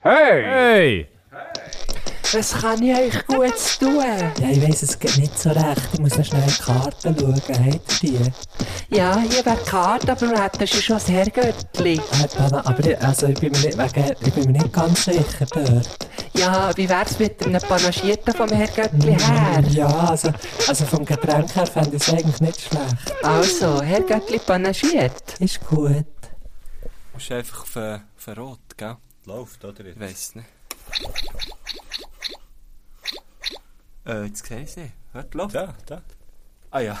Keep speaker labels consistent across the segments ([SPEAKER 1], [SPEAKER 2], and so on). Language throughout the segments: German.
[SPEAKER 1] Hey!
[SPEAKER 2] Hey!
[SPEAKER 3] Was kann ich euch Gutes tun?
[SPEAKER 4] Ja, ich weiss es geht nicht so recht. Ich muss noch schnell in die Karten schauen. Habt ihr die?
[SPEAKER 3] Ja, hier wäre die Karte, aber das ist schon das Herrgöttli.
[SPEAKER 4] Ah, Dana, aber ich, also ich, bin mir nicht, wegen, ich bin mir nicht ganz sicher dort.
[SPEAKER 3] Ja, wie wär's mit einem Panagierten vom Herrgöttli her?
[SPEAKER 4] Ja, also, also vom Getränk her fände ich es eigentlich nicht schlecht.
[SPEAKER 3] Also, Herrgöttli panagiert.
[SPEAKER 4] Ist gut.
[SPEAKER 5] Du musst einfach auf, äh, auf Rot, gell?
[SPEAKER 6] Läuft, oder?
[SPEAKER 5] Ich weiss nicht. Äh, jetzt sehe ich sie. Hört, läuft.
[SPEAKER 6] Da, da.
[SPEAKER 5] Ah ja,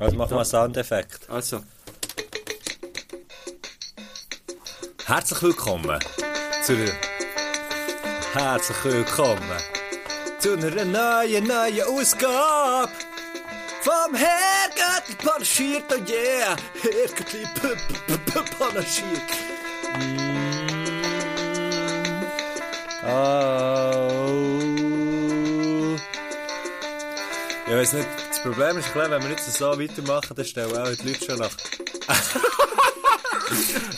[SPEAKER 6] Also machen wir einen Soundeffekt.
[SPEAKER 5] also.
[SPEAKER 6] Herzlich willkommen zu Herzlich willkommen zu einer neuen, neuen Ausgabe vom Herrgöttli Panaschiert. Oh yeah! Herrgöttli P- P- P- Panaschiert. Mm. Oh. Ich weiß nicht, das Problem ist klar, wenn wir jetzt so weitermachen, dann stellen auch die Leute schon nach.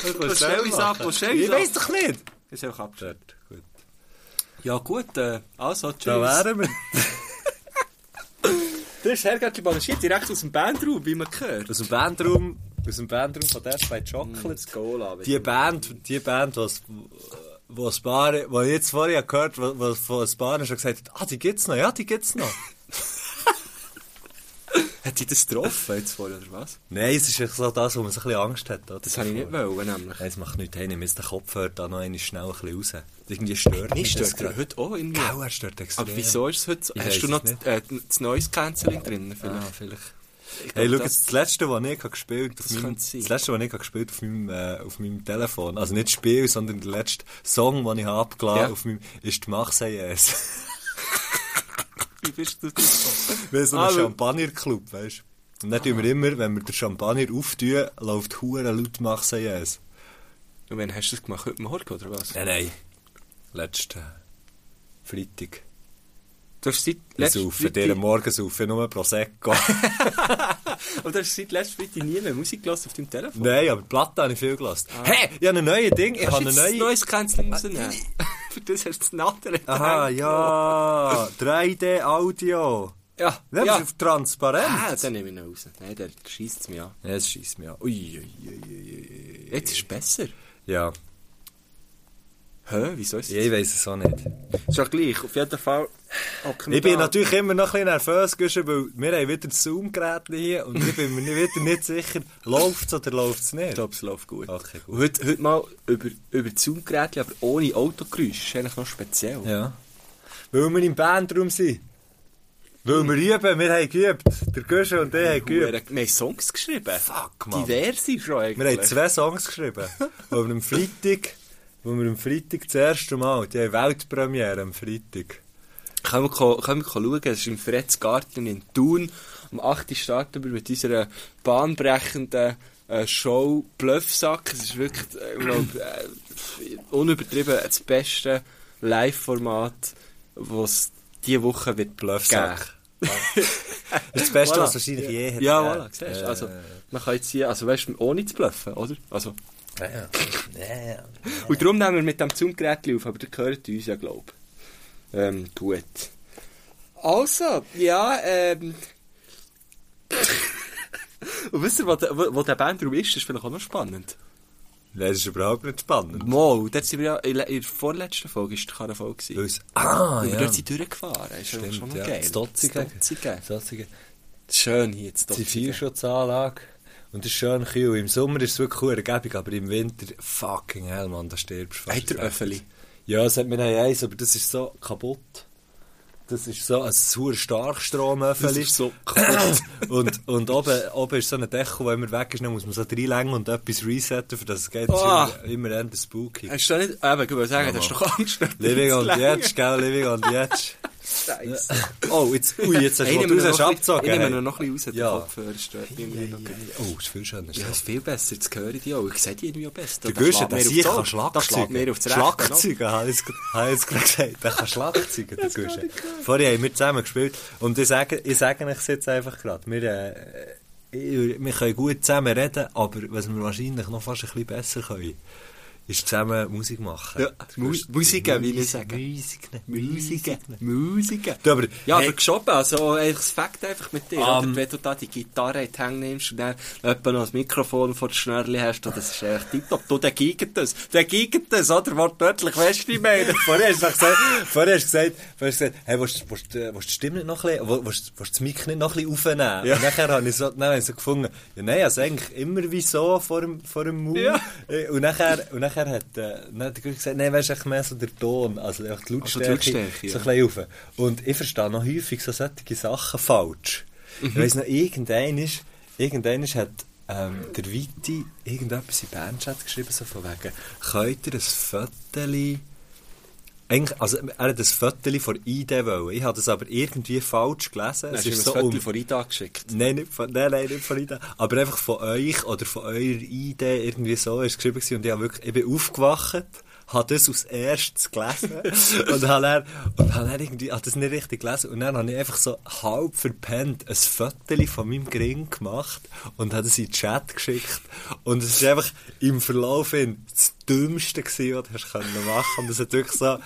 [SPEAKER 5] Du stell uns ab, du stell uns
[SPEAKER 6] Ich
[SPEAKER 5] ab.
[SPEAKER 6] weiß doch nicht!
[SPEAKER 5] Ist einfach abgeschnitten.
[SPEAKER 6] Gut, gut.
[SPEAKER 5] Ja gut, äh, also tschüss.
[SPEAKER 6] Da wären wir.
[SPEAKER 5] Das ist Herrgöttli Panaschiert direkt aus dem Bandraum, wie man hört.
[SPEAKER 6] Aus dem Bandraum, aus dem Bandraum von Death by
[SPEAKER 5] Mm.
[SPEAKER 6] Chocolate.
[SPEAKER 5] Goal
[SPEAKER 6] Die Band, die Band, was wo das Paar, wo ich jetzt vorher gehört, wo, wo, wo das Paar schon gesagt hat, ah, die gibt's noch, ja, die gibt's noch.
[SPEAKER 5] Hat sie das getroffen jetzt vorher, oder was?
[SPEAKER 6] Nein, es ist echt so das, wo man so ein bisschen Angst hat. Oder?
[SPEAKER 5] Das habe ich nicht wollen, nämlich.
[SPEAKER 6] Nein, es macht nichts, hey, nimm jetzt den Kopfhörer da noch einmal schnell ein bisschen raus. Irgendwie stört
[SPEAKER 5] Mich
[SPEAKER 6] mich das
[SPEAKER 5] stört er
[SPEAKER 6] gerade.
[SPEAKER 5] heute auch irgendwie.
[SPEAKER 6] Gell, er stört extrem.
[SPEAKER 5] Aber wieso ist es heute so?
[SPEAKER 6] Ich
[SPEAKER 5] Hast
[SPEAKER 6] weiss
[SPEAKER 5] du noch
[SPEAKER 6] es
[SPEAKER 5] das, äh, das Noise Cancelling drin? Vielleicht?
[SPEAKER 6] Ah, vielleicht.
[SPEAKER 5] Ich glaub,
[SPEAKER 6] Hey, schau,
[SPEAKER 5] das-
[SPEAKER 6] das, das letzte, was ich hab gespielt auf
[SPEAKER 5] Das
[SPEAKER 6] meinem,
[SPEAKER 5] könnte sein.
[SPEAKER 6] das letzte, was ich hab gespielt auf meinem, äh, auf meinem Telefon, also nicht das Spiel, sondern der letzte Song, den ich hab abgeladen
[SPEAKER 5] Ja.
[SPEAKER 6] auf meinem, ist die Mach sei es.
[SPEAKER 5] Wie bist du das?
[SPEAKER 6] Wie so ein
[SPEAKER 5] Ah, weil-
[SPEAKER 6] Champagnerclub, weißt du? Und dann tun wir immer, wenn wir den Champagner auftun, läuft hure laut Mach sei es.
[SPEAKER 5] Und wann hast du das gemacht? Heute Morgen, oder was?
[SPEAKER 6] Nein, nein. Letzten Freitag.
[SPEAKER 5] Du hast seit
[SPEAKER 6] Ich
[SPEAKER 5] letzter
[SPEAKER 6] saufe, dir
[SPEAKER 5] Freitag...
[SPEAKER 6] morgen saufe ich nur Prosecco.
[SPEAKER 5] Und du hast seit letzter Freitag nie mehr Musik gelassen auf deinem Telefon?
[SPEAKER 6] nein, aber die Platte habe ich viel gelassen. Hey, ich habe ein neues Ding, ich
[SPEAKER 5] Kannst
[SPEAKER 6] habe
[SPEAKER 5] Ah.
[SPEAKER 6] ein
[SPEAKER 5] du jetzt das
[SPEAKER 6] neues...
[SPEAKER 5] Noise Cancelling rausnehmen? Für das hast du das Nadel
[SPEAKER 6] Aha, ja, 3D-Audio.
[SPEAKER 5] Ja,
[SPEAKER 6] Ja,
[SPEAKER 5] ja.
[SPEAKER 6] ja. auf transparent.
[SPEAKER 5] Ah, dann nehme ich ihn raus. Nein, der schießt es mich an.
[SPEAKER 6] Ja, das schießt mich an. Ui, ui, ui, ui, ui.
[SPEAKER 5] Jetzt ist es besser.
[SPEAKER 6] Ja,
[SPEAKER 5] Hä, wieso ist
[SPEAKER 6] ich weiß es auch nicht.
[SPEAKER 5] Ist ja gleich, auf jeden Fall...
[SPEAKER 6] Ich bin natürlich immer noch ein bisschen nervös, gewesen, weil wir haben wieder das Zoom-Gerät hier und ich bin mir nicht- wieder nicht sicher, läuft es oder läuft es nicht.
[SPEAKER 5] Ich glaube, es läuft gut.
[SPEAKER 6] Okay, gut.
[SPEAKER 5] Und heute, heute mal über, über das Zoom-Gerät, aber ohne Autogeräusch. Das ist eigentlich noch speziell.
[SPEAKER 6] Ja. Weil wir im Bandraum sind. Weil wir üben, wir haben geübt. Der Guschen und ich haben
[SPEAKER 5] Wir,
[SPEAKER 6] geübt.
[SPEAKER 5] haben- wir haben Songs geschrieben.
[SPEAKER 6] Fuck, Mann.
[SPEAKER 5] Diverse schon
[SPEAKER 6] Wir haben
[SPEAKER 5] eigentlich.
[SPEAKER 6] zwei Songs geschrieben, wo wir am Freitag, wo wir am Freitag das erste Mal, die haben Weltpremiere am Freitag.
[SPEAKER 5] Können wir, ko- können wir ko schauen, es ist im Fretzgarten in Thun. Am 8. Uhr starten wir mit unserer bahnbrechenden äh, Show Bluffsack. Es ist wirklich, äh, ich glaub, äh, unübertrieben das beste Live-Format, was es diese Woche wird geben.
[SPEAKER 6] Bluffsack. Das ist das Beste,
[SPEAKER 5] Voilà.
[SPEAKER 6] was wahrscheinlich je hat.
[SPEAKER 5] Ja,
[SPEAKER 6] äh,
[SPEAKER 5] voilà, siehst du. Also, man kann jetzt hier, also weißt du, ohne zu bluffen, oder? Also. Und darum nehmen wir mit dem Zoom-Gerät auf, aber der gehört uns ja, glaube ich. Ähm, gut. Also, ja, ähm. Und wisst ihr, wo der, wo wo der Bandraum ist? Das ist vielleicht auch noch spannend.
[SPEAKER 6] Nein, das ist überhaupt nicht spannend.
[SPEAKER 5] Wow, dort sind wir ja, in, le- in der vorletzten Folge war die Karneval.
[SPEAKER 6] Weil
[SPEAKER 5] gewesen.
[SPEAKER 6] es- Ah,
[SPEAKER 5] Und wir
[SPEAKER 6] ja.
[SPEAKER 5] dort sind durchgefahren. Ist
[SPEAKER 6] Stimmt,
[SPEAKER 5] Stimmt, schon noch
[SPEAKER 6] ja.
[SPEAKER 5] geil.
[SPEAKER 6] Das Dotzige.
[SPEAKER 5] Das Dotzige.
[SPEAKER 6] Solche
[SPEAKER 5] Schön hier, das Dotzige.
[SPEAKER 6] Zivilschutzanlage. Und das ist schön kühl. Im Sommer ist es wirklich cool ergebig, aber im Winter, fucking hell, man, da stirbst du fast.
[SPEAKER 5] Hat der Öffeli?
[SPEAKER 6] Ja, es hat mir ein Eis, aber das ist so kaputt. Das ist so ein sauer
[SPEAKER 5] Das
[SPEAKER 6] Starkstromöffeli.
[SPEAKER 5] ist so kaputt.
[SPEAKER 6] und, und oben, oben ist so ein Deckel, der immer weg ist, dann muss man so reinlängen und etwas resetten, für das es geht. Das ist
[SPEAKER 5] Ah.
[SPEAKER 6] immer, immer eher spooky.
[SPEAKER 5] Hast du da nicht, Ah, eben, ich wollte sagen, hast du doch Angst. dass
[SPEAKER 6] Living
[SPEAKER 5] das
[SPEAKER 6] on the
[SPEAKER 5] länger
[SPEAKER 6] edge, gell, living on the edge.
[SPEAKER 5] Scheiße.
[SPEAKER 6] Oh, jetzt, ui, jetzt hast
[SPEAKER 5] Hey,
[SPEAKER 6] du
[SPEAKER 5] nehmen wir
[SPEAKER 6] was
[SPEAKER 5] noch ein bisschen-
[SPEAKER 6] abgezogen.
[SPEAKER 5] Ich nehme
[SPEAKER 6] hey.
[SPEAKER 5] ihn noch ein bisschen raus,
[SPEAKER 6] Ja.
[SPEAKER 5] den Kopfhörer stört mich. Ja,
[SPEAKER 6] Oh, ist viel schöner.
[SPEAKER 5] das ist viel besser, jetzt höre ich die auch. Ich sehe die irgendwie am besten.
[SPEAKER 6] Der
[SPEAKER 5] Das
[SPEAKER 6] Guschen,
[SPEAKER 5] schlägt
[SPEAKER 6] der
[SPEAKER 5] mir
[SPEAKER 6] sieht
[SPEAKER 5] aufs
[SPEAKER 6] kann
[SPEAKER 5] Auge. Das schlägt mir
[SPEAKER 6] Schlagzeugen.
[SPEAKER 5] aufs Rechte.
[SPEAKER 6] Schlagzeugen, habe ich jetzt- habe ich jetzt gerade gesagt. Der kann Schlagzeugen, der Guschen. Vorher haben wir zusammen gespielt. Und ich sage, ich sage euch jetzt einfach gerade, wir, äh, ich- wir können gut zusammen reden, aber was wir wahrscheinlich noch fast ein bisschen besser können, ist zusammen Musik machen.
[SPEAKER 5] Ja, Mu Musiker, will ich sagen.
[SPEAKER 6] Musik,
[SPEAKER 5] Musiker, Musiker.
[SPEAKER 6] Du, aber,
[SPEAKER 5] Ja,
[SPEAKER 6] hey,
[SPEAKER 5] aber geschoben, also eigentlich, es fängt einfach mit dir.
[SPEAKER 6] Ähm.
[SPEAKER 5] oder wenn du da die Gitarre in die Hände nimmst und dann etwa noch das Mikrofon vor der Schnürli hast, dann, das ist echt tipptopp. Du, der giegt das. Der giegt das, oder? Wortwörtlich, weißt du, wie ich meine?
[SPEAKER 6] vorher hast du doch gesagt, vorher hast du gesagt, vorher hast du gesagt, hey, willst, du- willst, du- willst du die Stimme nicht noch ein bisschen, will- willst, du- willst du das Mic nicht noch ein bisschen aufnehmen?
[SPEAKER 5] Ja.
[SPEAKER 6] Und nachher habe ich so, dann habe ich so gefunden, ja, nein, also eigentlich immer wie so vor dem, vor dem Mund.
[SPEAKER 5] Ja.
[SPEAKER 6] Äh, Und nachher, und nachher hat, äh, dann hat der Grüß gesagt, nein, weißt du, eigentlich mehr so der Ton, also einfach die
[SPEAKER 5] Also
[SPEAKER 6] Lautstärke,
[SPEAKER 5] die Lautstärke,
[SPEAKER 6] so
[SPEAKER 5] ja.
[SPEAKER 6] ein bisschen auf. Und ich verstehe noch häufig so solche Sachen falsch. Ich weiss noch, irgendein ist, irgendein ist hat, ähm, der Viti irgendetwas in den Bandchat geschrieben, so von wegen, könnt ihr ein Viertel eigentlich, also, er hat ein Viertel von ID wollen. Ich habe das aber irgendwie falsch gelesen.
[SPEAKER 5] Hast du mir
[SPEAKER 6] um-
[SPEAKER 5] ein Viertel von Ida geschickt?
[SPEAKER 6] Nein, nicht von, nein, nein, nicht von Ida. Aber einfach von euch oder von eurer Idee irgendwie so ist geschrieben gewesen. Und ich habe wirklich, ich bin aufgewacht, habe das als erstes gelesen und habe dann, und habe dann irgendwie, habe das nicht richtig gelesen. Und dann habe ich einfach so halb verpennt ein Viertel von meinem Gring gemacht und habe das in den Chat geschickt. Und es ist einfach im Verlauf hin das Dümmste gewesen, was du hast können machen. Und das hat wirklich so,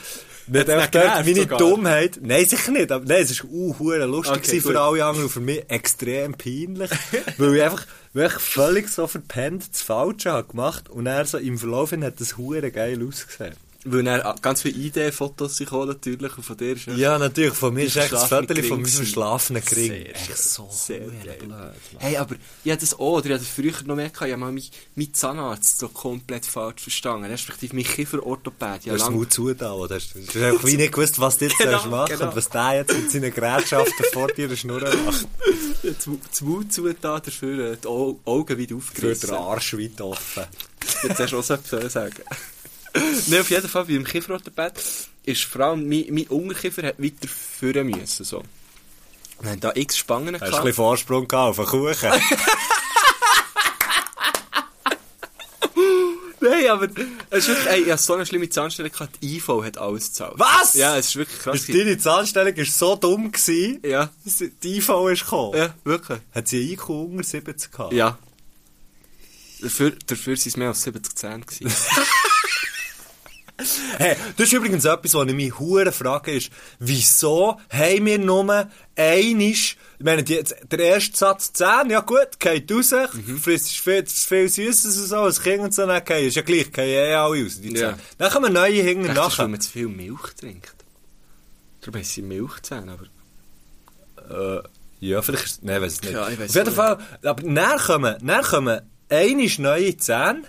[SPEAKER 6] nicht einfach dort,
[SPEAKER 5] nicht genervt
[SPEAKER 6] meine
[SPEAKER 5] sogar?
[SPEAKER 6] Dummheit, nein, sicher nicht, aber nein, es ist uh, hure lustig
[SPEAKER 5] Okay,
[SPEAKER 6] gewesen
[SPEAKER 5] gut.
[SPEAKER 6] für alle anderen und für mich extrem peinlich, weil ich einfach wirklich völlig so verpennt das Falsche habe gemacht und er so im Verlauf hin hat das hure geil ausgesehen.
[SPEAKER 5] Weil er ganz viele Ideenfotos sich holen, natürlich, und von dir ist
[SPEAKER 6] Ja, natürlich, von mir ist echt das
[SPEAKER 5] verschlafene
[SPEAKER 6] Viertel von
[SPEAKER 5] Kring
[SPEAKER 6] meinem
[SPEAKER 5] gewesen.
[SPEAKER 6] verschlafenen Kring.
[SPEAKER 5] Sehr
[SPEAKER 6] Echt
[SPEAKER 5] schön.
[SPEAKER 6] so
[SPEAKER 5] Sehr
[SPEAKER 6] hure
[SPEAKER 5] geil.
[SPEAKER 6] blöd.
[SPEAKER 5] Hey, aber ich hatte das auch, oder ich hatte früher noch mehr, gehabt. ich habe mal meinen mein Zahnarzt so komplett falsch verstanden, respektive meinen Kieferorthopäd. Ich
[SPEAKER 6] Du
[SPEAKER 5] habe
[SPEAKER 6] hast
[SPEAKER 5] lang-
[SPEAKER 6] gut zugetan, oder? Du hast einfach wie nicht gewusst, was du jetzt
[SPEAKER 5] Genau,
[SPEAKER 6] sollst machen
[SPEAKER 5] genau.
[SPEAKER 6] und was der jetzt mit seinen Gerätschaften vor dir schnurren macht.
[SPEAKER 5] das Maul zugetan, dafür äh, die Au- Augen weit
[SPEAKER 6] Für
[SPEAKER 5] aufgerissen.
[SPEAKER 6] den Arsch weit offen.
[SPEAKER 5] Jetzt hast du auch so etwas sagen. Nein, auf jeden Fall, beim Kieferorthopäd ist vor allem, mein, mein Unterkiefer hat weiter führen müssen, so. Wir haben da x Spangen
[SPEAKER 6] Hast du ein bisschen Vorsprung gehabt auf den Kuchen?
[SPEAKER 5] Nein, aber es ist wirklich, ey, ich hatte so eine schlimme Zahnstelle, gehabt, die IV hat alles gezahlt.
[SPEAKER 6] Was?
[SPEAKER 5] Ja, es ist wirklich krass.
[SPEAKER 6] Also deine Zahnstellung war so dumm, gewesen,
[SPEAKER 5] Ja,
[SPEAKER 6] dass die IV ist gekommen.
[SPEAKER 5] ja, wirklich.
[SPEAKER 6] Hat sie einen IQ unter 70 gehabt?
[SPEAKER 5] Ja. Dafür, dafür sind es mehr als 70 Zähne gewesen.
[SPEAKER 6] Hey, das ist übrigens etwas, was ich mich hure frage, ist, wieso haben wir nur einisch, ich meine, die, der erste Satz 10, ja gut, geht raus, frisst viel, zu viel Süßes und so, als Kind und so, dann gehen, ist ja gleich, gehen eh alle raus, die 10.
[SPEAKER 5] Ja.
[SPEAKER 6] Dann kommen neue hinten
[SPEAKER 5] Vielleicht ist, weil
[SPEAKER 6] nachher.
[SPEAKER 5] man zu viel Milch trinkt. Darum haben sie Milchzähne, aber...
[SPEAKER 6] Äh, ja, vielleicht ist Nein, weiß es nicht.
[SPEAKER 5] Ja, ich weiss
[SPEAKER 6] Auf jeden
[SPEAKER 5] auch
[SPEAKER 6] Fall, aber dann kommen, dann kommen einisch neue 10,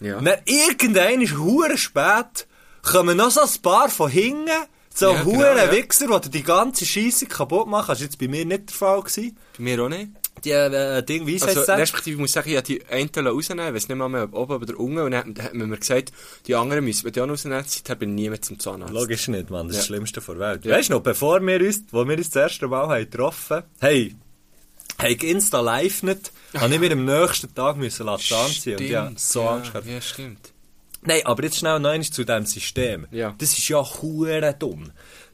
[SPEAKER 5] Ja.
[SPEAKER 6] Und dann irgendwann ist hure spät, kommen noch so ein paar von hinten, so
[SPEAKER 5] Ja,
[SPEAKER 6] ja,
[SPEAKER 5] genau,
[SPEAKER 6] hure
[SPEAKER 5] ja.
[SPEAKER 6] Wichser, die dir die ganze Scheisse kaputt machen. Das war jetzt bei mir nicht der Fall. Gewesen.
[SPEAKER 5] Bei mir auch nicht.
[SPEAKER 6] Die äh, Ding, wie
[SPEAKER 5] Also,
[SPEAKER 6] also, heißt
[SPEAKER 5] respektive, ich muss sagen, ich habe die einen rausnehmen, ich weiß nicht mal mehr, ob oben oder unten, und dann hat man mir gesagt, die anderen müssen wir die auch rausnehmen, seither bin ich nie mehr zum Zahnarzt.
[SPEAKER 6] Logisch nicht, Mann. Das ist das
[SPEAKER 5] Ja.
[SPEAKER 6] Schlimmste der Welt.
[SPEAKER 5] Ja.
[SPEAKER 6] Weißt du noch, bevor wir uns, wo wir uns das erste Mal haben getroffen haben, hey, hey, Insta live nicht, habe ich mir am nächsten Tag müssen lassen anziehen. Und ich habe so
[SPEAKER 5] ja,
[SPEAKER 6] Angst gehabt.
[SPEAKER 5] Ja, stimmt.
[SPEAKER 6] Nein, aber jetzt schnell noch einmal zu diesem System.
[SPEAKER 5] Ja.
[SPEAKER 6] Das ist ja hure dumm.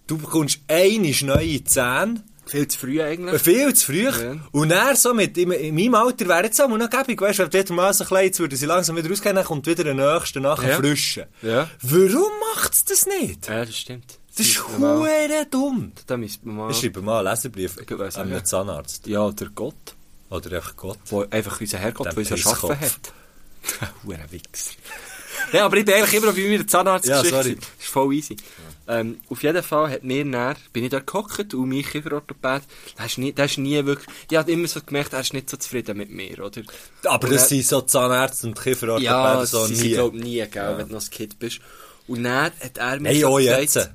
[SPEAKER 6] Du bekommst einisch neue Zähne,
[SPEAKER 5] Viel zu früh eigentlich.
[SPEAKER 6] Viel zu früh.
[SPEAKER 5] Ja.
[SPEAKER 6] Und er so mit, in, in meinem Alter wäre jetzt auch noch gäbig, weißt du, wenn du mal so klein jetzt würden sie langsam wieder rausgehen, dann kommt wieder der nächste nachher
[SPEAKER 5] Ja.
[SPEAKER 6] frischen.
[SPEAKER 5] Ja.
[SPEAKER 6] Warum macht's dus das nicht?
[SPEAKER 5] Ja, das stimmt.
[SPEAKER 6] Das ist
[SPEAKER 5] Müssen wir mal-
[SPEAKER 6] hure dumm.
[SPEAKER 5] Da müssen wir mal...
[SPEAKER 6] Ich schreibe mal einen Leserbrief
[SPEAKER 5] Ich weiss
[SPEAKER 6] an
[SPEAKER 5] nicht.
[SPEAKER 6] einen Zahnarzt.
[SPEAKER 5] Ja, der Gott.
[SPEAKER 6] Oder einfach Gott.
[SPEAKER 5] Der einfach unser Herrgott,
[SPEAKER 6] Der
[SPEAKER 5] der uns erschaffen
[SPEAKER 6] Pisskopf.
[SPEAKER 5] hat. Huren Wichser. Nein, aber ich bin eigentlich immer noch bei meiner Zahnarztgeschichte.
[SPEAKER 6] Ja, sorry.
[SPEAKER 5] Das ist voll easy. Ähm, auf jeden Fall hat mir näher, bin ich da gehockt und mein Kieferorthopäd, der ist nie, der ist nie wirklich, ich habe immer so gemerkt, er ist nicht so zufrieden mit mir, oder?
[SPEAKER 6] Aber
[SPEAKER 5] Und
[SPEAKER 6] das
[SPEAKER 5] er-
[SPEAKER 6] sind so Zahnärzte und Kieferorthopäden
[SPEAKER 5] ja,
[SPEAKER 6] so
[SPEAKER 5] sie
[SPEAKER 6] nie.
[SPEAKER 5] glaube nie, gell, wenn du noch ein Kind bist. Und dann hat er mir
[SPEAKER 6] Hey,
[SPEAKER 5] so
[SPEAKER 6] auch
[SPEAKER 5] gesagt...
[SPEAKER 6] jetzt.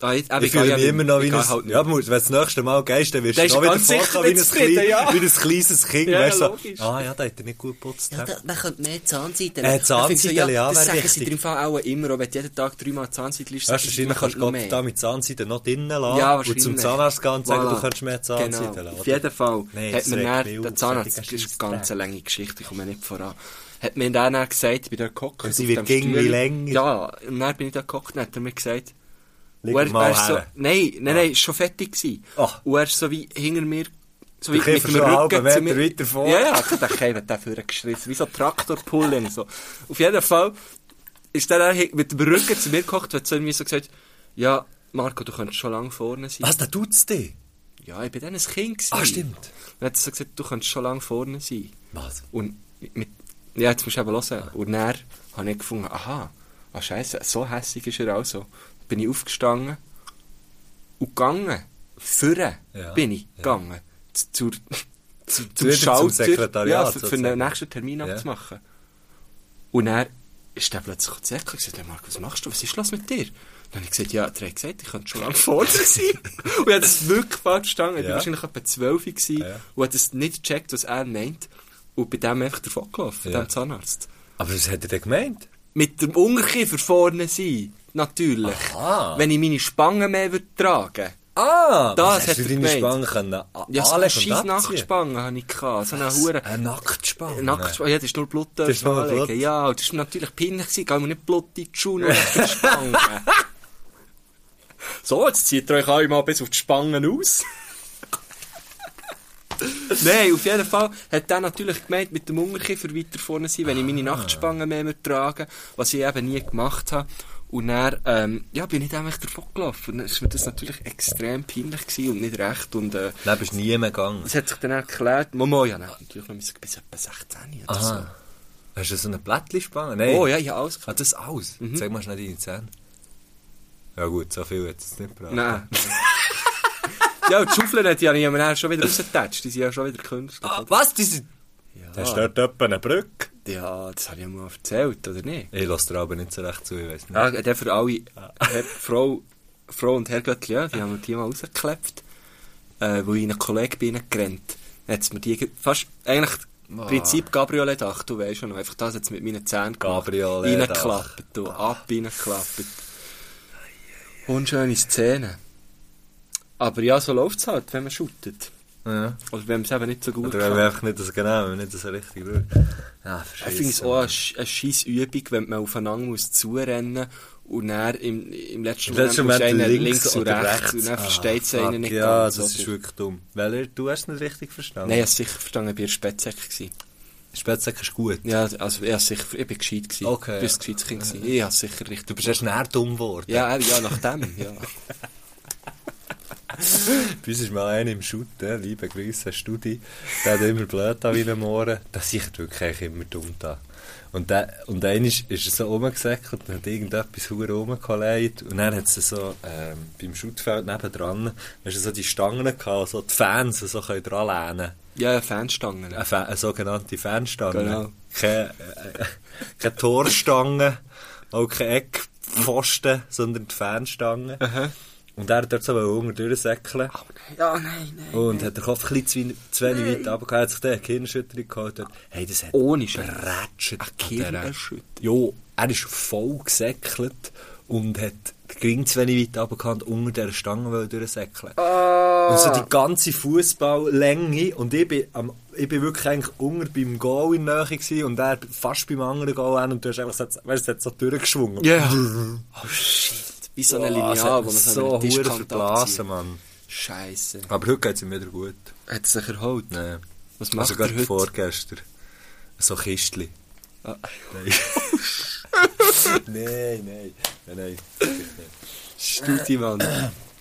[SPEAKER 5] Ah, jetzt eben,
[SPEAKER 6] Ich fühle
[SPEAKER 5] egal,
[SPEAKER 6] mich immer noch wie
[SPEAKER 5] egal,
[SPEAKER 6] ein...
[SPEAKER 5] halt
[SPEAKER 6] ja, wenn du das nächste Mal gehst, dann wirst
[SPEAKER 5] Dann
[SPEAKER 6] du
[SPEAKER 5] ist
[SPEAKER 6] noch
[SPEAKER 5] er
[SPEAKER 6] wieder
[SPEAKER 5] ganz sicher
[SPEAKER 6] vorkommen wie,
[SPEAKER 5] nicht
[SPEAKER 6] ein
[SPEAKER 5] zufrieden,
[SPEAKER 6] klein-
[SPEAKER 5] ja.
[SPEAKER 6] wie ein kleines Kind.
[SPEAKER 5] Ja,
[SPEAKER 6] weißt,
[SPEAKER 5] ja,
[SPEAKER 6] so,
[SPEAKER 5] logisch.
[SPEAKER 6] ah ja, der hat nicht gut geputzt.
[SPEAKER 5] Ja,
[SPEAKER 6] hä?
[SPEAKER 5] da, man könnte mehr Zahnseiten.
[SPEAKER 6] Äh,
[SPEAKER 5] Ich finde so,
[SPEAKER 6] Zahnseiten, ja,
[SPEAKER 5] Das
[SPEAKER 6] wäre
[SPEAKER 5] sagen sie
[SPEAKER 6] wichtig.
[SPEAKER 5] dir im Fall auch immer, auch wenn du jeden Tag dreimal Zahnseiten liest.
[SPEAKER 6] Weißt du,
[SPEAKER 5] sagen sie,
[SPEAKER 6] wahrscheinlich kannst du
[SPEAKER 5] man
[SPEAKER 6] Gott
[SPEAKER 5] könnte
[SPEAKER 6] da
[SPEAKER 5] noch mehr.
[SPEAKER 6] mit Zahnseiten noch drinnen lassen
[SPEAKER 5] Ja,
[SPEAKER 6] und
[SPEAKER 5] wahrscheinlich.
[SPEAKER 6] zum Zahnarzt gehen und sagen,
[SPEAKER 5] Voilà.
[SPEAKER 6] du kannst mehr Zahnseiten
[SPEAKER 5] genau.
[SPEAKER 6] lassen.
[SPEAKER 5] Auf jeden Fall
[SPEAKER 6] Nee,
[SPEAKER 5] hat
[SPEAKER 6] das
[SPEAKER 5] mir
[SPEAKER 6] regt
[SPEAKER 5] dann,
[SPEAKER 6] mich
[SPEAKER 5] der
[SPEAKER 6] auf,
[SPEAKER 5] Zahnarzt, das
[SPEAKER 6] solche
[SPEAKER 5] ist eine ganz
[SPEAKER 6] Scheissdreck.
[SPEAKER 5] lange Geschichte, ich komme nicht voran. Hat mir dann auch gesagt, ich bin da gehockt.
[SPEAKER 6] Und sie
[SPEAKER 5] auf
[SPEAKER 6] wird
[SPEAKER 5] dem
[SPEAKER 6] ging wie
[SPEAKER 5] Stuhl.
[SPEAKER 6] länger.
[SPEAKER 5] Ja, und dann bin ich da gehockt und hat er mir gesagt,
[SPEAKER 6] Leg
[SPEAKER 5] und er-
[SPEAKER 6] mal
[SPEAKER 5] er ist so,
[SPEAKER 6] her. Ah.
[SPEAKER 5] nein, nein, nein, ist schon fertig gewesen.
[SPEAKER 6] Ach.
[SPEAKER 5] Und er ist so wie hinter mir, so wie
[SPEAKER 6] Der
[SPEAKER 5] mit
[SPEAKER 6] Käfer
[SPEAKER 5] dem
[SPEAKER 6] schon einen halben
[SPEAKER 5] Rücken zu mir.
[SPEAKER 6] Meter weiter vor.
[SPEAKER 5] Ja, ja, ich dachte, ich hätte den vorgeschrissen, wie so Traktorpullen, so. Auf jeden Fall ist der dann mit dem Rücken zu mir gekocht und hat zu mir so gesagt, ja, Marco, du könntest schon lange vorne sein.
[SPEAKER 6] Was, da tut's dich?
[SPEAKER 5] Ja, ich bin dann ein Kind gewesen.
[SPEAKER 6] Ah, stimmt.
[SPEAKER 5] Dann hat er so gesagt, du könntest schon lange vorne sein.
[SPEAKER 6] Was?
[SPEAKER 5] Und mit, ja, jetzt musst du eben hören. Und dann habe ich gefunden, aha, ah scheiße, so hässig ist er also. Bin ich aufgestanden und gegangen. Führen
[SPEAKER 6] Ja,
[SPEAKER 5] bin ich
[SPEAKER 6] ja.
[SPEAKER 5] gegangen. Z- Zur, zu,
[SPEAKER 6] wieder zum Sekretariat
[SPEAKER 5] ja, für, für
[SPEAKER 6] sozusagen.
[SPEAKER 5] den nächsten Termin
[SPEAKER 6] Ja.
[SPEAKER 5] abzumachen. Und er ist dann plötzlich zu Säckchen und gesagt, hey Marco, was machst du? Was ist los mit dir? Dann habe ich gesagt, ja, er hat gesagt, ich könnte schon lange vorne sein. und ich habe das wirklich falsch verstanden. Ich war
[SPEAKER 6] Ja.
[SPEAKER 5] wahrscheinlich etwa 12 gewesen
[SPEAKER 6] Ja.
[SPEAKER 5] und habe das nicht gecheckt, was er meint. Und bei dem einfach davon gelaufen,
[SPEAKER 6] Ja.
[SPEAKER 5] dem Zahnarzt.
[SPEAKER 6] Aber was hat er denn gemeint?
[SPEAKER 5] Mit dem Unterkiefer vorne sein, natürlich.
[SPEAKER 6] Aha.
[SPEAKER 5] Wenn ich meine Spangen mehr würde tragen
[SPEAKER 6] Ah! hast
[SPEAKER 5] Das hat
[SPEAKER 6] du
[SPEAKER 5] er
[SPEAKER 6] deine
[SPEAKER 5] gemeint.
[SPEAKER 6] Spangen können a-
[SPEAKER 5] Ja, so
[SPEAKER 6] anlegen
[SPEAKER 5] eine
[SPEAKER 6] und
[SPEAKER 5] scheiß
[SPEAKER 6] abziehen?
[SPEAKER 5] Nachtspange hatte ich. gehabt, So eine Hure.
[SPEAKER 6] Eine Nacktspange?
[SPEAKER 5] Nacktspange, Eh, ja, das ist nur Blut
[SPEAKER 6] Das ist nur
[SPEAKER 5] anlegen.
[SPEAKER 6] Blut.
[SPEAKER 5] eh, Ja, und das war natürlich peinlich, gewesen. gehen wir nicht Blut in die Schuhe, nur auf die Spangen. so, jetzt zieht ihr euch alle mal bis auf die Spangen aus. Nein, auf jeden Fall hat er natürlich gemeint, mit dem Unterkiefer weiter vorne sein, wenn ich meine Nachtspangen mehr würde tragen was ich eben nie gemacht habe. Und dann, ähm, ja, bin ich dann einfach davon gelaufen. Und Dann war mir das natürlich extrem peinlich gewesen und nicht recht. Und, äh,
[SPEAKER 6] Nein, bist nie mehr gegangen.
[SPEAKER 5] das hat sich dann erklärt. Momo, ja, nein, natürlich noch müssen bis etwa 16 oder
[SPEAKER 6] Aha. Hast du so eine Blättli-Spange?
[SPEAKER 5] so.
[SPEAKER 6] Nein.
[SPEAKER 5] Oh ja, Mhm. ich habe alles
[SPEAKER 6] Ah,
[SPEAKER 5] gehabt.
[SPEAKER 6] das aus? Zeig mal schnell deine Zähne. Ja gut, so viel hat es nicht gebracht.
[SPEAKER 5] Nein. ja, und die Schaufeln hat ja niemand dann schon wieder rausgetatscht. Die sind ja schon wieder künstlich.
[SPEAKER 6] Ah, was? Diese...
[SPEAKER 5] Ja,
[SPEAKER 6] Da stört jemand eine Brücke.
[SPEAKER 5] ja das habe ich ja mal erzählt, oder nicht?
[SPEAKER 6] Ich lasse dir aber nicht so recht zu, ich weiß nicht.
[SPEAKER 5] Ja, der für alle Herr, Frau, Frau und Herr Göttli, ja, die haben wir die mal rausgeklebt, äh, wo ich einen Kollegen bin reingerannt. Dann hat's mir die ge- fast, eigentlich, im Prinzip Gabriolet-Dach, du weißt schon, einfach das jetzt mit meinen Zähnen gemacht.
[SPEAKER 6] Gabriolet-Dach.
[SPEAKER 5] Reingeklappt, du, ab, reingeklappt. Unschöne Szene. Aber ja, so läuft's halt, wenn man shootet.
[SPEAKER 6] Ja.
[SPEAKER 5] Oder wenn man es eben nicht so gut
[SPEAKER 6] Oder
[SPEAKER 5] kann.
[SPEAKER 6] wenn wir einfach nicht das genau, wenn wir nicht das richtig schauen. Ja,
[SPEAKER 5] Ich finde es auch eine, Sch- eine scheisse Übung, wenn man aufeinander muss zurennen und dann im, im letzten
[SPEAKER 6] Im letzten Moment
[SPEAKER 5] musst du einen
[SPEAKER 6] links,
[SPEAKER 5] und
[SPEAKER 6] oder
[SPEAKER 5] rechts,
[SPEAKER 6] rechts.
[SPEAKER 5] und dann
[SPEAKER 6] Ah,
[SPEAKER 5] versteht es
[SPEAKER 6] fuck,
[SPEAKER 5] einen nicht
[SPEAKER 6] Ja,
[SPEAKER 5] ganz.
[SPEAKER 6] das ist
[SPEAKER 5] oder?
[SPEAKER 6] wirklich dumm. Weil er, du hast es nicht richtig verstanden.
[SPEAKER 5] Nein, ich habe es sicher verstanden, ich war Spätsäck. gewesen.
[SPEAKER 6] Spätsack ist gut.
[SPEAKER 5] Ja, also ich, habe sicher, ich bin gescheit. Gewesen.
[SPEAKER 6] Okay.
[SPEAKER 5] Ich bin ein gescheites Kind. Gewesen. Ich habe es sicher richtig...
[SPEAKER 6] Du bist erst näher dumm geworden.
[SPEAKER 5] Ja, er- ja, nach dem, ja.
[SPEAKER 6] Bei uns ist mal einer im Schutten, liebe Grüße, Studi, der hat immer blöd an wie am Ohren. Der sieht wirklich eigentlich immer dumm da. Und, der, und einmal ist er so rumgesäckelt und hat irgendetwas hure rumgeleitet. Und dann hat sie so ähm, beim Schuttfeld nebendran, hast du so die Stangen gehabt, so die Fans so können dranlehnen
[SPEAKER 5] Ja, ja, Fanstangen.
[SPEAKER 6] eine, Fa eine sogenannte Fernstange.
[SPEAKER 5] Genau.
[SPEAKER 6] Keine, äh, keine Torstange, auch keine Eckpfosten, sondern die Fernstange. Und er hat dort so unten durchsäckeln.
[SPEAKER 5] Ja, Oh, nein, nein.
[SPEAKER 6] Und hat den Kopf ein bisschen zu, zu wenig weit runtergehauen, hat sich dann eine Gehirnerschütterung geholt. und- Hey, das hat
[SPEAKER 5] Ohne Scheiß.
[SPEAKER 6] brätschert.
[SPEAKER 5] Oh, Eine Gehirnerschütterung?
[SPEAKER 6] Jo, er ist voll gesäckelt und hat den Gring zu wenig weit runtergehauen und unter dieser Stange wollte durchsäckeln. Und so die ganze Fußballlänge und ich bin, am, ich bin wirklich eigentlich unter beim Goal in der Nähe gewesen und er fast beim anderen Goal an und du hast einfach so, weißt, du, es hat so durchgeschwungen.
[SPEAKER 5] Ja. Oh, shit. Wie so eine
[SPEAKER 6] Boah, es
[SPEAKER 5] Lineal,
[SPEAKER 6] hat
[SPEAKER 5] wo man
[SPEAKER 6] mich
[SPEAKER 5] so
[SPEAKER 6] so
[SPEAKER 5] einen
[SPEAKER 6] hure
[SPEAKER 5] Tischkant
[SPEAKER 6] verblasen,
[SPEAKER 5] abzieht.
[SPEAKER 6] Mann.
[SPEAKER 5] Scheisse.
[SPEAKER 6] Aber heute geht es ihm wieder gut.
[SPEAKER 5] Hat es sich erholt?
[SPEAKER 6] Nein.
[SPEAKER 5] Was
[SPEAKER 6] Also
[SPEAKER 5] macht er
[SPEAKER 6] gerade
[SPEAKER 5] heute?
[SPEAKER 6] vorgestern. So Kistli.
[SPEAKER 5] Ah.
[SPEAKER 6] Nein. nein, nein. Nein, nein.
[SPEAKER 5] Studi, Mann.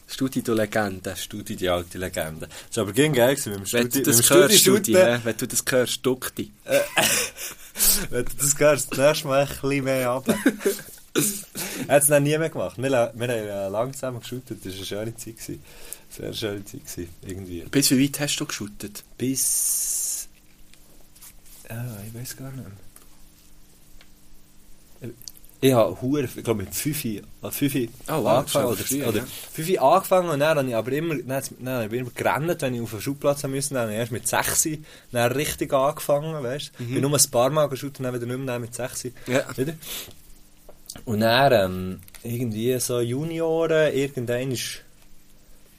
[SPEAKER 5] Studi, du Legende.
[SPEAKER 6] Studi, die alte Legende. Das war aber gegen geil, gewesen, mit dem
[SPEAKER 5] Wenn du
[SPEAKER 6] Studi.
[SPEAKER 5] das
[SPEAKER 6] mit dem
[SPEAKER 5] hörst, Studi,
[SPEAKER 6] shooten.
[SPEAKER 5] hä? wenn du das hörst, duck dich.
[SPEAKER 6] Wenn du das hörst, das nächste Mal ein bisschen mehr ab. Er hat es noch nie mehr gemacht. Wir, la- wir haben äh, langsam geshootet, das war eine schöne Zeit. Gewesen. Sehr schöne Zeit, gewesen, irgendwie.
[SPEAKER 5] Bis wie weit hast du geschüttet?
[SPEAKER 6] Bis... Ah, ich weiß gar nicht mehr. Ich habe hure, ich glaube mit 5 Uhr, 5
[SPEAKER 5] Oh, wow,
[SPEAKER 6] angefangen,
[SPEAKER 5] schon
[SPEAKER 6] oder,
[SPEAKER 5] früh,
[SPEAKER 6] oder
[SPEAKER 5] ja.
[SPEAKER 6] 5 Uhr angefangen und dann habe ich aber immer, dann, hat's- dann habe ich immer gerannt, wenn ich auf den Schulplatz haben musste, dann habe ich erst mit 6 Uhr dann richtig angefangen, weißt du. bin nur ein paar Mal geschaut und dann wieder nicht mehr dann mit 6 Uhr.
[SPEAKER 5] Mhm. Ja.
[SPEAKER 6] Wieder. Und dann ähm, irgendwie so Junioren, irgendein ist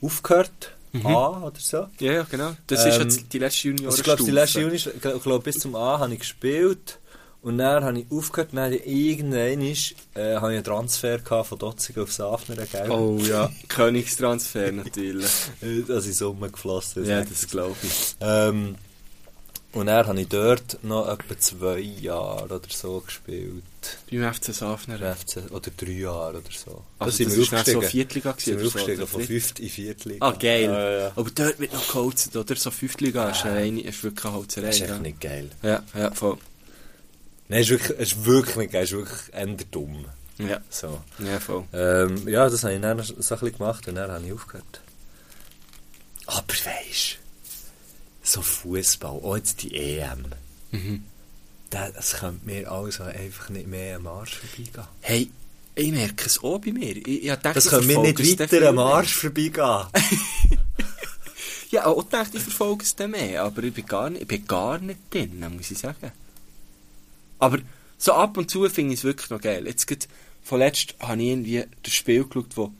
[SPEAKER 6] aufgehört,
[SPEAKER 5] Mhm.
[SPEAKER 6] A oder so.
[SPEAKER 5] Ja, ja, genau. Das ist
[SPEAKER 6] Ähm,
[SPEAKER 5] jetzt die letzte Junior.
[SPEAKER 6] Also ich glaube, die letzte Juni, ich glaube, bis zum A habe ich gespielt. Und dann habe ich aufgehört, und dann irgendwann ist, äh, habe ich einen Transfer gehabt von Dotzig aufs Afner, gell?
[SPEAKER 5] Oh ja, Königstransfer natürlich.
[SPEAKER 6] Äh, Das ist umgeflossen.
[SPEAKER 5] ja, das glaube ich.
[SPEAKER 6] Ähm, Und dann habe ich dort noch etwa zwei Jahre oder so gespielt.
[SPEAKER 5] Beim FC Safner. äh.
[SPEAKER 6] Im FC oder drei Jahre oder so. Da
[SPEAKER 5] Also, das war dann so Viertliga. gewesen
[SPEAKER 6] sind wir
[SPEAKER 5] oder so,
[SPEAKER 6] aufgestiegen
[SPEAKER 5] oder
[SPEAKER 6] von
[SPEAKER 5] Dritt-
[SPEAKER 6] fünft in Viertliga.
[SPEAKER 5] Ah, geil.
[SPEAKER 6] Ja, ja.
[SPEAKER 5] Aber dort wird noch geholzt, oder? So Fünftliga ist, eine reine, Ah. ist wirklich eine Holzerei.
[SPEAKER 6] Das ist echt
[SPEAKER 5] ja.
[SPEAKER 6] nicht geil.
[SPEAKER 5] ja, ja, voll.
[SPEAKER 6] Nein, es ist wirklich, es ist wirklich nicht geil, es ist wirklich eher dumm.
[SPEAKER 5] Ja,
[SPEAKER 6] So.
[SPEAKER 5] ja voll.
[SPEAKER 6] Ähm, ja, das habe ich dann so ein bisschen gemacht und dann habe ich aufgehört. Aber weisst so Fußball, auch jetzt die E EM,
[SPEAKER 5] Mhm.
[SPEAKER 6] das, das könnte mir also einfach nicht mehr am Arsch vorbeigehen.
[SPEAKER 5] Hey, ich merke es auch bei mir. Ich, ich hab gedacht,
[SPEAKER 6] Das
[SPEAKER 5] ich
[SPEAKER 6] könnte mir
[SPEAKER 5] verfolge es
[SPEAKER 6] nicht
[SPEAKER 5] dann
[SPEAKER 6] weiter am
[SPEAKER 5] viel mehr.
[SPEAKER 6] Arsch vorbeigehen.
[SPEAKER 5] Ja, auch gedacht, ich verfolge es dann mehr, aber ich bin gar nicht, ich bin gar nicht drin, muss ich sagen. Aber so ab und zu finde ich es wirklich noch geil. Jetzt gerade, vorletzt habe ich irgendwie das Spiel geschaut, wo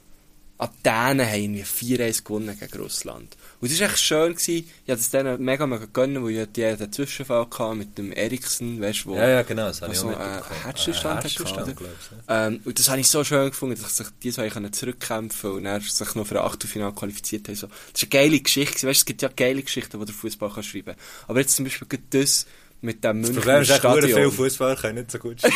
[SPEAKER 5] ab denen haben irgendwie 4-1 gewonnen gegen Russland. Und das war echt schön, gewesen. ich habe es denen mega, mega gönnen, weil ich ja den Zwischenfall hatte mit dem Eriksen, weißt du, wo...
[SPEAKER 6] ja, ja, genau, das habe
[SPEAKER 5] Also,
[SPEAKER 6] ich auch
[SPEAKER 5] äh,
[SPEAKER 6] mitbekommen.
[SPEAKER 5] Herzstillstand
[SPEAKER 6] Äh,
[SPEAKER 5] hat
[SPEAKER 6] Herzstillstand,
[SPEAKER 5] gehabt,
[SPEAKER 6] glaube ich. ja.
[SPEAKER 5] Ähm, und das habe ich so schön gefunden, dass sich die zwei können zurückkämpfen und er sich noch für ein Achtelfinale qualifiziert haben. So. Das ist eine geile Geschichte. gewesen. Weißt, du, es gibt ja geile Geschichten, die der Fußball kann schreiben kann. Aber jetzt zum Beispiel gerade das mit dem
[SPEAKER 6] Das Problem
[SPEAKER 5] Münchner
[SPEAKER 6] ist, echt, verdammt viele
[SPEAKER 5] Stadion.
[SPEAKER 6] Fußballer können nicht so gut spielen.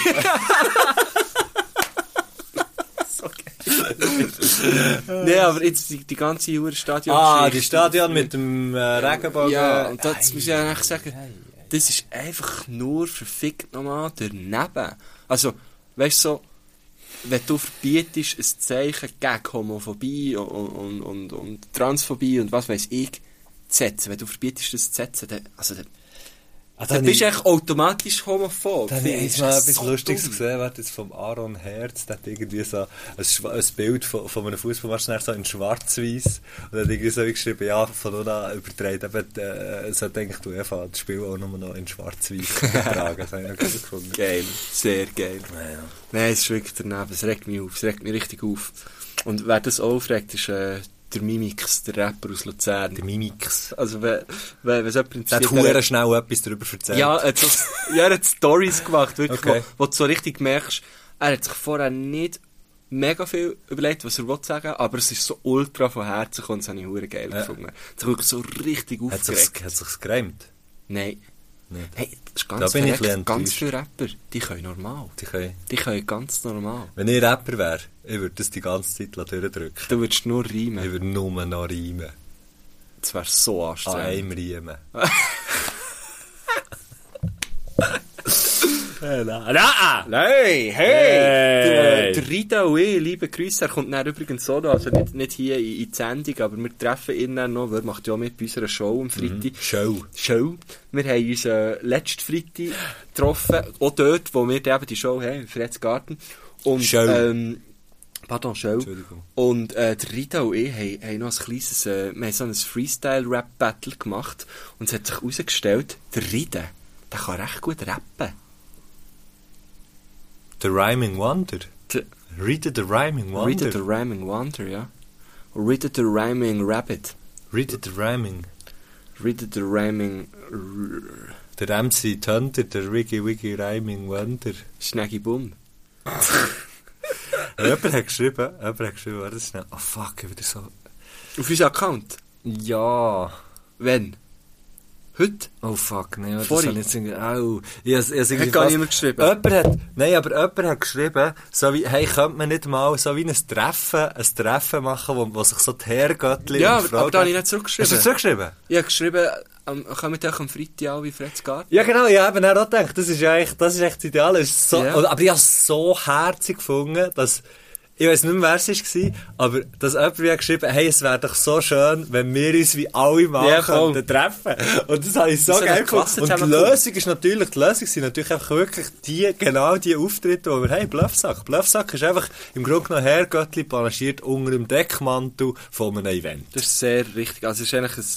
[SPEAKER 5] Nein, aber jetzt die, die ganze Jura Stadion.
[SPEAKER 6] ah, die Stadion mit dem äh, Regenbogen.
[SPEAKER 5] Ja, und das muss ich eigentlich sagen, das ist einfach nur verfickt nochmal daneben. Also, weißt du, so, wenn du verbietest ein Zeichen gegen Homophobie und, und, und, und Transphobie und was weiß ich zu setzen, wenn du verbietest das zu setzen, dann, also, dann,
[SPEAKER 6] Ah, da
[SPEAKER 5] dann
[SPEAKER 6] habe
[SPEAKER 5] bist
[SPEAKER 6] ich-
[SPEAKER 5] du echt automatisch homophob.
[SPEAKER 6] Dann habe
[SPEAKER 5] Finde
[SPEAKER 6] ich
[SPEAKER 5] ich
[SPEAKER 6] jetzt mal
[SPEAKER 5] das
[SPEAKER 6] etwas
[SPEAKER 5] so
[SPEAKER 6] Lustiges
[SPEAKER 5] dumm.
[SPEAKER 6] gesehen, warte, jetzt vom Aaron Herz, der hat irgendwie so ein, Schwa- ein Bild von, von einem Fußballmatch dann so in schwarz-weiß und dann hat irgendwie so wie geschrieben, ja, von nun an übertreibt eben, äh, es hat eigentlich die UEFA das Spiel auch nur noch in schwarz-weiß getragen. Das habe ich noch gut gefunden.
[SPEAKER 5] Geil, sehr geil.
[SPEAKER 6] Ja, ja.
[SPEAKER 5] Nein, es ist wirklich daneben. Es regt mich auf. Es regt mich richtig auf. Und wer das auch aufregt, ist äh, der Mimix, der Rapper aus Luzern.
[SPEAKER 6] Der Mimix.
[SPEAKER 5] Also, wenn, wenn, wenn es jemand
[SPEAKER 6] Der hat
[SPEAKER 5] interessiert,
[SPEAKER 6] hure schnell etwas darüber erzählt.
[SPEAKER 5] Ja, er hat, so, ja, er hat Stories gemacht, wirklich,
[SPEAKER 6] Okay.
[SPEAKER 5] wo, wo du so richtig merkst, er hat sich vorher nicht mega viel überlegt, was er will sagen aber es ist so ultra von Herzen gekommen, das habe ich hure geil
[SPEAKER 6] Ja.
[SPEAKER 5] gefunden. Das wirklich so richtig
[SPEAKER 6] hat sich's,
[SPEAKER 5] aufgeregt.
[SPEAKER 6] hat sich's gereimt.
[SPEAKER 5] Nein.
[SPEAKER 6] Nicht.
[SPEAKER 5] Nein, das ist
[SPEAKER 6] Da
[SPEAKER 5] ganz
[SPEAKER 6] bin ich ein
[SPEAKER 5] verreckt.
[SPEAKER 6] bisschen
[SPEAKER 5] Ganz viele Rapper, die können normal.
[SPEAKER 6] Die können-
[SPEAKER 5] Die können ganz normal.
[SPEAKER 6] Wenn ich Rapper wäre, ich würde das die ganze Zeit durchdrücken.
[SPEAKER 5] Du würdest nur
[SPEAKER 6] Ich
[SPEAKER 5] reimen.
[SPEAKER 6] würde nur noch reimen.
[SPEAKER 5] Das wäre so
[SPEAKER 6] An
[SPEAKER 5] anstrengend.
[SPEAKER 6] einem Riemen. Äh, nein. Nein!
[SPEAKER 5] Hey, äh,
[SPEAKER 6] Hey!
[SPEAKER 5] Der, der Rita und ich, liebe Grüße, er kommt dann übrigens so noch, also nicht, nicht hier in, in die Sendung, aber wir treffen ihn dann noch, weil er macht ja auch mit bei unserer Show am Freitag.
[SPEAKER 6] Show.
[SPEAKER 5] Show. Wir haben uns äh, letzten Freitag getroffen, auch dort, wo wir eben die Show haben, im Fredsgarten. Und,
[SPEAKER 6] Show.
[SPEAKER 5] Ähm, pardon, Show.
[SPEAKER 6] Entschuldigung.
[SPEAKER 5] Und äh, der Rita und ich haben, haben noch ein kleines, äh, wir haben so ein Freestyle-Rap-Battle gemacht und es hat sich herausgestellt, der Rita, der kann recht gut rappen.
[SPEAKER 6] The Rhyming Wonder.
[SPEAKER 5] Der-
[SPEAKER 6] Read the Rhyming Wonder.
[SPEAKER 5] Read the Rhyming Wonder, ja. Read the Rhyming Rabbit.
[SPEAKER 6] Read the Rhyming.
[SPEAKER 5] Read the Rhyming... R-
[SPEAKER 6] Der MC Thunder, der Wiggy Wiggy Rhyming Wonder.
[SPEAKER 5] Schnaggy Bum.
[SPEAKER 6] jemand hat geschrieben, jemand hat geschrieben, warte schnell. Oh fuck, ich wieder so.
[SPEAKER 5] Auf unserem Account.
[SPEAKER 6] Ja.
[SPEAKER 5] Wenn? Heute?
[SPEAKER 6] Oh fuck, nein, das
[SPEAKER 5] Vorhin.
[SPEAKER 6] soll ich jetzt irgendwie... Au. Ich, has- ich, has irgendwie
[SPEAKER 5] Hat gar
[SPEAKER 6] fast-
[SPEAKER 5] niemand geschrieben.
[SPEAKER 6] Jemand hat... Nein, aber jemand hat geschrieben, so wie, hey, könnte man nicht mal so wie ein Treffen, ein Treffen machen, wo, wo sich so die Herrgöttli
[SPEAKER 5] ja,
[SPEAKER 6] und
[SPEAKER 5] aber, aber da habe ich nicht
[SPEAKER 6] Hast du
[SPEAKER 5] zurückgeschrieben.
[SPEAKER 6] zugeschrieben?
[SPEAKER 5] Ich habe geschrieben, am, kommt euch am Freitag alle in Freds Garten.
[SPEAKER 6] Ja, genau, ich habe eben auch gedacht, das ist ja echt, das ist echt das Ideal. Es Ist so,
[SPEAKER 5] Ja.
[SPEAKER 6] und- Aber ich habe es so herzig gefunden, dass, ich weiß nicht mehr, wer es war, aber dass jemand mir geschrieben hat, hey, es wäre doch so schön, wenn wir uns wie alle mal
[SPEAKER 5] Ja, voll.
[SPEAKER 6] könnten treffen. Und das habe ich so
[SPEAKER 5] Das ist
[SPEAKER 6] geil
[SPEAKER 5] eine
[SPEAKER 6] gefunden.
[SPEAKER 5] Klasse
[SPEAKER 6] Und die
[SPEAKER 5] zusammengekommen.
[SPEAKER 6] Lösung ist natürlich, die Lösung sind natürlich einfach wirklich die, genau die Auftritte, die wir haben. Bluffsack. Bluffsack ist einfach im Grunde genommen Herrgöttli balanciert unter dem Deckmantel von einem Event.
[SPEAKER 5] Das ist sehr richtig. Also es ist eigentlich ein,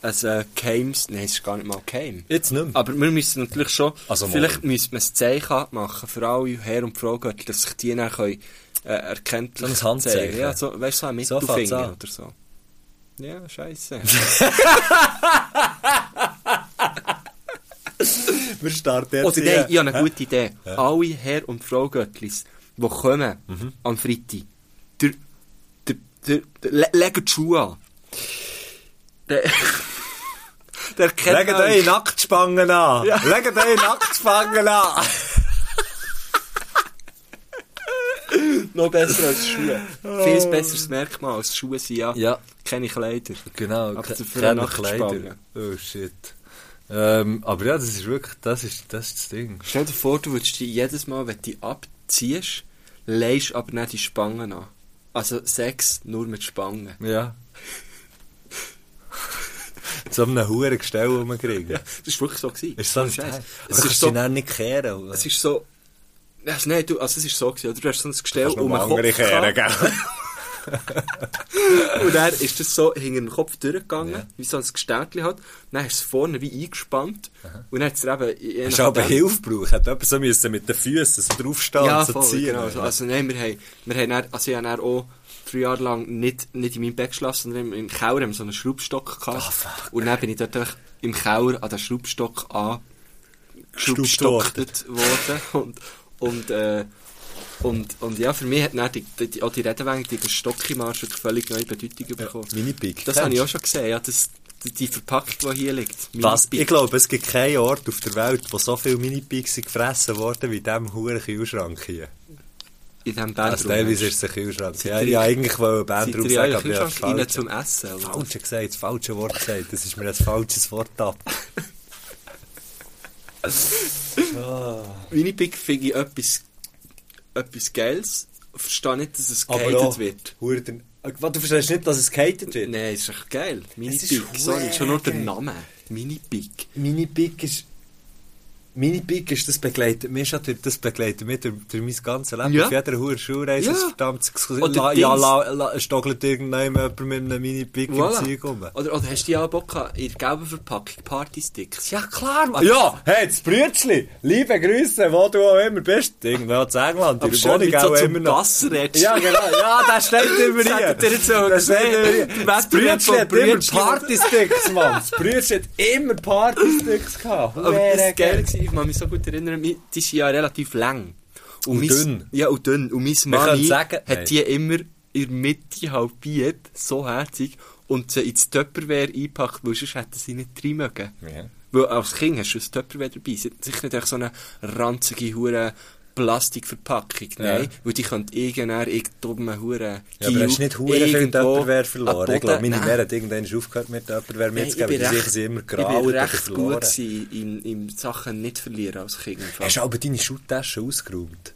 [SPEAKER 5] ein äh, Games... Nein, es ist gar nicht mal Game.
[SPEAKER 6] Jetzt nicht mehr.
[SPEAKER 5] Aber wir müssen natürlich schon...
[SPEAKER 6] Also
[SPEAKER 5] vielleicht
[SPEAKER 6] morgen.
[SPEAKER 5] müssen wir ein Zeichen machen für alle Herr- und Fraugöttli, dass sich die dann können, äh,
[SPEAKER 6] So
[SPEAKER 5] erkenntlich
[SPEAKER 6] ein Handzeichen.
[SPEAKER 5] zeigen. Ja, so, weißt du, so ein
[SPEAKER 6] So fängt's
[SPEAKER 5] Mittelfinger
[SPEAKER 6] an.
[SPEAKER 5] oder so. Ja, scheiße.
[SPEAKER 6] Wir starten jetzt
[SPEAKER 5] Oder
[SPEAKER 6] hier.
[SPEAKER 5] Oh, nein, ich habe eine gute Idee. Alle Herr- und Fraugöttlis, die kommen am Freitag, der, der, der, der, le- legen die Schuhe an. Der, Der kennt
[SPEAKER 6] Legt
[SPEAKER 5] euch.
[SPEAKER 6] eure Nacktspangen an.
[SPEAKER 5] Ja.
[SPEAKER 6] Legt eure Nacktspangen an.
[SPEAKER 5] Noch besser als Schuhe. Viel besseres Merkmal als Schuhe sind ja,
[SPEAKER 6] Ja,
[SPEAKER 5] keine Kleider.
[SPEAKER 6] genau.
[SPEAKER 5] Aber
[SPEAKER 6] ke-
[SPEAKER 5] dafür
[SPEAKER 6] keine
[SPEAKER 5] Nacktspangen.
[SPEAKER 6] Kleider. Oh shit. Ähm, aber ja, das ist wirklich, das ist das, ist das Ding.
[SPEAKER 5] Stell dir vor, du würdest dich jedes Mal, wenn du dich abziehst, leihst aber nicht die Spangen an. Also Sex nur mit Spangen.
[SPEAKER 6] Ja. Zu einem hohen Gestell rumkriegen. Ja.
[SPEAKER 5] Das war wirklich so. Gewesen.
[SPEAKER 6] Ist so ein
[SPEAKER 5] Scheiß.
[SPEAKER 6] Teil.
[SPEAKER 5] Es ist
[SPEAKER 6] so
[SPEAKER 5] so...
[SPEAKER 6] dann nicht kehren.
[SPEAKER 5] Es ist so... Ja, Nein, du, also es ist so gewesen, oder? Du hast so ein Gestell
[SPEAKER 6] kannst
[SPEAKER 5] um den
[SPEAKER 6] noch
[SPEAKER 5] Kopf
[SPEAKER 6] andere kehren,
[SPEAKER 5] gehabt,
[SPEAKER 6] gell?
[SPEAKER 5] und dann ist das so hinter den Kopf durchgegangen,
[SPEAKER 6] Ja.
[SPEAKER 5] wie so ein Geständchen hat. Dann hast du es vorne wie eingespannt und dann hat es dir eben... je
[SPEAKER 6] Hast du aber
[SPEAKER 5] nachdem-
[SPEAKER 6] Hilfe gebraucht? Hätte jemand so müssen mit den Füßen so draufstehen
[SPEAKER 5] ja,
[SPEAKER 6] und so
[SPEAKER 5] voll,
[SPEAKER 6] ziehen?
[SPEAKER 5] Genau, also, also nein, wir haben, wir haben dann, also ich habe dann auch drei Jahre lang nicht, nicht in meinem Bett geschlafen, sondern im, im Keller, haben wir so einen Schraubstock gehabt.
[SPEAKER 6] Ah,
[SPEAKER 5] und dann bin ich dort einfach im Keller an den Schraubstock angeschraubstockt worden. Und, und, äh, und, und ja, für mich hat dann die, die, die, auch die Redenwänge, die Stockimarsch eine völlig neue Bedeutung bekommen.
[SPEAKER 6] Mini Pig.
[SPEAKER 5] Das habe ich auch schon gesehen, ja, das, die, die Verpackung, die hier liegt. Meine
[SPEAKER 6] Was?
[SPEAKER 5] Bibel.
[SPEAKER 6] Ich glaube, es gibt keinen Ort auf der Welt, wo so viele Mini-Pigs gefressen wurden wie in diesem hohen Kühlschrank hier.
[SPEAKER 5] in diesem
[SPEAKER 6] Also
[SPEAKER 5] Bandraum.
[SPEAKER 6] teilweise ist es ein Kühlschrank. Ja,
[SPEAKER 5] ihr-
[SPEAKER 6] ich wollte eigentlich einen Bandraum
[SPEAKER 5] Seid
[SPEAKER 6] sagen,
[SPEAKER 5] ihr ja
[SPEAKER 6] aber ich habe
[SPEAKER 5] Kühlschrank rein
[SPEAKER 6] falsch,
[SPEAKER 5] zum Essen? oder?
[SPEAKER 6] falsch gesagt, das falsche Wort gesagt. Das ist mir ein falsches Wort ab.
[SPEAKER 5] Winnipeg finde ich etwas, etwas Geiles. Verstehe nicht, dass es
[SPEAKER 6] Aber
[SPEAKER 5] gehatet
[SPEAKER 6] auch-
[SPEAKER 5] wird.
[SPEAKER 6] Huren- Was, du verstehst nicht, dass es gehatet wird?
[SPEAKER 5] Nein, ist echt geil.
[SPEAKER 6] ist
[SPEAKER 5] Minipig, sorry,
[SPEAKER 6] huere
[SPEAKER 5] schon nur der
[SPEAKER 6] geil.
[SPEAKER 5] Name. Minipig.
[SPEAKER 6] Mini-Pig ist... Mini-Pig ist das begleitet mich schon durch, das begleitet mich durch, durch mein ganzes Leben.
[SPEAKER 5] Ja.
[SPEAKER 6] Auf jeder hohen Schulreise
[SPEAKER 5] Ja.
[SPEAKER 6] ist verdammt...
[SPEAKER 5] Oder
[SPEAKER 6] La, ja,
[SPEAKER 5] Dings.
[SPEAKER 6] la, la, stockelt irgendjemand jemand mit einem Mini-Pig
[SPEAKER 5] Voilà.
[SPEAKER 6] im Zeug rum.
[SPEAKER 5] Oder, oder hast du ja auch Bock gehabt, in der gelben Verpackung Partysticks?
[SPEAKER 6] Ja, klar, Mann. Ja, hey, das Brütschli, liebe Grüße, wo du auch immer bist. Irgendwo zu England, in
[SPEAKER 5] Aber
[SPEAKER 6] der
[SPEAKER 5] schön,
[SPEAKER 6] Wohnung
[SPEAKER 5] wie du so
[SPEAKER 6] auch
[SPEAKER 5] zum
[SPEAKER 6] immer noch.
[SPEAKER 5] Bass redest.
[SPEAKER 6] Ja, genau, ja, das steht immer
[SPEAKER 5] Das
[SPEAKER 6] hier.
[SPEAKER 5] hättet ihr jetzt auch
[SPEAKER 6] Das steht
[SPEAKER 5] gesehen.
[SPEAKER 6] immer hier.
[SPEAKER 5] Die
[SPEAKER 6] Das
[SPEAKER 5] Wetter-
[SPEAKER 6] Brütschli hat immer
[SPEAKER 5] Brütschli-
[SPEAKER 6] Partysticks, Mann. Das Brütschli hat immer Partysticks gehabt.
[SPEAKER 5] Aber das
[SPEAKER 6] Hure
[SPEAKER 5] ist geil gewesen. Ich kann mich so gut erinnern, mi- die sind ja relativ lang.
[SPEAKER 6] Und
[SPEAKER 5] mein-
[SPEAKER 6] dünn.
[SPEAKER 5] Ja, und dünn. Und mein Mann
[SPEAKER 6] können sagen- Nein.
[SPEAKER 5] hat die immer in der Mitte halbiert, so herzig, und sie ins Töpperwehr eingepackt, weil sonst hätten sie nicht rein mögen.
[SPEAKER 6] Ja.
[SPEAKER 5] Weil als Kind hast du ein Töpperwehr dabei. Sie- Sicher nicht einfach so eine ranzige Hure Plastikverpackung, nein.
[SPEAKER 6] Ja.
[SPEAKER 5] Weil die könnte irgendeiner irgendeinem Hure
[SPEAKER 6] Ja, aber hast nicht hure viel Tupperware verloren. Ich glaube, meine Mär hat irgendwann schon aufgehört mit Tupperware
[SPEAKER 5] Nein,
[SPEAKER 6] mitzugeben. Die sicher sind immer
[SPEAKER 5] ich
[SPEAKER 6] grau
[SPEAKER 5] bin
[SPEAKER 6] oder
[SPEAKER 5] recht gut
[SPEAKER 6] verloren.
[SPEAKER 5] gewesen, in, in Sachen nicht verlieren als Kind. im Fall.
[SPEAKER 6] Hast du aber deine Schuhtasche ausgeräumt?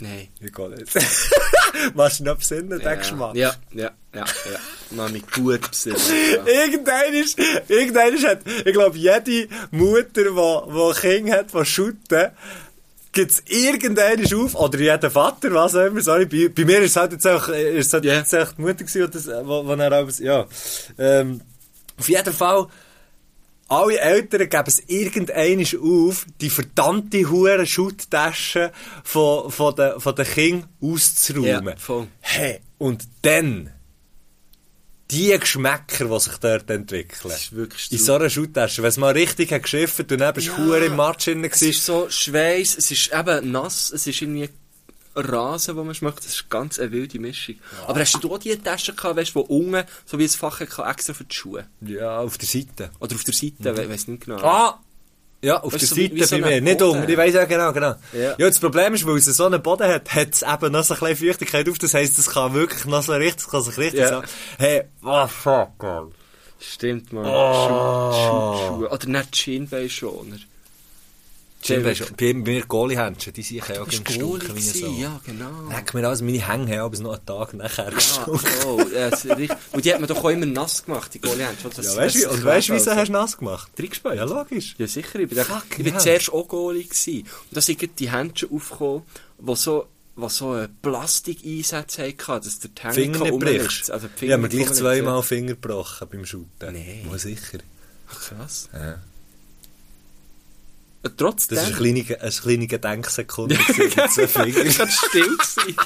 [SPEAKER 5] Nein.
[SPEAKER 6] Ich gehe nicht. Machst du noch besinnen, den Geschmack?
[SPEAKER 5] Ja, ja, ja, ja. Mami, gut besinnen. Ja.
[SPEAKER 6] Irgendein ist, irgendein ist hat, ich glaube, jede Mutter, die wo Kinder hat, die shooten, gibt es irgendeinen auf, oder jeden Vater, was auch immer, sorry, bei, bei mir ist es halt jetzt auch, ist es halt
[SPEAKER 5] Ja.
[SPEAKER 6] jetzt echt die Mutter gewesen, die das, wo, wo er alles, ja. Ähm, auf jeden Fall, alle Eltern geben es irgendeinen auf, die verdammte hure Schutttasche von, von den, von den Kindern auszuräumen.
[SPEAKER 5] Ja, voll.
[SPEAKER 6] Hey, und dann, die Geschmäcker, die sich dort entwickeln.
[SPEAKER 5] Das ist wirklich
[SPEAKER 6] In so einer Schuhtasche. Wenn es mal richtig hat geschifft und dann bist du hure im Matsch drin
[SPEAKER 5] Es ist
[SPEAKER 6] gewesen.
[SPEAKER 5] so Schweiß, es ist eben nass, es ist irgendwie Rasen, wo man schmeckt. Das ist ganz eine wilde Mischung. Aber hast du auch die Taschen gehabt, weißt, du, wo unten, so wie ein Fach hatte, extra für die Schuhe?
[SPEAKER 6] Ja, auf der Seite.
[SPEAKER 5] Oder auf der Seite, mhm. weiß nicht genau.
[SPEAKER 6] Ah! Ja, auf
[SPEAKER 5] Weißt
[SPEAKER 6] der
[SPEAKER 5] du, so
[SPEAKER 6] Seite
[SPEAKER 5] wie- wie so
[SPEAKER 6] bei
[SPEAKER 5] ein
[SPEAKER 6] mir. Nicht
[SPEAKER 5] Boden.
[SPEAKER 6] um. Ich weiss ja genau, genau. Ja.
[SPEAKER 5] Ja.
[SPEAKER 6] das Problem ist, weil es so einen Boden hat, hat es eben noch so ein bisschen Feuchtigkeit auf. Das heisst, es kann wirklich noch so richtig, es kann sich richtig
[SPEAKER 5] Ja. Ah,
[SPEAKER 6] so. Hey, oh fuck, man.
[SPEAKER 5] Stimmt, man.
[SPEAKER 6] Oh.
[SPEAKER 5] Schuhe, Schuhe, Schuhe. Oder nicht Chinbeinschoner.
[SPEAKER 6] Jim, weisst du, bei mir Goalie-Händchen, die sind ja auch
[SPEAKER 5] Bist
[SPEAKER 6] im
[SPEAKER 5] du
[SPEAKER 6] Stunken wie
[SPEAKER 5] gewesen?
[SPEAKER 6] so.
[SPEAKER 5] Ja, genau.
[SPEAKER 6] Leck mir alles, meine Hänge haben aber noch einen Tag nachher
[SPEAKER 5] Ah,
[SPEAKER 6] gestunken.
[SPEAKER 5] oh, ja, das ist richtig. Und die hat man doch auch immer nass gemacht, die Goalie-Handschuhe.
[SPEAKER 6] Ja, weißt du, wie- und weißt du, wieso hast du nass gemacht?
[SPEAKER 5] Trickspiel?
[SPEAKER 6] Oh Ja, logisch.
[SPEAKER 5] also? Ja, sicher. Ich bin,
[SPEAKER 6] Fuck,
[SPEAKER 5] ich bin
[SPEAKER 6] ja.
[SPEAKER 5] zuerst auch Goalie gewesen. Und da sind gerade die Händchen aufgekommen, die so, die so einen Plastikeinsatz hatten, dass der Tank
[SPEAKER 6] Finger nicht brichst.
[SPEAKER 5] Also die
[SPEAKER 6] ich habe mir
[SPEAKER 5] nicht
[SPEAKER 6] gleich
[SPEAKER 5] rumritzt, ja.
[SPEAKER 6] zweimal Finger gebrochen beim Shooten.
[SPEAKER 5] Nee.
[SPEAKER 6] Mal sicher.
[SPEAKER 5] Krass.
[SPEAKER 6] Ja.
[SPEAKER 5] Und trotzdem.
[SPEAKER 6] Das war eine kleine, eine kleine Gedenksekunde. gewesen, mit zwei Fingern.
[SPEAKER 5] war still. gewesen.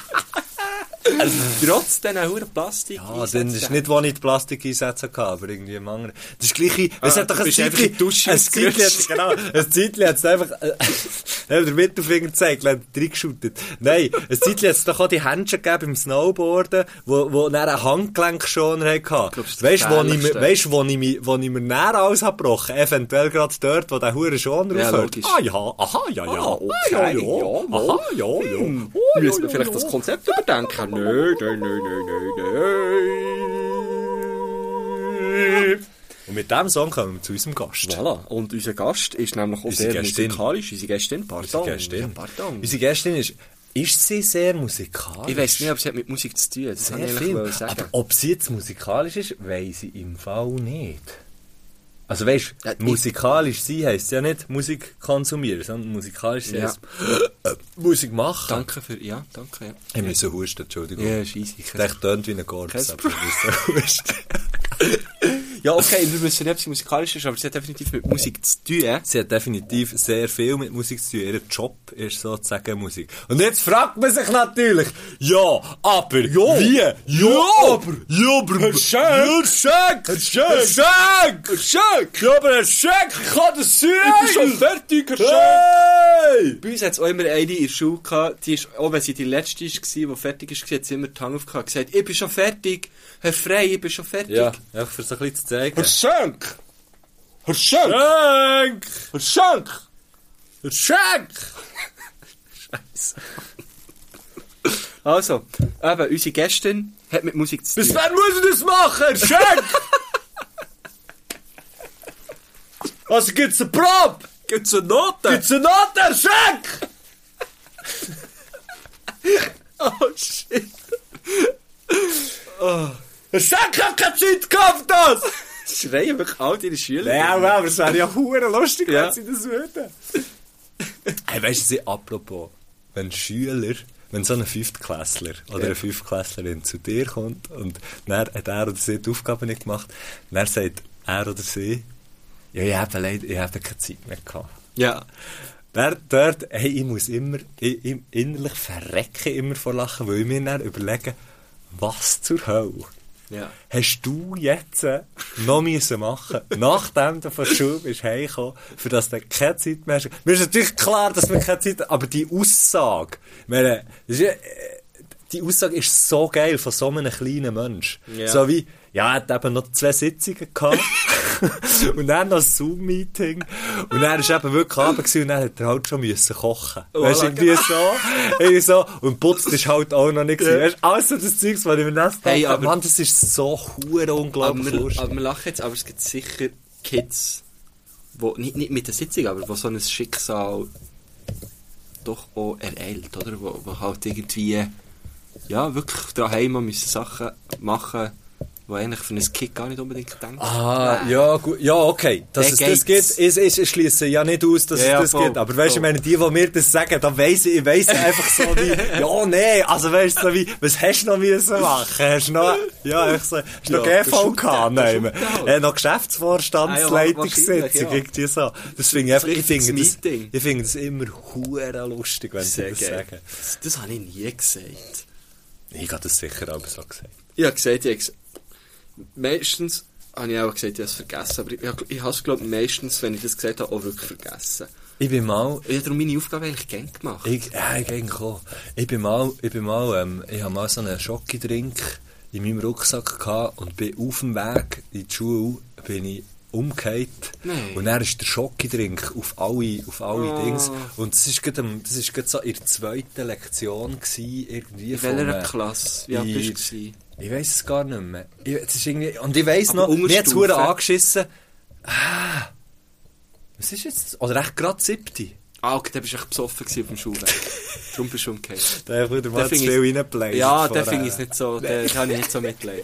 [SPEAKER 5] Also, trotz diesen hohen Plastik.
[SPEAKER 6] Ah, dann ist nicht, wo ich die Plastikeinsätze hatte, aber irgendwie im anderen. Das ist gleich, es
[SPEAKER 5] Ah,
[SPEAKER 6] hat doch
[SPEAKER 5] du
[SPEAKER 6] ein
[SPEAKER 5] bist einfach in die Dusche
[SPEAKER 6] ein Zeitchen,
[SPEAKER 5] ausgerutscht.
[SPEAKER 6] hat's- genau, ein Zeitchen hat es einfach, äh, der Mittelfinger gezeigt, hat reingeschüttet. Nein, ein Zeitchen hat es doch auch die Händchen gegeben beim Snowboarden, wo, wo dann einen Handgelenkschoner hatte.
[SPEAKER 5] glaub, das ist das
[SPEAKER 6] Weißt du, wo ich, mir-
[SPEAKER 5] Gefährlichste.
[SPEAKER 6] weißt, wo ich, mir- wo ich mir näher alles habe gebrochen? Eventuell gerade dort, wo der Huren Schoner
[SPEAKER 5] Ja,
[SPEAKER 6] aufhört.
[SPEAKER 5] logisch.
[SPEAKER 6] Ah ja, aha, ja, ja,
[SPEAKER 5] Ah,
[SPEAKER 6] ah, ja,
[SPEAKER 5] okay,
[SPEAKER 6] ja,
[SPEAKER 5] ja,
[SPEAKER 6] aha, ja,
[SPEAKER 5] Oh,
[SPEAKER 6] ja. Ah, ja,
[SPEAKER 5] Hm. Müssen
[SPEAKER 6] ja,
[SPEAKER 5] wir vielleicht
[SPEAKER 6] ja.
[SPEAKER 5] das Konzept überdenken? Nö, nö, nö, nö, nö, nö.
[SPEAKER 6] Und mit diesem Song kommen wir zu unserem Gast.
[SPEAKER 5] Voilà. Und unser Gast ist nämlich auch
[SPEAKER 6] Unsere
[SPEAKER 5] sehr
[SPEAKER 6] Gästin.
[SPEAKER 5] musikalisch. Unsere Gästin, pardon.
[SPEAKER 6] Unsere Gästin.
[SPEAKER 5] Ja, pardon.
[SPEAKER 6] Unsere Gästin ist, ist sie sehr musikalisch?
[SPEAKER 5] Ich weiß nicht, ob es hat mit Musik zu tun hat. Das wollte
[SPEAKER 6] sehr
[SPEAKER 5] ich
[SPEAKER 6] viel.
[SPEAKER 5] eigentlich sagen.
[SPEAKER 6] Aber ob sie jetzt musikalisch ist, weiß ich im Fall nicht. Also weißt du,
[SPEAKER 5] Ja, ich-
[SPEAKER 6] musikalisch sein heisst ja nicht Musik konsumieren, sondern musikalisch sein
[SPEAKER 5] Ja.
[SPEAKER 6] heisst äh, Musik machen.
[SPEAKER 5] danke für... Ja, danke. Ja,
[SPEAKER 6] Ich muss so husten, Entschuldigung.
[SPEAKER 5] ja ist easy.
[SPEAKER 6] Ich dachte, tönt wie ein Korps.
[SPEAKER 5] Kein
[SPEAKER 6] aber ich muss so husten.
[SPEAKER 5] Ja, okay, wir wissen nicht, ob sie musikalisch ist, aber sie hat definitiv mit Musik zu tun.
[SPEAKER 6] Sie hat definitiv sehr viel mit Musik zu tun. Ihr Job ist sozusagen Musik. Und jetzt fragt man sich natürlich, ja, aber, wie, ja, aber, ja, aber, Herr Schenk, Herr Schenk, Herr Schenk, Herr Schenk, ja, aber Herr Schenk, ich kann das sehen.
[SPEAKER 5] fertig,
[SPEAKER 6] Hey!
[SPEAKER 5] Bei uns hat es auch immer eine in der Schule gehabt, die ist, auch wenn sie die letzte war, die fertig war, hat sie immer die Hand aufgehauen und gesagt, ich bin schon fertig, Herr Frey, ich bin schon fertig.
[SPEAKER 6] Ja, einfach für so ein bisschen zu zeigen.
[SPEAKER 5] Schenk! Herr Schenk!
[SPEAKER 6] Schenk,
[SPEAKER 5] Herr Schenk!
[SPEAKER 6] Herr Schenk.
[SPEAKER 5] Also, eben, unsere Gästin hat mit Musik zu
[SPEAKER 6] Bis
[SPEAKER 5] tun.
[SPEAKER 6] wann muss ich das machen, Herr Schenk? Also gibt's eine Probe?
[SPEAKER 5] Gibt's eine Note?
[SPEAKER 6] Gibt's eine Note, Herr Schenk?
[SPEAKER 5] oh, shit. Oh.
[SPEAKER 6] Sag, ich hab keine Zeit gehabt, das!
[SPEAKER 5] Schreien wirklich all deine Schüler.
[SPEAKER 6] Ja, aber aber es wäre ja hure lustig,
[SPEAKER 5] Ja.
[SPEAKER 6] wenn sie das würden. Hey, weißt du, sie- apropos, wenn Schüler, wenn so ein Fünftklässler oder eine Fünftklässlerin zu dir kommt und dann hat er oder sie die Aufgabe nicht gemacht, dann sagt er oder sie, ja, ich habe leider, ich habe keine Zeit mehr gehabt.
[SPEAKER 5] ja.
[SPEAKER 6] Dort, dort, hey, ich muss immer, ich, ich innerlich verrecken immer vor Lachen, weil ich mir dann überlege, was zur Hölle
[SPEAKER 5] Ja.
[SPEAKER 6] hast du jetzt äh, noch müssen machen nachdem du von der Schule bist heimgekommen, für das du keine Zeit mehr hast. Mir ist natürlich klar, dass wir keine Zeit haben, aber die Aussage, ich meine, das ist, ja, äh, die Aussage ist so geil von so einem kleinen Mensch.
[SPEAKER 5] Ja.
[SPEAKER 6] So wie, ja, er hat eben noch zwei Sitzungen gehabt und dann noch ein Zoom-Meeting und dann war eben wirklich Abend gewesen und dann hat er halt schon müssen kochen.
[SPEAKER 5] Voilà,
[SPEAKER 6] weißt du, irgendwie so, irgendwie so. Und putzt ist halt auch noch nicht gewesen. Weißt du, alles so das Zeugs, was ich mir nicht
[SPEAKER 5] Hey, aber-
[SPEAKER 6] Mann, das ist so hure
[SPEAKER 5] Aber
[SPEAKER 6] unglaublich
[SPEAKER 5] wir,
[SPEAKER 6] lustig.
[SPEAKER 5] aber wir lachen jetzt, aber es gibt sicher Kids, wo, nicht, nicht mit der Sitzung, aber wo so ein Schicksal doch auch ereilt, oder? Wo, wo halt irgendwie, ja, wirklich daheim müssen Sachen machen, die eigentlich für einen Kick gar nicht unbedingt gedacht
[SPEAKER 6] Ah, ja, gut, ja, okay. Dass
[SPEAKER 5] Der
[SPEAKER 6] es das
[SPEAKER 5] geht's.
[SPEAKER 6] gibt, ist, ist, ich schliesse ja nicht aus, dass
[SPEAKER 5] Ja,
[SPEAKER 6] es
[SPEAKER 5] ja,
[SPEAKER 6] das
[SPEAKER 5] voll,
[SPEAKER 6] gibt. Aber weißt du, ich
[SPEAKER 5] voll.
[SPEAKER 6] meine, die, die mir das sagen, da weiss ich, ich weiss einfach so wie, ja, nee, also weißt du, so wie, was hast du noch müssen machen? Hast du noch, ja, einfach so, hast du noch
[SPEAKER 5] Ja,
[SPEAKER 6] GVK
[SPEAKER 5] der Shootout,
[SPEAKER 6] nehmen?
[SPEAKER 5] der Shootout.
[SPEAKER 6] Äh, noch
[SPEAKER 5] Ah, ja, wahrscheinlich,
[SPEAKER 6] Geschäftsvorstandsleitung,
[SPEAKER 5] ja.
[SPEAKER 6] irgendwie so. Das finde ich einfach, ich
[SPEAKER 5] Das
[SPEAKER 6] finde das,
[SPEAKER 5] Meeting.
[SPEAKER 6] ich finde das immer hure lustig, wenn sie das sagen.
[SPEAKER 5] Das, das habe ich nie gesagt.
[SPEAKER 6] Ich habe das sicher auch so gesagt.
[SPEAKER 5] Ich habe gesagt, ich habe ges- meistens habe ich auch gesagt, ich habe es vergessen, aber ich, habe- ich habe es, glaube ich, meistens, wenn ich das gesagt habe, auch wirklich vergessen.
[SPEAKER 6] Ich bin mal,
[SPEAKER 5] Ich habe darum meine Aufgabe eigentlich gern gemacht.
[SPEAKER 6] Ich, ja, ich eigentlich auch. Ich bin mal, ich bin mal, ähm, ich habe mal so einen Schokotrink in meinem Rucksack gehabt und bin auf dem Weg in die Schule bin ich umgekehrt
[SPEAKER 5] Nein. Oh.
[SPEAKER 6] und dann ist der Schokotrink auf alle, auf alle Dings und das ist gerade, am- das ist gerade so in der zweiten Lektion gewesen, irgendwie
[SPEAKER 5] In welcher
[SPEAKER 6] einem-
[SPEAKER 5] Klasse? Wie alt
[SPEAKER 6] äh, in-
[SPEAKER 5] bist du? gewesen?
[SPEAKER 6] Ich weiß es gar nicht mehr. Ich, das ist irgendwie, und ich weiß
[SPEAKER 5] Aber
[SPEAKER 6] noch, mir hat es
[SPEAKER 5] Unterstufe?
[SPEAKER 6] angeschissen. Ah, was ist jetzt? Oder echt gerade siebte?
[SPEAKER 5] Ah, okay, dann bist du echt besoffen gewesen auf dem Schulweg. Darum bist du umgekehrt.
[SPEAKER 6] Da habe ich wieder
[SPEAKER 5] mal zu viel
[SPEAKER 6] reingebläst.
[SPEAKER 5] Ja, da finde ich es nicht so, da da habe ich nicht so Mitleid.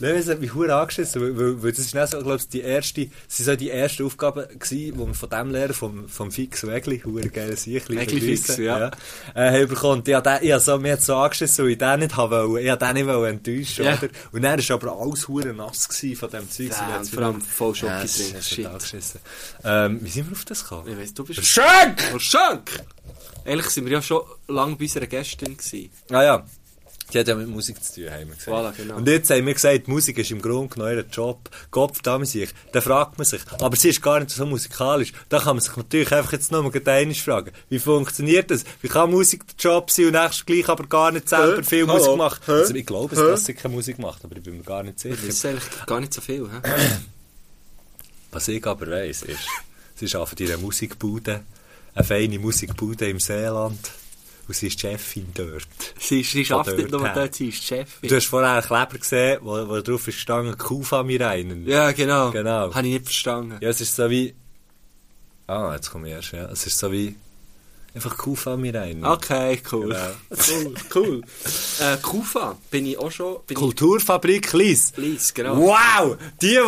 [SPEAKER 6] Nein, es hat mich hure angeschissen, weil, weil, weil das ist dann so, glaube ich, die erste, das sind so die ersten Aufgaben gewesen, die wir von dem Lehrer, vom, vom Fix Wegli, hure geil Siechli,
[SPEAKER 5] Wegli Fix, ja.
[SPEAKER 6] äh, haben bekommen. Und Ich hab den- ich hab so, mir hat so angeschissen, weil ich den nicht haben wollte. Ich hab den nicht wollen enttäuschen,
[SPEAKER 5] Ja.
[SPEAKER 6] oder? Und dann war aber alles hure nass gewesen von dem Zeug.
[SPEAKER 5] Ja,
[SPEAKER 6] Und
[SPEAKER 5] und
[SPEAKER 6] jetzt
[SPEAKER 5] vor allem voll Schoki
[SPEAKER 6] Ja, das
[SPEAKER 5] drin,
[SPEAKER 6] hat
[SPEAKER 5] shit.
[SPEAKER 6] angeschissen. Ähm, wie sind wir auf das gekommen?
[SPEAKER 5] Ich weiss, du bist... Oh,
[SPEAKER 6] Schenk!
[SPEAKER 5] Herr Schenk! Eigentlich sind wir ja schon lange bei unserer Gästin gewesen.
[SPEAKER 6] Ah ja. Die hat ja mit Musik zu tun, haben wir gesagt.
[SPEAKER 5] Voilà, genau.
[SPEAKER 6] Und jetzt haben wir gesagt, Musik ist im Grunde genommen ihr Job. Gott verdammt sich. Da fragt man sich. Aber sie ist gar nicht so musikalisch. Da kann man sich natürlich einfach jetzt nur mal gerade einmal fragen. Wie funktioniert das? Wie kann Musik der Job sein und nächstes gleich aber gar nicht selber
[SPEAKER 5] Hä?
[SPEAKER 6] viel
[SPEAKER 5] Hallo?
[SPEAKER 6] Musik machen?
[SPEAKER 5] Hä?
[SPEAKER 6] Also ich glaube,
[SPEAKER 5] Hä?
[SPEAKER 6] dass sie keine Musik macht, aber ich bin mir gar nicht sicher.
[SPEAKER 5] Das ist eigentlich gar nicht so viel, hä?
[SPEAKER 6] Was ich aber weiss, ist, sie arbeitet in einer Musikbude, eine feine Musikbude im Seeland. Und sie ist die Chefin dort.
[SPEAKER 5] Sie, sie
[SPEAKER 6] Von
[SPEAKER 5] schafft nicht
[SPEAKER 6] dort
[SPEAKER 5] nur
[SPEAKER 6] her.
[SPEAKER 5] dort, sie ist die Chefin.
[SPEAKER 6] Du hast vorher einen Kleber gesehen, wo, wo drauf ist gestanden, Kufa mir einen.
[SPEAKER 5] Ja, genau.
[SPEAKER 6] Genau.
[SPEAKER 5] Habe ich nicht verstanden.
[SPEAKER 6] Ja, es ist so wie... Ah, jetzt komme ich erst, ja. Es ist so wie... Einfach Kufa mir einen.
[SPEAKER 5] Okay, cool.
[SPEAKER 6] Genau.
[SPEAKER 5] cool, cool. Äh, Kufa bin ich auch schon. Bin
[SPEAKER 6] Kulturfabrik Lies.
[SPEAKER 5] Ich, Lies, genau.
[SPEAKER 6] Wow! Die, die,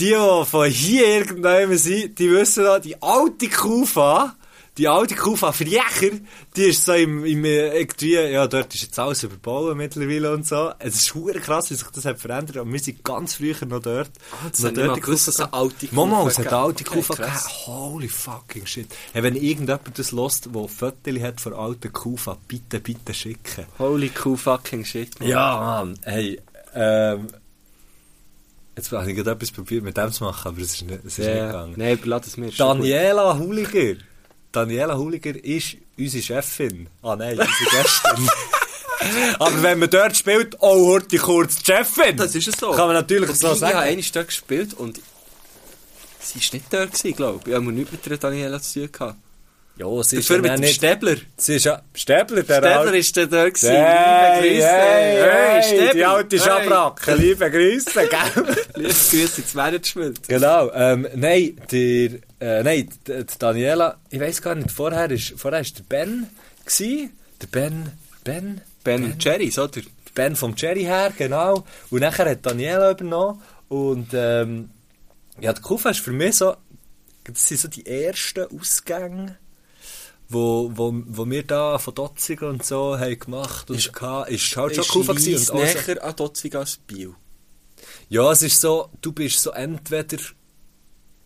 [SPEAKER 6] die, die von hier irgendjemand sind, die wissen noch, die alte Kufa, die alte Kufa Friecher, die ist so im, im äh, irgendwie, ja, dort ist jetzt alles überbauen mittlerweile und so. Es ist hure krass, wie sich das hat verändert. Und wir sind ganz früher noch dort.
[SPEAKER 5] das
[SPEAKER 6] Noch
[SPEAKER 5] hab ich mal
[SPEAKER 6] die
[SPEAKER 5] gewusst, dass es eine alte
[SPEAKER 6] Kufa Mama, es hat
[SPEAKER 5] Kufa
[SPEAKER 6] eine
[SPEAKER 5] gab.
[SPEAKER 6] alte
[SPEAKER 5] Okay,
[SPEAKER 6] Kufa
[SPEAKER 5] krass.
[SPEAKER 6] gegeben. Holy fucking shit. Hey, wenn irgendjemand das lost, der Fotos hat von alten Kufa, bitte, bitte schicken.
[SPEAKER 5] Holy cool fucking shit. Mann.
[SPEAKER 6] Ja, Mann, hey, ähm, jetzt habe ich gerade etwas probiert mit dem zu machen, aber es ist nicht, es ist nicht
[SPEAKER 5] Ja,
[SPEAKER 6] gegangen.
[SPEAKER 5] nein, lass es mir. ist schon
[SPEAKER 6] Daniela Huliger. Daniela Huliger ist unsere Chefin. Ah nein, unsere Gästin. aber wenn man dort spielt, oh, hört die kurz die Chefin.
[SPEAKER 5] Das ist es so.
[SPEAKER 6] Kann man natürlich
[SPEAKER 5] Wobei,
[SPEAKER 6] so
[SPEAKER 5] Ich habe
[SPEAKER 6] sagen.
[SPEAKER 5] einmal dort gespielt und sie war nicht dort, gewesen, glaube ich. Ich habe nichts mit der Daniela zu tun gehabt.
[SPEAKER 6] Ja, sie
[SPEAKER 5] Dafür mit dem Stäbler.
[SPEAKER 6] Sie ist ja... Stäbler, der
[SPEAKER 5] Stäbler
[SPEAKER 6] alte-
[SPEAKER 5] ist der dort. gewesen.
[SPEAKER 6] Hey,
[SPEAKER 5] Liebe Grüße.
[SPEAKER 6] hey, hey, die
[SPEAKER 5] Stäbler.
[SPEAKER 6] alte Schabracke. Liebe Grüße, gell?
[SPEAKER 5] Liebe Grüße ins Management.
[SPEAKER 6] Genau, ähm, nein, der, äh, nein, die, die Daniela, ich weiß gar nicht, vorher ist, vorher ist der Ben gsi, der Ben, Ben,
[SPEAKER 5] Ben und Jerry, so der
[SPEAKER 6] der Ben vom Jerry her, genau, und nachher hat Daniela übernommen und, ähm, ja, die Kufa ist für mich so, das sind so die ersten Ausgänge, wo, wo, wo wir da von Dotzig und so haben gemacht und
[SPEAKER 5] Ist-
[SPEAKER 6] gehabt, ist halt schon
[SPEAKER 5] ist
[SPEAKER 6] Kufa gewesen
[SPEAKER 5] Lies
[SPEAKER 6] und auch so-
[SPEAKER 5] näher an Dotzig als Biel.
[SPEAKER 6] Ja, es ist so, du bist so entweder.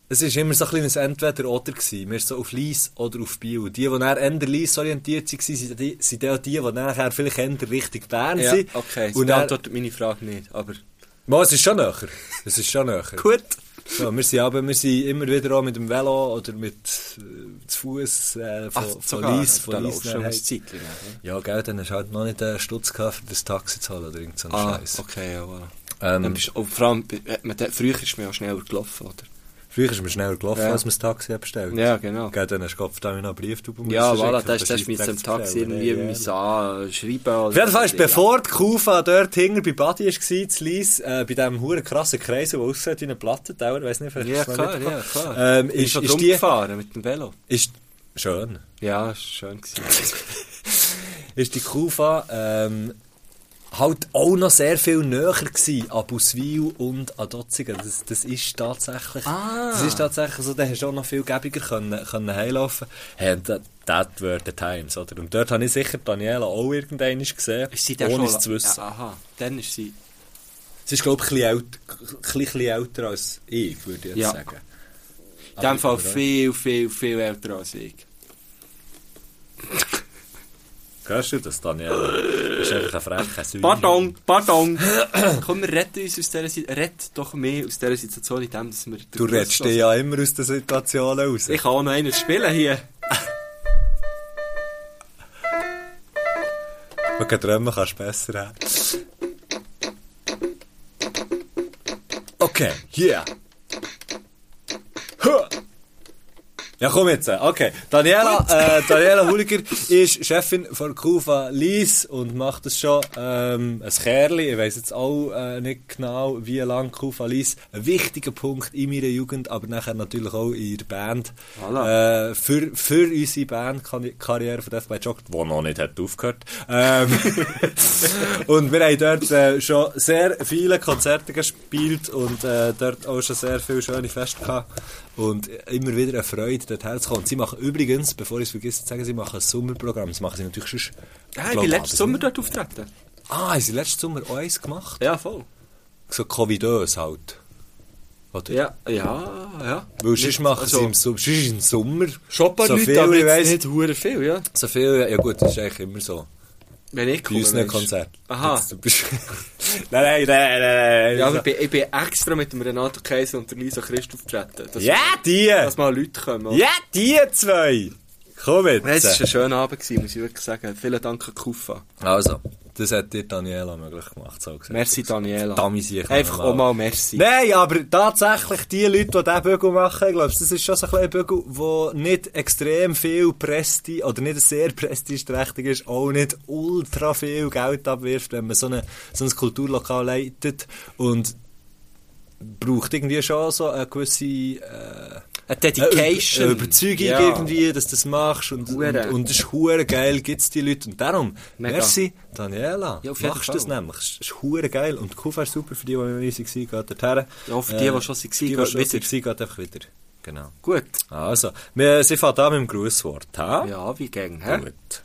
[SPEAKER 6] Es ist immer so ein kleines Entweder-Oder gewesen. Wir sind so auf Lies oder auf Bio. Die, die nachher eher Lies orientiert waren, sind die, sind die, die, die nachher vielleicht eher Richtung Bern
[SPEAKER 5] Ja,
[SPEAKER 6] sind.
[SPEAKER 5] okay, sie
[SPEAKER 6] Und dann,
[SPEAKER 5] beantwortet meine Frage nicht, aber
[SPEAKER 6] Mo, es ist schon näher. Es ist schon näher.
[SPEAKER 5] gut.
[SPEAKER 6] Ja, wir, sind, aber wir sind immer wieder auch mit dem Velo oder mit äh, zu Fuß äh, von, von Lies.
[SPEAKER 5] da
[SPEAKER 6] Von Lies
[SPEAKER 5] läufst du schon
[SPEAKER 6] nachher.
[SPEAKER 5] ein Zeitchen.
[SPEAKER 6] ja, gell, dann hast du halt noch nicht den Stutz gehabt, für das Taxi zu zahlen oder irgend so einen
[SPEAKER 5] Ah,
[SPEAKER 6] Scheiß.
[SPEAKER 5] okay, ja, voilà.
[SPEAKER 6] Ähm,
[SPEAKER 5] Dann bist, oh, vor allem, äh, man, da- früher ist man ja schneller gelaufen, oder?
[SPEAKER 6] Früher ist man schneller gelaufen,
[SPEAKER 5] Ja.
[SPEAKER 6] als man das Taxi hat bestellt
[SPEAKER 5] Ja, genau.
[SPEAKER 6] Gell, dann hast du Kopf da noch einen Brief drüber
[SPEAKER 5] Ja,
[SPEAKER 6] müssen
[SPEAKER 5] voilà,
[SPEAKER 6] schicken,
[SPEAKER 5] das, das
[SPEAKER 6] dass
[SPEAKER 5] ist mit
[SPEAKER 6] die
[SPEAKER 5] dem Taxi
[SPEAKER 6] Taxifälle-
[SPEAKER 5] irgendwie
[SPEAKER 6] Ja.
[SPEAKER 5] müssen anschreiben.
[SPEAKER 6] Auf jeden Fall ist, bevor die Kufa dort hinten bei Buddy war, zu Lies, äh, bei diesem huren krassen Kreis, der aussieht wie eine Platte, ich weiss nicht, vielleicht
[SPEAKER 5] Ja,
[SPEAKER 6] hast du es noch
[SPEAKER 5] klar, ja,
[SPEAKER 6] mitbekommen.
[SPEAKER 5] klar.
[SPEAKER 6] Ähm, ist,
[SPEAKER 5] schon
[SPEAKER 6] ist die,
[SPEAKER 5] rumgefahren mit dem Velo.
[SPEAKER 6] ist, schön,
[SPEAKER 5] Ja, ist schön gewesen.
[SPEAKER 6] ist die Kufa, ähm, halt auch noch sehr viel näher gewesen an Buswil und an Dotzigen. Das, das ist tatsächlich,
[SPEAKER 5] Ah.
[SPEAKER 6] das ist tatsächlich so, da hast du auch noch viel gäbiger können, können heimlaufen. Hey, und that, that were the times, oder? Und dort habe ich sicher Daniela auch irgendwann gesehen,
[SPEAKER 5] ist sie da
[SPEAKER 6] ohne
[SPEAKER 5] schon?
[SPEAKER 6] es zu wissen.
[SPEAKER 5] Ja, aha, dann ist sie...
[SPEAKER 6] Sie ist, glaube ich, ein bisschen, ält- ein bisschen älter als ich, würde ich jetzt
[SPEAKER 5] Ja.
[SPEAKER 6] sagen. Ah,
[SPEAKER 5] In dem Fall viel, viel, viel älter als ich.
[SPEAKER 6] Hörst du das, Daniela? Das ist einfach ein frecher Säuer.
[SPEAKER 5] Pardon, pardon. Komm, wir retten uns aus dieser Situation. Rett doch mehr aus dieser Situation, in dem, dass wir... den
[SPEAKER 6] Du
[SPEAKER 5] Bus
[SPEAKER 6] redest
[SPEAKER 5] hören.
[SPEAKER 6] dich ja immer aus den Situationen raus.
[SPEAKER 5] Ich kann auch noch einen spielen hier.
[SPEAKER 6] Man kann träumen, kannst du besser haben. Okay, yeah. Huh. Ja, komm jetzt. äh, Okay. Daniela, äh, Daniela Huliger ist Chefin von Kufa Lies und macht das schon ähm, ein Kerli. Ich weiss jetzt auch äh, nicht genau, wie lange Kufa Lies ein wichtiger Punkt in meiner Jugend, aber nachher natürlich auch in der Band.
[SPEAKER 5] Voilà.
[SPEAKER 6] Äh, für, für unsere Bandkarriere von Death by Jock, die noch nicht hat aufgehört. Ähm, und wir haben dort äh, schon sehr viele Konzerte gespielt und äh, dort auch schon sehr viele schöne Feste gehabt. Und immer wieder eine Freude, dort herzukommen. Und sie machen übrigens, bevor ich es vergesse zu sagen, sie machen ein Sommerprogramm. Das machen sie natürlich schon.
[SPEAKER 5] Ja, ich bin letzten Ah, Sommer dort auftreten.
[SPEAKER 6] Ah, haben sie letzten Sommer auch eins gemacht?
[SPEAKER 5] Ja, voll.
[SPEAKER 6] So covidös halt. Oder?
[SPEAKER 5] Ja, ja, ja.
[SPEAKER 6] Weil sonst
[SPEAKER 5] Nicht-
[SPEAKER 6] machen sie
[SPEAKER 5] also-
[SPEAKER 6] im, Som- sonst ist im Sommer.
[SPEAKER 5] Schon ein paar
[SPEAKER 6] so
[SPEAKER 5] Leute,
[SPEAKER 6] viel,
[SPEAKER 5] aber
[SPEAKER 6] ich
[SPEAKER 5] jetzt
[SPEAKER 6] weiss,
[SPEAKER 5] nicht hure viel, ja.
[SPEAKER 6] So viel, ja gut, das ist eigentlich immer so.
[SPEAKER 5] Wenn ich
[SPEAKER 6] Bei
[SPEAKER 5] komme,
[SPEAKER 6] unseren
[SPEAKER 5] meinst du?
[SPEAKER 6] Konzerten.
[SPEAKER 5] Aha.
[SPEAKER 6] Jetzt zum Beispiel. nein, nein, nein, nein.
[SPEAKER 5] Ja,
[SPEAKER 6] nein.
[SPEAKER 5] aber ich bin, ich bin extra mit dem Renato Kaiser und der Lisa Christoph chatten. Dass,
[SPEAKER 6] Ja, die!
[SPEAKER 5] dass mal Leute kommen. oder?
[SPEAKER 6] Ja, die zwei! Komm jetzt!
[SPEAKER 5] Nein, Es war ein schöner Abend, gewesen, muss ich wirklich sagen. Vielen Dank an Kufa.
[SPEAKER 6] Also, das hat dir Daniela möglich gemacht, so gesagt.
[SPEAKER 5] Merci, Daniela.
[SPEAKER 6] Dummi sich.
[SPEAKER 5] Einfach auch mal merci.
[SPEAKER 6] Nein, aber tatsächlich, die Leute, die diesen Bügel machen, glaubst das ist schon so ein kleiner Bügel, der nicht extrem viel Presti oder nicht sehr prestigeträchtig ist, auch nicht ultra viel Geld abwirft, wenn man so, eine, so ein Kulturlokal leitet und braucht irgendwie schon so eine gewisse äh,
[SPEAKER 5] Eine
[SPEAKER 6] Eine
[SPEAKER 5] Dedication.
[SPEAKER 6] Über- äh, Überzeugung
[SPEAKER 5] Ja.
[SPEAKER 6] irgendwie, dass du das machst und, und,
[SPEAKER 5] Hure.
[SPEAKER 6] und es ist hure geil, gibt's die Leute. Und darum,
[SPEAKER 5] Mega.
[SPEAKER 6] merci, Daniela,
[SPEAKER 5] Ja, auf jeden
[SPEAKER 6] machst das
[SPEAKER 5] Fall.
[SPEAKER 6] nämlich. Es ist hure geil und Kufa ist super für die, die noch nicht waren, geht dorthin.
[SPEAKER 5] Ja, für die, die schon waren,
[SPEAKER 6] die, die
[SPEAKER 5] geht
[SPEAKER 6] schon
[SPEAKER 5] wieder.
[SPEAKER 6] waren, geht einfach wieder. Genau.
[SPEAKER 5] Gut.
[SPEAKER 6] Also, wir, sie fängt an mit dem Grußwort, ha?
[SPEAKER 5] Ja, wie gegen, hä?
[SPEAKER 6] Gut.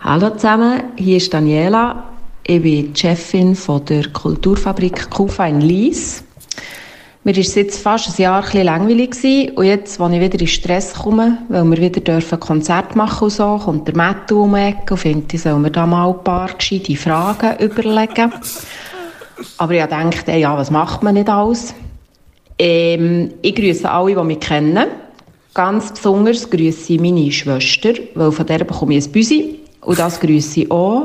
[SPEAKER 1] Hallo zusammen, hier ist Daniela. Ich bin die Chefin von der Kulturfabrik Kufa in Lies. Mir war es jetzt fast ein Jahr ein bisschen langweilig gewesen. und jetzt, als ich wieder in Stress komme, weil wir wieder dürfen Konzert machen und so, kommt der Mattu um die Ecke und findet, ich soll mir da mal ein paar gescheite Fragen überlegen. Aber ich dachte, ey, ja, was macht man nicht alles? Ähm, ich grüße alle, die mich kennen. Ganz besonders grüße ich meine Schwester, weil von der bekomme ich ein Büsi. Und das grüße ich auch.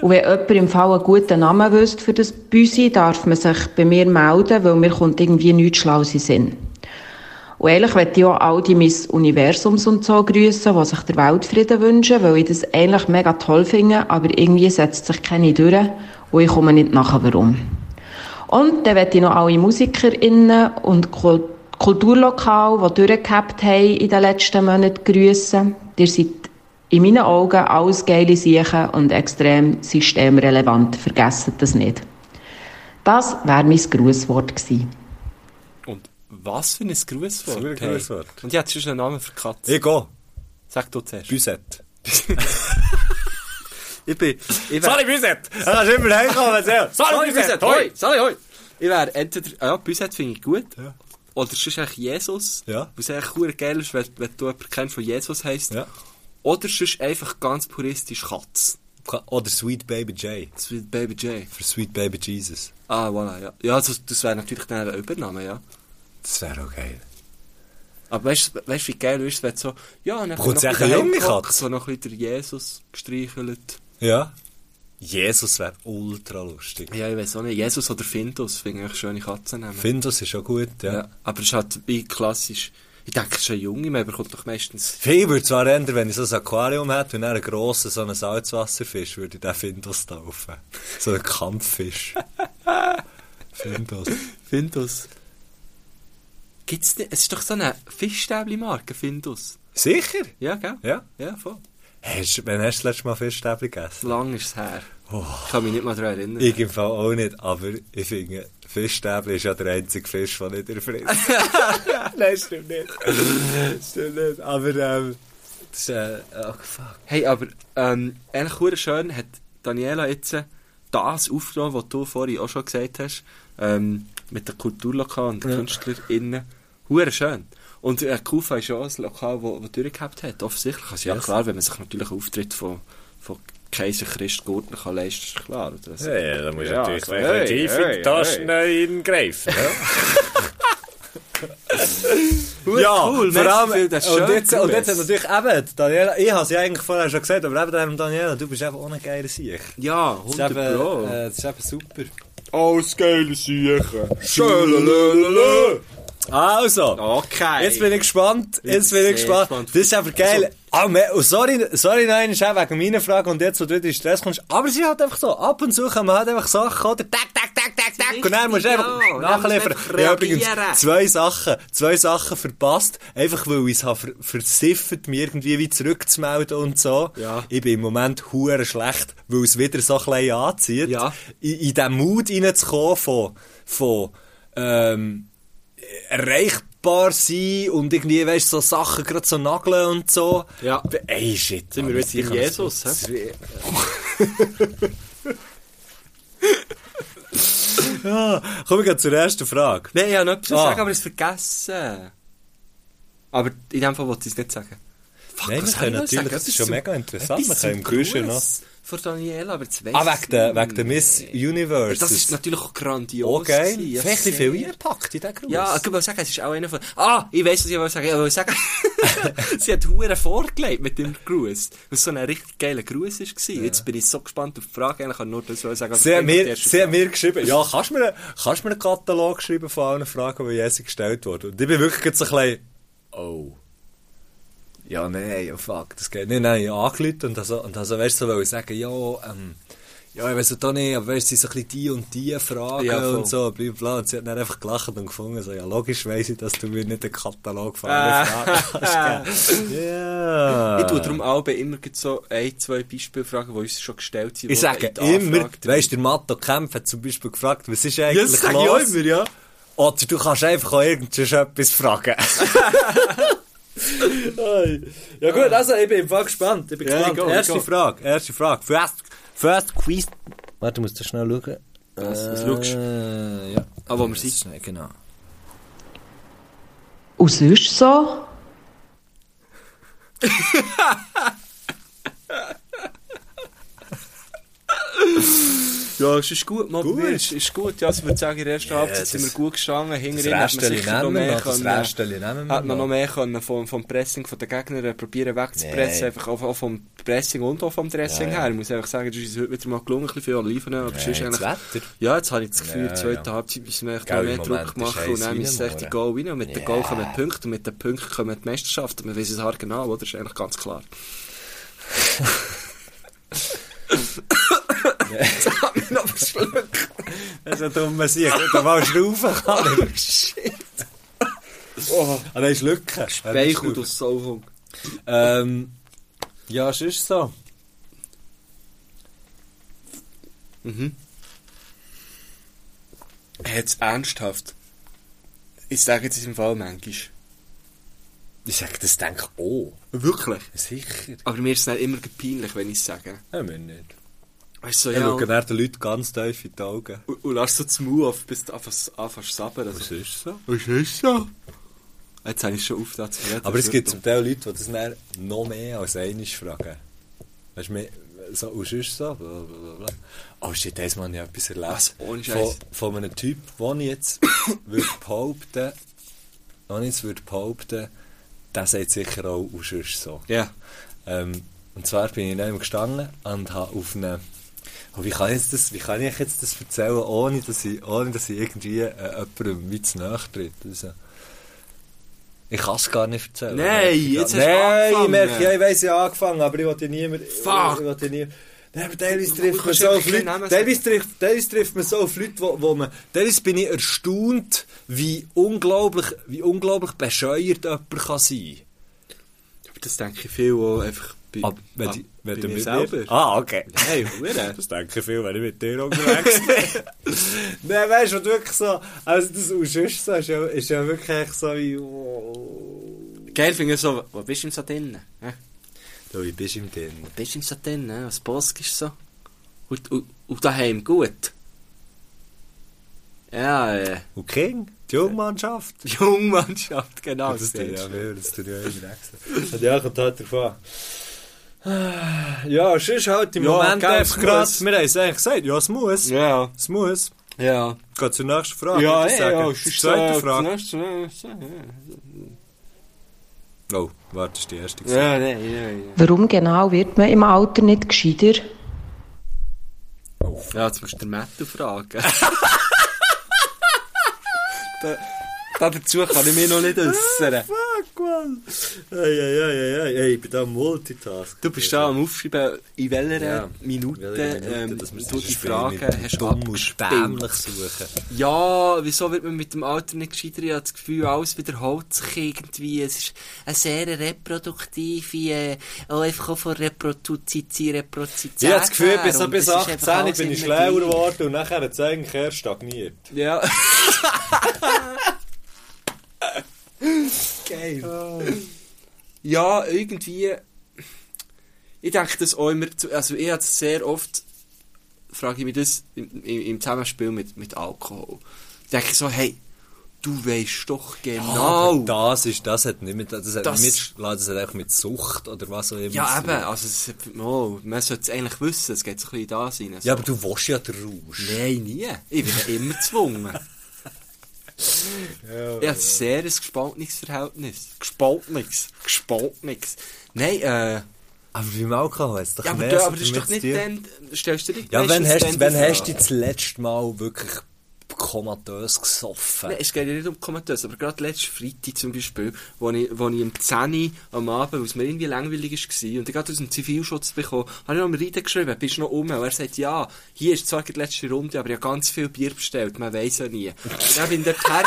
[SPEAKER 1] Und wenn jemand im Fall einen guten Namen wüsste für das Büsi, darf man sich bei mir melden, weil mir kommt irgendwie nichts Schlaues in den Sinn. Und ehrlich möchte ich auch all die Miss Universums und so grüßen, die sich der Weltfrieden wünschen, weil ich das eigentlich mega toll finde, aber irgendwie setzt sich keine durch und ich komme nicht nachher warum. Und dann möchte ich noch alle MusikerInnen und Kul- Kulturlokale, die durchgehabt haben in den letzten Monaten, grüßen. Ihr seid in meinen Augen alles geile Siechen und extrem systemrelevant. Vergesst das nicht. Das wäre mein Grußwort gewesen.
[SPEAKER 5] Und was für ein Grußwort.
[SPEAKER 6] Was für ein
[SPEAKER 5] hey.
[SPEAKER 6] Grußwort.
[SPEAKER 5] Und ich hätte schon einen Namen verkatzt.
[SPEAKER 6] Ich gehe.
[SPEAKER 5] Sag du zuerst.
[SPEAKER 6] Büsset.
[SPEAKER 5] Ich bin... Ich wär,
[SPEAKER 6] Sorry, Büsset! Er kannst immer heimkommen, erzähl. Sorry, Büsset! Hoi!
[SPEAKER 5] Sorry, hoi! Ich wäre entweder... ah Ja, Büsset finde ich gut. Oder sonst eigentlich Jesus.
[SPEAKER 6] Ja.
[SPEAKER 5] Was eigentlich cool geil ist, wenn, wenn du jemanden kennst, der Jesus heisst.
[SPEAKER 6] Ja.
[SPEAKER 5] Oder sonst einfach ganz puristisch Katz.
[SPEAKER 6] Oder Sweet Baby J.
[SPEAKER 5] Das wird Baby J.
[SPEAKER 6] Für Sweet Baby Jesus.
[SPEAKER 5] Ah, voilà, ja. Ja, das, das wäre natürlich dann ein Übername, ja.
[SPEAKER 6] Das wäre auch geil.
[SPEAKER 5] Aber weißt du, weißt du, wie geil ist, wenn du so, ja, dann
[SPEAKER 6] Bekommt's
[SPEAKER 5] noch
[SPEAKER 6] echt eine junge
[SPEAKER 5] daheim
[SPEAKER 6] Katze?
[SPEAKER 5] so noch ein bisschen der Jesus gestreichelt.
[SPEAKER 6] Ja. Jesus wäre ultra lustig.
[SPEAKER 5] Ja, ich weiß auch nicht, Jesus oder Findus, finde ich eigentlich schöne Katzen nehmen.
[SPEAKER 6] Findus ist auch gut, ja.
[SPEAKER 5] ja. Aber es ist halt wie klassisch, ich denke, es ist ein Junge, man bekommt doch meistens,
[SPEAKER 6] Viel würde zwar ändern, wenn ich so ein Aquarium hätte und dann einen grossen so einen Salzwasserfisch, würde ich den Findus taufen. So einen Kampffisch. Findus.
[SPEAKER 5] Findus. Gibt's nicht, es ist doch so eine Fischstäbli-Marke, Findus.
[SPEAKER 6] Sicher?
[SPEAKER 5] Ja, gell?
[SPEAKER 6] Ja.
[SPEAKER 5] Ja, voll.
[SPEAKER 6] Hast, wann hast du das letzte Mal Fischstäbli gegessen?
[SPEAKER 5] Lang ist es her. Ich kann mich nicht mal daran erinnern.
[SPEAKER 6] Oh. Ich im Fall auch nicht, aber ich finde, Fischstäbli ist ja der einzige Fisch, den ich er frisst. Nein, stimmt nicht. stimmt nicht. Aber, ähm, das ist, äh, oh fuck.
[SPEAKER 5] Hey, aber ähm, eigentlich hure schön hat Daniela jetzt äh, das aufgenommen, was du vorhin auch schon gesagt hast, ähm, mit den Kulturlokalen und den KünstlerInnen. Hure schön. Und äh, Kufa ist auch ein Lokal, das durchgehabt hat, offensichtlich. Also ja,
[SPEAKER 6] Yes.
[SPEAKER 5] klar, wenn man sich natürlich einen Auftritt von, von Kaiser Christ Gurtner kann leisten, ist klar. oder? Also,
[SPEAKER 6] Ja, da muss
[SPEAKER 5] Ja,
[SPEAKER 6] natürlich
[SPEAKER 5] also,
[SPEAKER 6] ein bisschen
[SPEAKER 5] hey,
[SPEAKER 6] tief in die
[SPEAKER 5] hey,
[SPEAKER 6] Taschen eingreifen.
[SPEAKER 5] Hure cool,
[SPEAKER 6] vor
[SPEAKER 5] merci
[SPEAKER 6] allem,
[SPEAKER 5] viel, das ist
[SPEAKER 6] und
[SPEAKER 5] schön
[SPEAKER 6] jetzt, und jetzt hat
[SPEAKER 5] gewesen.
[SPEAKER 6] natürlich eben, Daniela, ich habe es ja eigentlich vorher schon gesagt, aber eben dem Daniela, du bist eben ohne geiler Sieg.
[SPEAKER 5] Ja,
[SPEAKER 6] Das ist
[SPEAKER 5] 100
[SPEAKER 6] eben,
[SPEAKER 5] Pro.
[SPEAKER 6] äh, das ist eben super.
[SPEAKER 5] Alles geile Siechen. Ah,
[SPEAKER 6] Also.
[SPEAKER 5] Oh, Okay.
[SPEAKER 6] Jetzt bin ich gespannt. Jetzt bin ich
[SPEAKER 5] sehr
[SPEAKER 6] gespannt.
[SPEAKER 5] gespannt.
[SPEAKER 6] Das ist einfach geil. Ah, me- oh, sorry, sorry, nein, ist auch wegen meiner Frage und jetzt, wo du wieder in Stress kommst. Aber sie hat einfach so, ab und zu kann man halt einfach Sachen, oder? Tack, tack, tack, tack, tack. Und dann musst du
[SPEAKER 5] richtig,
[SPEAKER 6] einfach
[SPEAKER 5] ja. Dann musst du
[SPEAKER 6] nachliefern.
[SPEAKER 5] einfach
[SPEAKER 6] Ich habe übrigens
[SPEAKER 5] reagieren.
[SPEAKER 6] zwei Sachen, zwei Sachen verpasst. Einfach weil ich es habe ver versiffert, mir irgendwie wie zurückzumelden und so.
[SPEAKER 5] Ja.
[SPEAKER 6] Ich bin im Moment hure schlecht, weil es wieder so klein anzieht.
[SPEAKER 5] Ja.
[SPEAKER 6] In, in diesen Mut reinzukommen von, von, ähm, erreichbar sein und irgendwie, weißt so Sachen gerade so nageln und so.
[SPEAKER 5] Ja.
[SPEAKER 6] Ey, shit.
[SPEAKER 5] Sind wir
[SPEAKER 6] Mann,
[SPEAKER 5] jetzt in
[SPEAKER 6] ich kann
[SPEAKER 5] Jesus,
[SPEAKER 6] das- Ja. Kommen wir gleich zur ersten Frage.
[SPEAKER 5] Nein, ich habe noch etwas zu
[SPEAKER 6] Ah.
[SPEAKER 5] sagen, aber ich habe es vergessen. Aber in dem Fall wollte ich es nicht sagen.
[SPEAKER 6] Nein, wir können
[SPEAKER 5] was kann ich noch
[SPEAKER 6] natürlich,
[SPEAKER 5] sagen?
[SPEAKER 6] das ist
[SPEAKER 5] Etwas
[SPEAKER 6] schon
[SPEAKER 5] zu-
[SPEAKER 6] mega interessant, wir
[SPEAKER 5] etwas
[SPEAKER 6] können im
[SPEAKER 5] zum
[SPEAKER 6] Küchen noch...
[SPEAKER 5] Gruß Von Daniela, aber das weiss
[SPEAKER 6] Ah, wegen der,
[SPEAKER 5] ich
[SPEAKER 6] wegen der
[SPEAKER 5] nicht.
[SPEAKER 6] Miss Universe.
[SPEAKER 5] Das ist natürlich auch grandios.
[SPEAKER 6] auch geil.
[SPEAKER 5] gewesen, ja,
[SPEAKER 6] Vielleicht ein
[SPEAKER 5] sehr.
[SPEAKER 6] bisschen viel eingepackt in diesen Gruß.
[SPEAKER 5] Ja, ich wollte sagen, es ist auch einer von... Ah, ich weiss, was ich wollte sagen. Ich wollte sagen, sie hat Huren vorgelegt mit dem Gruß. Was so ein richtig geiler Gruß war. Jetzt bin ich so gespannt auf die Frage. Ich kann nur das sagen.
[SPEAKER 6] Sie hat
[SPEAKER 5] aber
[SPEAKER 6] mir,
[SPEAKER 5] erst-
[SPEAKER 6] sie hat mir geschrieben, ja, kannst du mir, kannst du mir einen Katalog schreiben von allen Fragen, die Jesse gestellt wurden? Und ich bin wirklich jetzt so ein bisschen, oh. Ja, nein, oh fuck, das geht nicht. Nein, ich habe angerufen und also, und also weißt du, so wollte ich sagen, ja, ähm, ja, ich weiss auch nicht, aber weißt du, es sind so ein bisschen die und die Fragen
[SPEAKER 5] Ja, voll.
[SPEAKER 6] und so, bla, bla. Und sie hat dann einfach gelacht und gefunden, so, ja, logisch weiss ich, dass du mir nicht einen Katalog von allen
[SPEAKER 5] Ah.
[SPEAKER 6] Fragen kannst geben. Ja.
[SPEAKER 5] Ich
[SPEAKER 6] Äh.
[SPEAKER 5] tue darum auch immer gleich so ein, zwei Beispielfragen, die uns schon gestellt sind.
[SPEAKER 6] Ich
[SPEAKER 5] wo
[SPEAKER 6] sage
[SPEAKER 5] in die
[SPEAKER 6] immer,
[SPEAKER 5] Anfrage drin-
[SPEAKER 6] weißt du, der Matto Kempf hat zum Beispiel gefragt, was ist
[SPEAKER 5] Ja,
[SPEAKER 6] eigentlich
[SPEAKER 5] das sage ich auch
[SPEAKER 6] los?
[SPEAKER 5] immer, ja.
[SPEAKER 6] Oder du kannst einfach auch irgendwas etwas fragen. ja gut, also ich bin im Fall gespannt. Ich bin
[SPEAKER 5] Ja,
[SPEAKER 6] gespannt.
[SPEAKER 5] go,
[SPEAKER 6] erste
[SPEAKER 5] go.
[SPEAKER 6] Frage, erste Frage. First, first quiz. Warte, du musst da schnell schauen.
[SPEAKER 5] Was- was
[SPEAKER 6] Äh,
[SPEAKER 5] schaust
[SPEAKER 6] Ja.
[SPEAKER 5] Ah, wo wir
[SPEAKER 6] Das
[SPEAKER 5] sind.
[SPEAKER 6] ist schnell, Genau.
[SPEAKER 1] Und sonst so?
[SPEAKER 5] Ja, es ist gut, Mann.
[SPEAKER 6] Gut.
[SPEAKER 5] Es ist gut. Ja, also ich würde sagen, in der ersten
[SPEAKER 6] Ja,
[SPEAKER 5] Halbzeit sind wir
[SPEAKER 6] das-
[SPEAKER 5] gut gestanden.
[SPEAKER 6] Das
[SPEAKER 5] Hinterher hat man
[SPEAKER 6] Restchen
[SPEAKER 5] sicher noch
[SPEAKER 6] nehmen wir
[SPEAKER 5] mehr
[SPEAKER 6] noch. Das
[SPEAKER 5] können... äh,
[SPEAKER 6] Restchen nehmen wir
[SPEAKER 5] Hat man noch mehr können vom, vom Pressing von den Gegnern äh, probieren wegzupressen,
[SPEAKER 6] Nee.
[SPEAKER 5] einfach auch, auch vom Pressing und auch vom Dressing
[SPEAKER 6] Ja, ja.
[SPEAKER 5] her. Ich muss einfach sagen, das ist uns heute wieder mal gelungen, ein bisschen viel Oliven nehmen, aber
[SPEAKER 6] Nein,
[SPEAKER 5] sonst
[SPEAKER 6] Äh, das
[SPEAKER 5] eigentlich...
[SPEAKER 6] Wetter.
[SPEAKER 5] Ja, jetzt habe ich das Gefühl,
[SPEAKER 6] Ja,
[SPEAKER 5] in der zweiten
[SPEAKER 6] ja.
[SPEAKER 5] Halbzeit müssen wir echt
[SPEAKER 6] Gell,
[SPEAKER 5] noch
[SPEAKER 6] im
[SPEAKER 5] mehr
[SPEAKER 6] Moment
[SPEAKER 5] Druck
[SPEAKER 6] ist
[SPEAKER 5] machen
[SPEAKER 6] heiß
[SPEAKER 5] und dann müssen echt die
[SPEAKER 6] reinmorgen.
[SPEAKER 5] Goal rein und mit den
[SPEAKER 6] Ja.
[SPEAKER 5] Goal kommen die Punkte und mit den Punkten kommen die Meisterschaften. Man weiß es hart genau, oder? Das ist eigentlich ganz klar. Jetzt habe ich noch verschluckt. Also,
[SPEAKER 6] Das ist ein dummer Sieg. Da mal schrauben kann.
[SPEAKER 5] Shit.
[SPEAKER 6] Ah, da ist Lücke.
[SPEAKER 5] Weichel, du Sauhung.
[SPEAKER 6] Ähm, ja, es ist so.
[SPEAKER 5] Mhm. Jetzt ernsthaft. Ich sage jetzt im Fall manchmal.
[SPEAKER 6] Ich sage, das denke ich auch.
[SPEAKER 5] Wirklich?
[SPEAKER 6] Sicher.
[SPEAKER 5] Aber mir ist es dann immer gleich peinlich, wenn ich es sage.
[SPEAKER 6] Ja, wir nicht.
[SPEAKER 5] Weißt du, so,
[SPEAKER 6] Ich
[SPEAKER 5] ja,
[SPEAKER 6] schaue
[SPEAKER 5] und,
[SPEAKER 6] dann den Leuten ganz tief in die Augen.
[SPEAKER 5] und, und lass so das Mund auf, bis du anfängst anfängst zu sabbern. Also,
[SPEAKER 6] ist so?
[SPEAKER 5] was ist so? Jetzt habe ich schon auf das zu reden.
[SPEAKER 6] Aber es
[SPEAKER 5] Das
[SPEAKER 6] gibt
[SPEAKER 5] wird
[SPEAKER 6] zum Teil Leute, die das dann noch mehr als einmal fragen. Weißt du, mehr- so, und ist so, bla, bla, bla. Oh shit, das Mal habe ich etwas erlebt.
[SPEAKER 5] Was? Ohne
[SPEAKER 6] von,
[SPEAKER 5] Scheiß.
[SPEAKER 6] von einem Typ, den ich jetzt würde behaupten, den ich jetzt würde behaupten, der sagt sicher auch, und ist so.
[SPEAKER 5] dumm. Ja.
[SPEAKER 6] Ähm, und zwar bin ich dann gestanden und habe auf eine oh, wie, kann ich jetzt das, wie kann ich jetzt das erzählen, ohne dass ich, ohne dass ich irgendwie äh, jemandem weit zu nahe trete? Also, ich kann es gar nicht erzählen.
[SPEAKER 5] Nein, jetzt hast du
[SPEAKER 6] Nein, ich
[SPEAKER 5] angefangen.
[SPEAKER 6] merke, ja, ich weiss, ich habe angefangen, aber ich wollte ja niemand...
[SPEAKER 5] Fuck.
[SPEAKER 6] Ich wollte ja niemand... Nein, aber teilweise
[SPEAKER 5] Du
[SPEAKER 6] trifft man
[SPEAKER 5] kannst
[SPEAKER 6] so auf
[SPEAKER 5] einfach
[SPEAKER 6] Leute,
[SPEAKER 5] keinen Namen
[SPEAKER 6] teilweise trifft, teilweise trifft man so auf Leute, wo, wo man, teilweise bin ich erstaunt, wie unglaublich, wie unglaublich bescheuert jemand kann sein kann.
[SPEAKER 5] Aber das denke ich viel auch einfach bei,
[SPEAKER 6] Ab, wenn,
[SPEAKER 5] ab-
[SPEAKER 6] die, wenn
[SPEAKER 5] bei
[SPEAKER 6] du
[SPEAKER 5] mir
[SPEAKER 6] mit Ah,
[SPEAKER 5] selber.
[SPEAKER 6] Mir? Ah, okay.
[SPEAKER 5] Hey, Hure.
[SPEAKER 6] Das denke ich viel, wenn ich mit dir unterwegs bin. Nein, weißt du, wirklich so, also das Ausschuss so, ist ja, ist ja wirklich so wie, oh.
[SPEAKER 5] Geil finde ich so, wo bist du im Satinnen? Hä?
[SPEAKER 6] Du, wie bist im Dinn?
[SPEAKER 5] bist im Satin, ne? Was Bosk ist so. Und, und, und daheim gut. Ja, äh,
[SPEAKER 6] Und King? Die Jungmannschaft?
[SPEAKER 5] Jungmannschaft, genau.
[SPEAKER 6] Ah, das tut
[SPEAKER 5] siehst
[SPEAKER 6] ja
[SPEAKER 5] du.
[SPEAKER 6] weh, das tut ja immer extra. Und ja, kommt halt davon. Ja, sonst halt im
[SPEAKER 5] Ja,
[SPEAKER 6] Moment
[SPEAKER 5] gell,
[SPEAKER 6] einfach
[SPEAKER 5] es
[SPEAKER 6] gerade,
[SPEAKER 5] muss.
[SPEAKER 6] wir haben es eigentlich gesagt, ja, es muss.
[SPEAKER 5] ja,
[SPEAKER 6] Es muss.
[SPEAKER 5] ja.
[SPEAKER 6] Geht zur nächsten Frage,
[SPEAKER 5] ja,
[SPEAKER 6] würde ich sagen.
[SPEAKER 5] ja,
[SPEAKER 6] Die zweite Frage.
[SPEAKER 5] Frage.
[SPEAKER 6] Oh, warte, das ist die erste. gewesen.
[SPEAKER 5] Ja, nein, ja, ja.
[SPEAKER 1] Warum genau wird man im Alter nicht gescheiter?
[SPEAKER 5] Ja, jetzt musst du den Matthew fragen. da, da dazu kann ich mich noch nicht äußern.
[SPEAKER 6] Fuck, Mann! Ei, ei, ei, ei, ei, ei, ich bin da am Multitasking.
[SPEAKER 5] Du bist da am Aufschreiben, in welcher
[SPEAKER 6] Ja.
[SPEAKER 5] Minute, ähm, du die Fragen hast
[SPEAKER 6] dumm und
[SPEAKER 5] abgespielt.
[SPEAKER 6] dämlich suchen.
[SPEAKER 5] Ja, wieso wird man mit dem Alter nicht gescheiter? Ich habe das Gefühl, alles wiederholt sich irgendwie. Es ist eine sehr reproduktive, äh, auch einfach auch von Reproduzizität, Reproduzität.
[SPEAKER 6] Ich habe das Gefühl, bis,
[SPEAKER 5] her. Und
[SPEAKER 6] bis
[SPEAKER 5] es ist einfach
[SPEAKER 6] 18
[SPEAKER 5] alles
[SPEAKER 6] bin ich
[SPEAKER 5] immer
[SPEAKER 6] schlauer
[SPEAKER 5] gleich.
[SPEAKER 6] geworden und nachher hat es eigentlich erst stagniert.
[SPEAKER 5] Ja.
[SPEAKER 6] Geil.
[SPEAKER 5] Ja, irgendwie. Ich denke das auch immer. zu- Also, ich habe sehr oft. Frage ich mich das im, im, im Zusammenspiel mit, mit Alkohol. Denke ich so, hey, du weißt doch
[SPEAKER 6] Aber
[SPEAKER 5] genau.
[SPEAKER 6] Das ist, das hat nicht mit, das hat
[SPEAKER 5] Das-
[SPEAKER 6] nicht mit, das hat auch mit Sucht oder was auch immer.
[SPEAKER 5] ja,
[SPEAKER 6] zu
[SPEAKER 5] eben,
[SPEAKER 6] tun.
[SPEAKER 5] also es, oh, man sollte es eigentlich wissen, es geht so ein bisschen da rein.
[SPEAKER 6] Ja, aber du willst ja den Rausch.
[SPEAKER 5] Nein, nie. Ich bin ja immer gezwungen. ja, ja, sehr ein gespaltenes Verhältnis. Gespaltenes. Gespaltenes. Nein, äh,
[SPEAKER 6] Aber beim Alkohol ist doch
[SPEAKER 5] ja, aber,
[SPEAKER 6] mehr
[SPEAKER 5] du,
[SPEAKER 6] so
[SPEAKER 5] aber das ist
[SPEAKER 6] damit
[SPEAKER 5] doch
[SPEAKER 6] zu
[SPEAKER 5] nicht
[SPEAKER 6] tun.
[SPEAKER 5] dann, stellst du dich
[SPEAKER 6] Ja, wenn
[SPEAKER 5] meistens
[SPEAKER 6] hast,
[SPEAKER 5] dann
[SPEAKER 6] du- wenn
[SPEAKER 5] die
[SPEAKER 6] hast du
[SPEAKER 5] Frage.
[SPEAKER 6] das letzte Mal wirklich komatös gesoffen?
[SPEAKER 5] Nein, es geht ja nicht um Kommentös, aber gerade letzten Freitag zum Beispiel, wo ich, wo ich um 10 Uhr am Abend, weil es mir irgendwie langweilig war, und ich gerade aus dem Zivilschutz bekommen, habe ich noch am Reiten geschrieben, bist du noch um? Und er sagt, ja, hier ist zwar die letzte Runde, aber ich habe ganz viel Bier bestellt, man weiss ja nie. Und dann bin ich dorthin,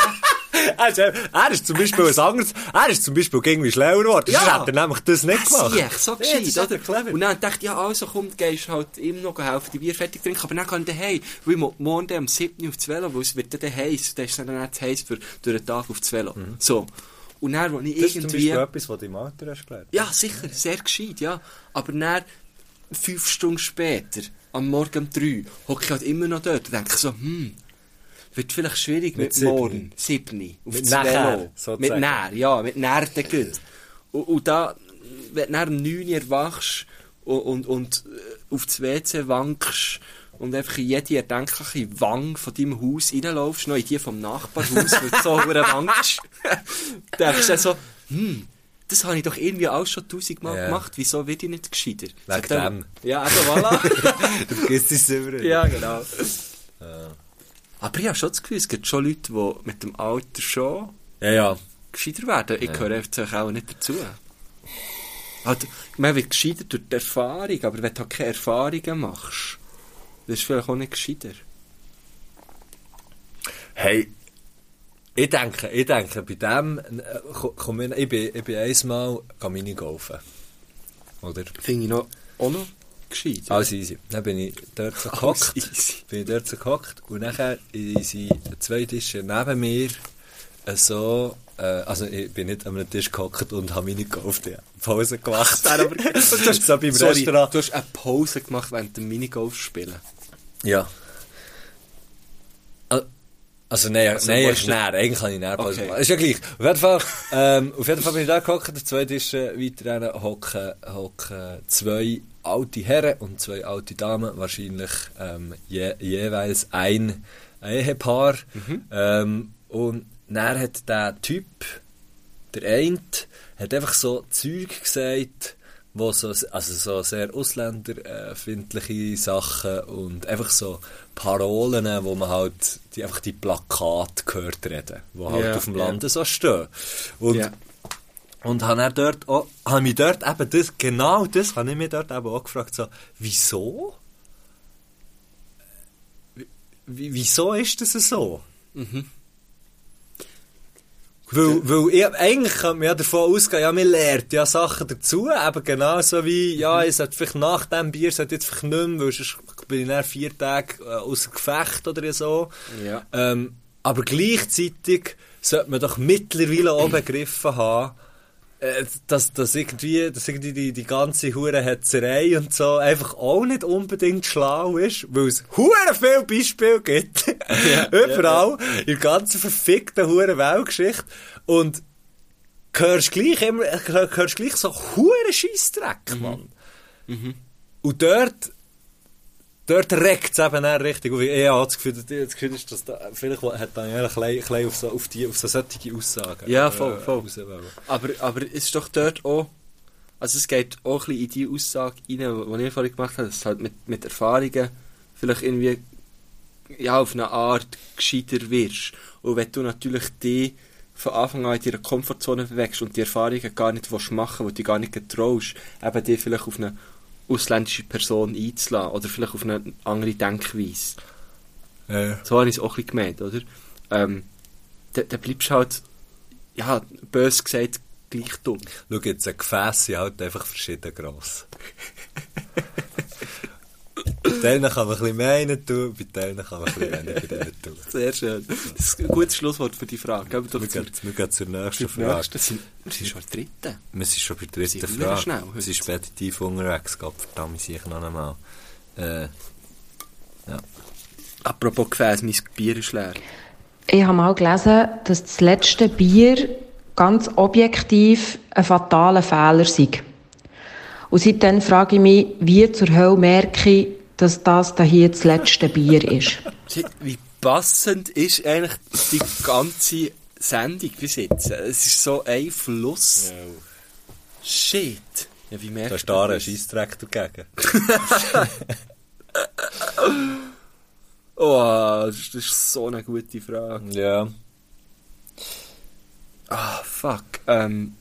[SPEAKER 6] Er ist, äh, er ist zum Beispiel ein anderes, er ist zum Beispiel irgendwie schlauer geworden.
[SPEAKER 5] Ja.
[SPEAKER 6] Sonst hätte er nämlich das nicht gemacht.
[SPEAKER 5] sieh, so gescheit,
[SPEAKER 6] das ist
[SPEAKER 5] oder?
[SPEAKER 6] eben clever.
[SPEAKER 5] Und dann dachte ich, ja, oh, also komm, du gehst halt ihm noch helfen, die Bier fertig trinken, aber dann kann ich daheim, weil ich muss morgen dann um 7 Uhr auf das Velo, weil es wird dann heiß, dann ist es dann nicht heiß für durch den Tag auf das Velo. So. Und dann, wo ich
[SPEAKER 6] das ist zum
[SPEAKER 5] irgendwie...
[SPEAKER 6] Beispiel etwas, was du im Alter hast gelernt.
[SPEAKER 5] Ja, sicher, sehr gescheit, ja. Aber dann, fünf Stunden später, am Morgen um drei, hocke ich halt immer noch dort und denke so, hm, wird vielleicht schwierig mit,
[SPEAKER 6] Mit siebni.
[SPEAKER 5] morgen, siebni, auf
[SPEAKER 6] Mit
[SPEAKER 5] das
[SPEAKER 6] nachher,
[SPEAKER 5] Velo. Mit
[SPEAKER 6] sozusagen.
[SPEAKER 5] näher, ja, mit näher dann geht. Und, und da, wenn du dann um neun Uhr erwachst und, und, und äh, auf das WC wankst und einfach in jede erdenkliche Wang von deinem Haus reinlaufst, noch in die vom Nachbarhaus, weil du so verdammt wankst, denkst du dann so, hm, das habe ich doch irgendwie auch schon tausendmal
[SPEAKER 6] Ja.
[SPEAKER 5] gemacht, wieso wird ich nicht gescheiter? Sagt
[SPEAKER 6] dem.
[SPEAKER 5] er, Ja, also voilà.
[SPEAKER 6] Du vergisst es immer.
[SPEAKER 5] ja, genau. Aber ich habe schon das Gefühl, es gibt schon Leute, die mit dem Alter schon
[SPEAKER 6] Ja, ja.
[SPEAKER 5] gescheiter werden. Ich gehöre einfach auch nicht dazu. Halt, man wird gescheiter durch die Erfahrung, aber wenn du halt keine Erfahrungen machst, wirst du vielleicht auch nicht gescheiter.
[SPEAKER 6] Hey, ich denke, ich denke, bei dem, äh, ko- komm, ich, ich bin, ich bin einmal, kann Minigolfen. Oder?
[SPEAKER 5] Finde ich noch, auch noch gescheiter.
[SPEAKER 6] Alles easy. Dann bin ich dort so
[SPEAKER 5] Alles
[SPEAKER 6] gehockt.
[SPEAKER 5] easy.
[SPEAKER 6] Bin ich dort so gehockt. Und nachher sind zwei Tische neben mir äh, so, äh, also ich bin nicht an einem Tisch gehockt und habe meine gekauft, ja. Pause gemacht.
[SPEAKER 5] Das wäre aber-
[SPEAKER 6] so beim
[SPEAKER 5] Sorry,
[SPEAKER 6] Restaurant.
[SPEAKER 5] Du hast eine Pause gemacht während dem Minigolf spielen.
[SPEAKER 6] Ja. Al- Also nein,
[SPEAKER 5] Also,
[SPEAKER 6] nein,
[SPEAKER 5] willst
[SPEAKER 6] ich
[SPEAKER 5] du-
[SPEAKER 6] näher. Eigentlich kann ich näher Pause
[SPEAKER 5] Okay.
[SPEAKER 6] machen. Ist ja gleich. Auf jeden Fall, ähm, auf jeden Fall bin ich da gehockt, der zweite ist äh, weiter rein, hocken, hocken zwei alte Herren und zwei alte Damen, wahrscheinlich ähm, je, jeweils ein Ehepaar. Ähm, und näher hat der Typ, der eine, hat einfach so Zeug gesagt, wo so, also so sehr ausländerfindliche Sachen und einfach so Parolen, wo man halt die, einfach die Plakate gehört reden, wo halt
[SPEAKER 5] Ja,
[SPEAKER 6] auf dem
[SPEAKER 5] ja.
[SPEAKER 6] Lande so stehen. Und,
[SPEAKER 5] Ja.
[SPEAKER 6] und habe dann dort auch, habe mich dort eben das, genau das habe ich mich dort eben auch gefragt, so, wieso? Wie- Wieso ist das so? Weil, weil ich, eigentlich könnte man ja davon ausgehen, ja, man lernt ja Sachen dazu, aber genauso wie, ja, ich sollte vielleicht nach dem Bier, sollte jetzt vielleicht nicht mehr, weil sonst bin ich dann vier Tage äh, außer Gefecht oder so.
[SPEAKER 5] Ja.
[SPEAKER 6] Ähm, aber gleichzeitig sollte man doch mittlerweile auch begriffen haben, äh, dass, dass irgendwie, dass irgendwie die, die ganze Hurenhetzerei und so einfach auch nicht unbedingt schlau ist, weil es Huren viele Beispiele gibt. Überall, in der ganzen verfickten Huren-Weltgeschichte. Und hörst gleich immer, hör- hörst gleich so hure
[SPEAKER 5] Mhm.
[SPEAKER 6] Scheissdreck, Mann. Und dort, dort regt es eben auch richtig auf. Ich habe das Gefühl, das das Gefühl ist, dass da, vielleicht hat Daniel ein klein, klein auf, so, auf, die, auf so solche Aussagen. äh,
[SPEAKER 5] Ja, voll, voll.
[SPEAKER 6] raus wollen.
[SPEAKER 5] Aber, aber es ist doch dort auch. Also es geht auch ein bisschen in die Aussage rein, die ich vorhin gemacht habe, dass du halt mit, mit Erfahrungen vielleicht irgendwie ja, auf eine Art gescheiter wirst. Und wenn du natürlich die von Anfang an in deiner Komfortzone bewegst und die Erfahrungen gar nicht willst machen willst, die gar nicht getraust, eben die vielleicht auf eine ausländische Person einzulassen oder vielleicht auf eine andere Denkweise.
[SPEAKER 6] Ja.
[SPEAKER 5] So habe ich es auch ein bisschen gemeint, oder? Ähm, dann, dann bleibst du halt, ja, bös gesagt, gleich dumm.
[SPEAKER 6] Schau, jetzt ein Gefäß sind halt einfach verschieden gross. bei denen kann man ein bisschen mehr rein tun, bei denen kann man ein bisschen weniger rein tun.
[SPEAKER 5] Sehr schön. Das ist ein gutes Schlusswort für die Frage. Gehen wir doch
[SPEAKER 6] Wir
[SPEAKER 5] zur,
[SPEAKER 6] gehen, wir gehen zur nächsten
[SPEAKER 5] zur
[SPEAKER 6] Frage.
[SPEAKER 5] nächsten. Sind- Wir sind schon der dritte.
[SPEAKER 6] Wir sind schon bei der
[SPEAKER 5] Sind
[SPEAKER 6] dritten
[SPEAKER 5] wir
[SPEAKER 6] Frage.
[SPEAKER 5] schnell heute?
[SPEAKER 6] es ist speditiv unterwegs, Gott verdammt, ich noch einmal. Äh,
[SPEAKER 5] Apropos Gefäß, mein Bier ist leer.
[SPEAKER 1] Ich habe mal gelesen, dass das letzte Bier ganz objektiv ein fataler Fehler sei. Und seitdem frage ich mich, wie zur Hölle merke ich, dass das da hier das letzte Bier ist.
[SPEAKER 5] Shit, wie passend ist eigentlich die ganze Sendung bis jetzt? Es ist so ein Fluss. Shit. Ja, wie merkt
[SPEAKER 6] Da ist
[SPEAKER 5] man
[SPEAKER 6] da ein
[SPEAKER 5] das?
[SPEAKER 6] Scheissdreck dagegen.
[SPEAKER 5] Oh, das ist- das ist so eine gute Frage.
[SPEAKER 6] Ja.
[SPEAKER 5] Ah, fuck. Ähm,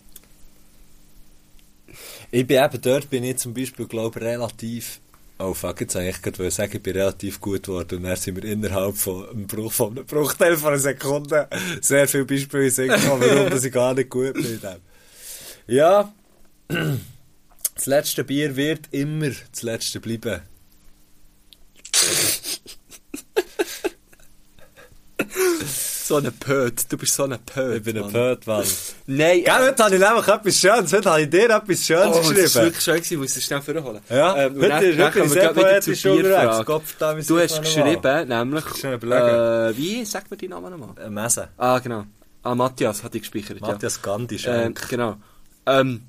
[SPEAKER 6] Ich bin eben dort, bin ich zum Beispiel, glaube ich, relativ... Oh fuck, jetzt wollte ich gerade sagen, ich bin relativ gut geworden. Und dann sind wir innerhalb von einem, Bruch, von einem Bruchteil von einer Sekunde sehr viele Beispiele sehen kann, warum dass ich gar nicht gut bin. in dem. Ja, das letzte Bier wird immer das letzte bleiben.
[SPEAKER 5] so eine Pöt. Du bist so eine Pöt.
[SPEAKER 6] Ich bin ein
[SPEAKER 5] Mann.
[SPEAKER 6] Pöt, Mann.
[SPEAKER 5] Nein,
[SPEAKER 6] Gell, heute habe ich nämlich etwas Schönes. Heute habe ich dir etwas Schönes
[SPEAKER 5] Oh, das ist
[SPEAKER 6] geschrieben.
[SPEAKER 5] wirklich schön gewesen, ich muss es schnell vorholen.
[SPEAKER 6] Ja,
[SPEAKER 5] Ähm, und
[SPEAKER 6] heute
[SPEAKER 5] dann-
[SPEAKER 6] ist-
[SPEAKER 5] dann
[SPEAKER 6] heute
[SPEAKER 5] kommen
[SPEAKER 6] ist
[SPEAKER 5] wir
[SPEAKER 6] sehr
[SPEAKER 5] gleich wieder
[SPEAKER 6] poetisch
[SPEAKER 5] zur Bierfrage.
[SPEAKER 6] unterwegs. Kopf da, wir
[SPEAKER 5] Du
[SPEAKER 6] sind
[SPEAKER 5] hast
[SPEAKER 6] noch mal.
[SPEAKER 5] geschrieben, nämlich...
[SPEAKER 6] Schnell überlegen.
[SPEAKER 5] Äh, wie? Sag mir deinen Namen nochmal.
[SPEAKER 6] Ein Mesen.
[SPEAKER 5] Ah, genau. Ah, Matthias hat ich gespeichert,
[SPEAKER 6] Matthias Gandhi,
[SPEAKER 5] ja. Ähm,
[SPEAKER 6] Schenk.
[SPEAKER 5] genau. Ähm,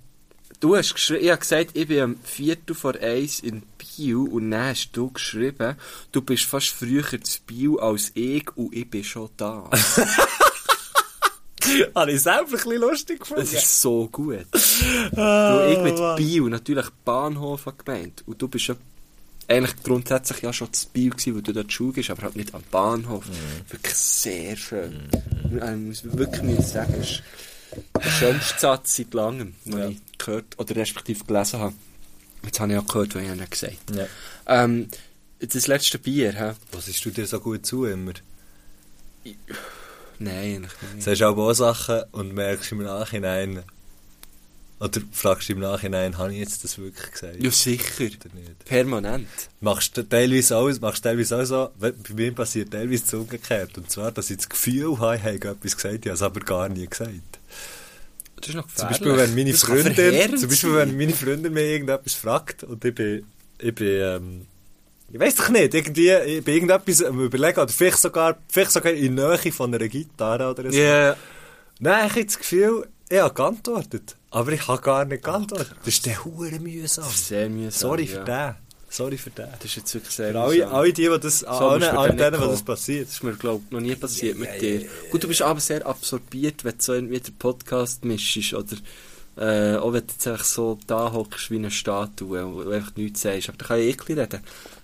[SPEAKER 5] du hast geschrieben, ich habe gesagt, ich bin am Viertel vor eins in Bio und dann hast du geschrieben, du bist fast früher zu Bio als ich und ich bin schon da.
[SPEAKER 6] Habe ich selber ein bisschen lustig gefunden.
[SPEAKER 5] Das ist so gut.
[SPEAKER 6] Ah,
[SPEAKER 5] Weil ich mit
[SPEAKER 6] Mann.
[SPEAKER 5] Bio natürlich Bahnhof habe gemeint. Und du bist ja eigentlich grundsätzlich ja schon zu Bio gewesen, weil du dort Schule bist, aber halt nicht am Bahnhof. Wirklich sehr schön. Äh, Ich muss wirklich nicht sagen, es ist der schönste Satz seit langem, den
[SPEAKER 6] Ja.
[SPEAKER 5] ich gehört oder respektive gelesen habe. Jetzt habe ich auch gehört, was ich ihnen gesagt habe.
[SPEAKER 6] Ja.
[SPEAKER 5] Ähm, das letzte Bier, hä?
[SPEAKER 6] Was ist du dir so gut zu immer?
[SPEAKER 5] Nein, eigentlich nicht.
[SPEAKER 6] Sagst Mhm. du auch Sachen und merkst im Nachhinein, oder fragst im Nachhinein, habe ich jetzt das wirklich gesagt?
[SPEAKER 5] Ja, sicher.
[SPEAKER 6] Oder nicht?
[SPEAKER 5] Permanent.
[SPEAKER 6] Machst du teilweise auch, machst teilweise auch so, we- bei mir passiert teilweise das umgekehrt. Und zwar, dass ich das Gefühl habe, ich habe etwas gesagt, ich habe es aber gar nie gesagt.
[SPEAKER 5] Das ist noch
[SPEAKER 6] Zum
[SPEAKER 5] gefährlich.
[SPEAKER 6] Beispiel, wenn meine
[SPEAKER 5] Das kann
[SPEAKER 6] Freundin,
[SPEAKER 5] verheerend
[SPEAKER 6] zum Beispiel, wenn meine Freundin mir irgendetwas fragt und ich bin, ich bin, ähm, ich weiß doch nicht, irgendwie, ich bin irgendetwas am überlegen oder vielleicht sogar, vielleicht sogar in Nähe von einer Gitarre oder so.
[SPEAKER 5] sein. Ja.
[SPEAKER 6] Nein, ich habe das Gefühl, ich habe geantwortet, aber ich habe gar nicht geantwortet. das ist der hure mühsam.
[SPEAKER 5] Sehr mühsam.
[SPEAKER 6] Sorry
[SPEAKER 5] ja.
[SPEAKER 6] für den. Sorry für den.
[SPEAKER 5] Das ist jetzt wirklich sehr
[SPEAKER 6] Für alle,
[SPEAKER 5] mühsam.
[SPEAKER 6] alle die, die das, allen,
[SPEAKER 5] musst du
[SPEAKER 6] allen
[SPEAKER 5] dann nicht
[SPEAKER 6] denen, wo das
[SPEAKER 5] kommen.
[SPEAKER 6] passiert.
[SPEAKER 5] Das ist mir, glaube ich, noch nie passiert mit dir. Gut, du bist aber sehr absorbiert, wenn du so irgendwie den Podcast mischst oder äh, auch wenn du jetzt einfach so da hockst wie eine Statue und einfach nichts sagst. Aber da kann ich eklig reden.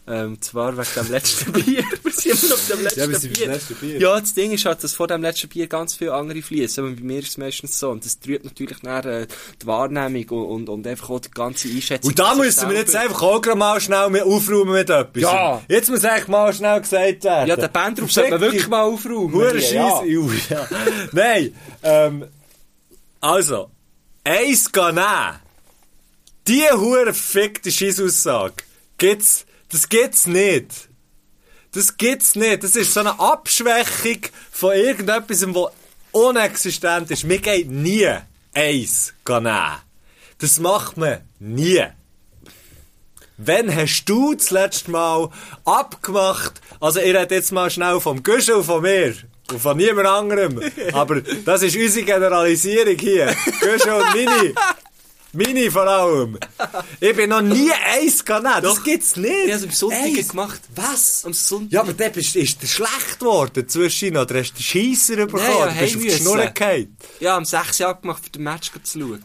[SPEAKER 5] Ähm, und zwar wegen dem letzten Bier. Wir sind immer noch bei dem letzten
[SPEAKER 6] Ja, wir sind beim
[SPEAKER 5] Bier.
[SPEAKER 6] letzten Bier.
[SPEAKER 5] Ja, das Ding ist halt, dass vor dem letzten Bier ganz viele andere fließen. Aber bei mir ist es meistens so. Und das trübt natürlich dann, äh, die Wahrnehmung und, und, und einfach auch die ganze Einschätzung.
[SPEAKER 6] Und da
[SPEAKER 5] von sich
[SPEAKER 6] müssen wir jetzt
[SPEAKER 5] selber.
[SPEAKER 6] einfach auch gerade mal schnell mit- aufräumen mit etwas.
[SPEAKER 5] Ja.
[SPEAKER 6] Jetzt muss echt mal schnell gesagt werden.
[SPEAKER 5] Ja, der Bandruf sollte man wirklich mal aufräumen.
[SPEAKER 6] Hure
[SPEAKER 5] Hier,
[SPEAKER 6] Scheiße. Ja. Nein, ähm, also, eins kann nehmen. Die hure fickte Scheissaussage gibt's, das gibt's nicht. Das gibt's nicht. Das ist so eine Abschwächung von irgendetwas, was unexistent ist. Mir geht nie eins gehen nehmen. Das macht man nie. Wann hast du das letzte Mal abgemacht? Also, ich rede jetzt mal schnell vom Güschel und von mir. Und von niemand anderem. Aber das ist unsere Generalisierung hier. Güschel und Mini. Mini vor allem. Ich bin noch nie eins gegangen. Das
[SPEAKER 5] Doch.
[SPEAKER 6] gibt's nicht.
[SPEAKER 5] Ich habe es am Sonntag
[SPEAKER 6] Eins.
[SPEAKER 5] gemacht.
[SPEAKER 6] Was?
[SPEAKER 5] Am Sonntag.
[SPEAKER 6] Ja, aber dann bist, ist der schlecht geworden zwischen oder hast du Scheisser bekommen?
[SPEAKER 5] ja,
[SPEAKER 6] du bist
[SPEAKER 5] heim
[SPEAKER 6] auf die Schnur
[SPEAKER 5] müssen.
[SPEAKER 6] gefallen.
[SPEAKER 5] Ja, am 6 Uhr abgemacht, für den Match zu schauen.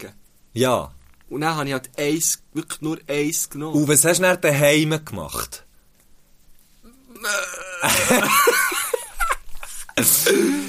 [SPEAKER 6] Ja.
[SPEAKER 5] Und dann habe ich halt eins, wirklich nur eins genommen.
[SPEAKER 6] Und was hast du dann daheim gemacht?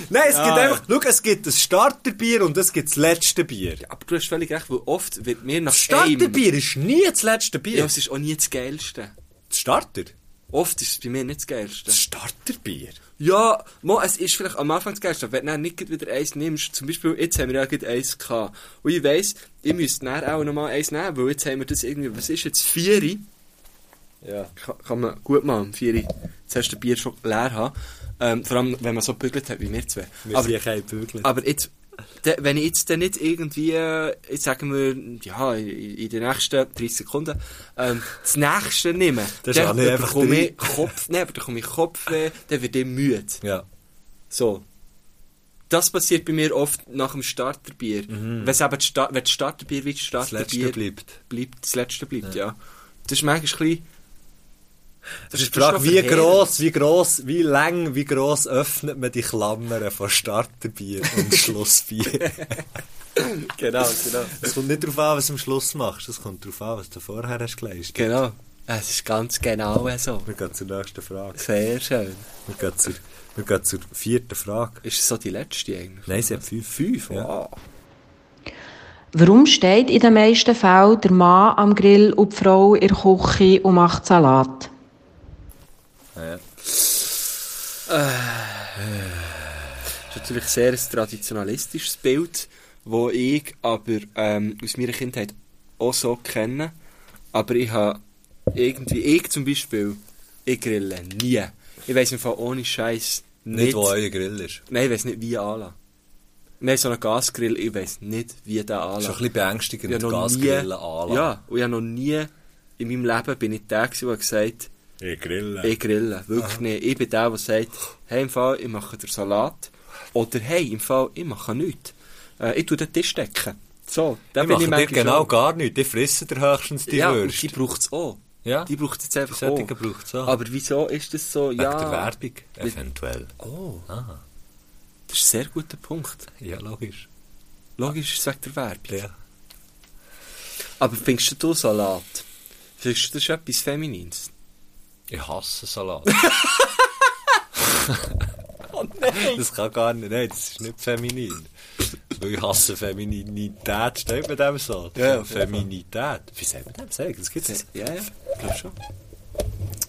[SPEAKER 6] Nein, es gibt einfach, schau, es gibt ein Starterbier und es gibt das letzte Bier.
[SPEAKER 5] Aber du hast völlig recht, weil oft wird mir nach
[SPEAKER 6] Das
[SPEAKER 5] einem...
[SPEAKER 6] Starterbier ist nie das letzte
[SPEAKER 5] Ja,
[SPEAKER 6] Bier.
[SPEAKER 5] es ist auch nie das Geilste.
[SPEAKER 6] Das Starter?
[SPEAKER 5] Oft ist es bei mir nicht das Geilste.
[SPEAKER 6] Das Starterbier?
[SPEAKER 5] Ja, mo, es ist vielleicht am Anfang das Geilste, aber wenn du dann nicht gleich wieder eins nimmst, zum Beispiel, jetzt haben wir ja gerade eins gehabt. Und ich weiss, ich müsste dann auch nochmal eins nehmen, weil jetzt haben wir das irgendwie, was ist jetzt, Vieri?
[SPEAKER 6] Ja.
[SPEAKER 5] Kann, kann man gut machen, Vieri. Jetzt hast du den Bier schon leer haben. Ähm, vor allem, wenn man so gebügelt hat wie wir zwei.
[SPEAKER 6] Wir
[SPEAKER 5] Aber-
[SPEAKER 6] sind ja keine Vögel.
[SPEAKER 5] Aber jetzt, de, wenn ich jetzt dann nicht irgendwie, äh, jetzt sagen wir, ja, in in den nächsten 30 Sekunden, ähm, das nächste nehme,
[SPEAKER 6] Das ist auch
[SPEAKER 5] dann
[SPEAKER 6] nicht einfach
[SPEAKER 5] bekomme
[SPEAKER 6] drei.
[SPEAKER 5] ich Kopf, nee, aber dann bekomme ich Kopfweh, dann wird ich müde.
[SPEAKER 6] Ja.
[SPEAKER 5] So. das passiert bei mir oft nach dem Starterbier. Wenn es eben, die Sta- wenn das Starterbier wie das
[SPEAKER 6] Mhm. Das letzte
[SPEAKER 5] Starterbier
[SPEAKER 6] bleibt.
[SPEAKER 5] bleibt, das letzte bleibt, ja. Das ist manchmal ein bisschen...
[SPEAKER 6] Das ist die
[SPEAKER 5] das ist
[SPEAKER 6] Frage,
[SPEAKER 5] noch
[SPEAKER 6] wie
[SPEAKER 5] verheerend.
[SPEAKER 6] gross, wie gross, wie lang, wie gross öffnet man die Klammern von Starterbier und Schlussbier?
[SPEAKER 5] Genau, genau.
[SPEAKER 6] Es kommt nicht darauf an, was du am Schluss machst, es kommt darauf an, was du vorher hast geleistet.
[SPEAKER 5] Genau. Es ist ganz genau so.
[SPEAKER 6] Wir gehen zur nächsten Frage.
[SPEAKER 5] Sehr schön.
[SPEAKER 6] Wir gehen zur, wir gehen zur vierten Frage.
[SPEAKER 5] Ist es so die letzte eigentlich?
[SPEAKER 6] Nein, sie hat fünf. Fünf? Ja.
[SPEAKER 5] Wow.
[SPEAKER 1] Warum steht in den meisten Fällen der Mann am Grill und die Frau in der Küche und macht Salat?
[SPEAKER 5] Das ist natürlich sehr ein traditionalistisches Bild, das ich aber ähm, aus meiner Kindheit auch so kenne. Aber ich habe irgendwie, ich zum Beispiel, ich grille nie. Ich weiss im Fall ohne Scheiß nicht,
[SPEAKER 6] Nicht, wo euer Grill ist.
[SPEAKER 5] Nein, ich weiss nicht, wie anlassen. Wir haben so einen Gasgrill, ich weiss nicht, wie der
[SPEAKER 6] Das ist schon ein
[SPEAKER 5] anlassen.
[SPEAKER 6] bisschen beängstigend,
[SPEAKER 5] Ich habe noch nie-
[SPEAKER 6] Gasgrillen anlassen.
[SPEAKER 5] Ja, und ich habe noch nie in meinem Leben bin ich der gewesen, der gesagt hat,
[SPEAKER 6] Ich grille.
[SPEAKER 5] Ich grille, wirklich nicht. Ich bin der, der sagt, hey, im Fall, ich mache den Salat. Oder hey, im Fall, ich mache nichts. Äh, ich tue den Tisch decken. So, da
[SPEAKER 6] Ich mache dir
[SPEAKER 5] manchmal
[SPEAKER 6] genau
[SPEAKER 5] schon.
[SPEAKER 6] gar nichts. Die fressen dir höchstens die
[SPEAKER 5] ja, und
[SPEAKER 6] Würst.
[SPEAKER 5] die braucht es auch.
[SPEAKER 6] Ja.
[SPEAKER 5] Die braucht es jetzt einfach
[SPEAKER 6] Solche
[SPEAKER 5] auch.
[SPEAKER 6] braucht's auch.
[SPEAKER 5] Aber wieso ist das so?
[SPEAKER 6] Wegen
[SPEAKER 5] ja,
[SPEAKER 6] der Werbung, eventuell.
[SPEAKER 5] Oh,
[SPEAKER 6] Ah,
[SPEAKER 5] das ist ein sehr guter Punkt.
[SPEAKER 6] ja, logisch.
[SPEAKER 5] Logisch ist es wegen der Werbung.
[SPEAKER 6] Ja.
[SPEAKER 5] Aber findest du Salat? Findest du das ist etwas Feminines?
[SPEAKER 6] Ich hasse Salat.
[SPEAKER 5] Oh
[SPEAKER 6] Das kann gar nicht. Nein, das ist nicht feminin. Weil ich hasse Femininität. Steht man dem so?
[SPEAKER 5] Ja, auf jeden
[SPEAKER 6] Feminität. Wie sagt man dem? Sagen, das gibt's nicht.
[SPEAKER 5] Ja, ja, ich glaube schon.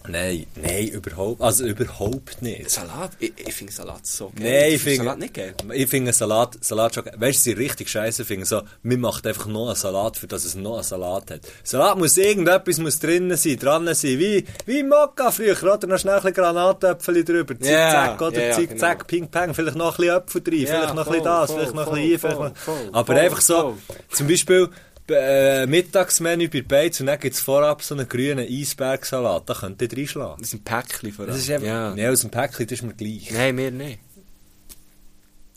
[SPEAKER 6] Nein, nein, überhaupt. Also überhaupt nicht.
[SPEAKER 5] Salat? Ich, ich finde Salat so geil.
[SPEAKER 6] Nein, ich
[SPEAKER 5] find
[SPEAKER 6] finde.
[SPEAKER 5] Salat nicht geil.
[SPEAKER 6] Ich finde Salat, Salat schon geil. Weißt du, sie richtig scheiße finden? So, man macht einfach noch einen Salat, für dass es noch einen Salat hat. Salat muss irgendetwas muss drinnen sein, dran sein. Wie, wie Mokka früher, oder? Noch schnell ein bisschen Granatäpfel drüber. Zick,
[SPEAKER 5] Ja,
[SPEAKER 6] zack, oder?
[SPEAKER 5] ja,
[SPEAKER 6] Zick,
[SPEAKER 5] genau.
[SPEAKER 6] zack, ping, pang. Vielleicht noch ein bisschen Äpfel drin, vielleicht noch ein bisschen
[SPEAKER 5] voll,
[SPEAKER 6] das,
[SPEAKER 5] voll,
[SPEAKER 6] vielleicht noch ein
[SPEAKER 5] voll,
[SPEAKER 6] bisschen hier, vielleicht
[SPEAKER 5] voll,
[SPEAKER 6] noch.
[SPEAKER 5] voll,
[SPEAKER 6] Aber
[SPEAKER 5] voll,
[SPEAKER 6] einfach so, zum Beispiel, äh, Mittagsmenü bei Beiz und dann gibt es vorab so einen grünen Eisbergsalat. Da könnt ihr reinschlagen.
[SPEAKER 5] Das ist ein Päckchen vor allem.
[SPEAKER 6] Das ist einfach,
[SPEAKER 5] ja.
[SPEAKER 6] nee, aus dem Päckchen, das ist mir gleich.
[SPEAKER 5] Nein, mir nicht.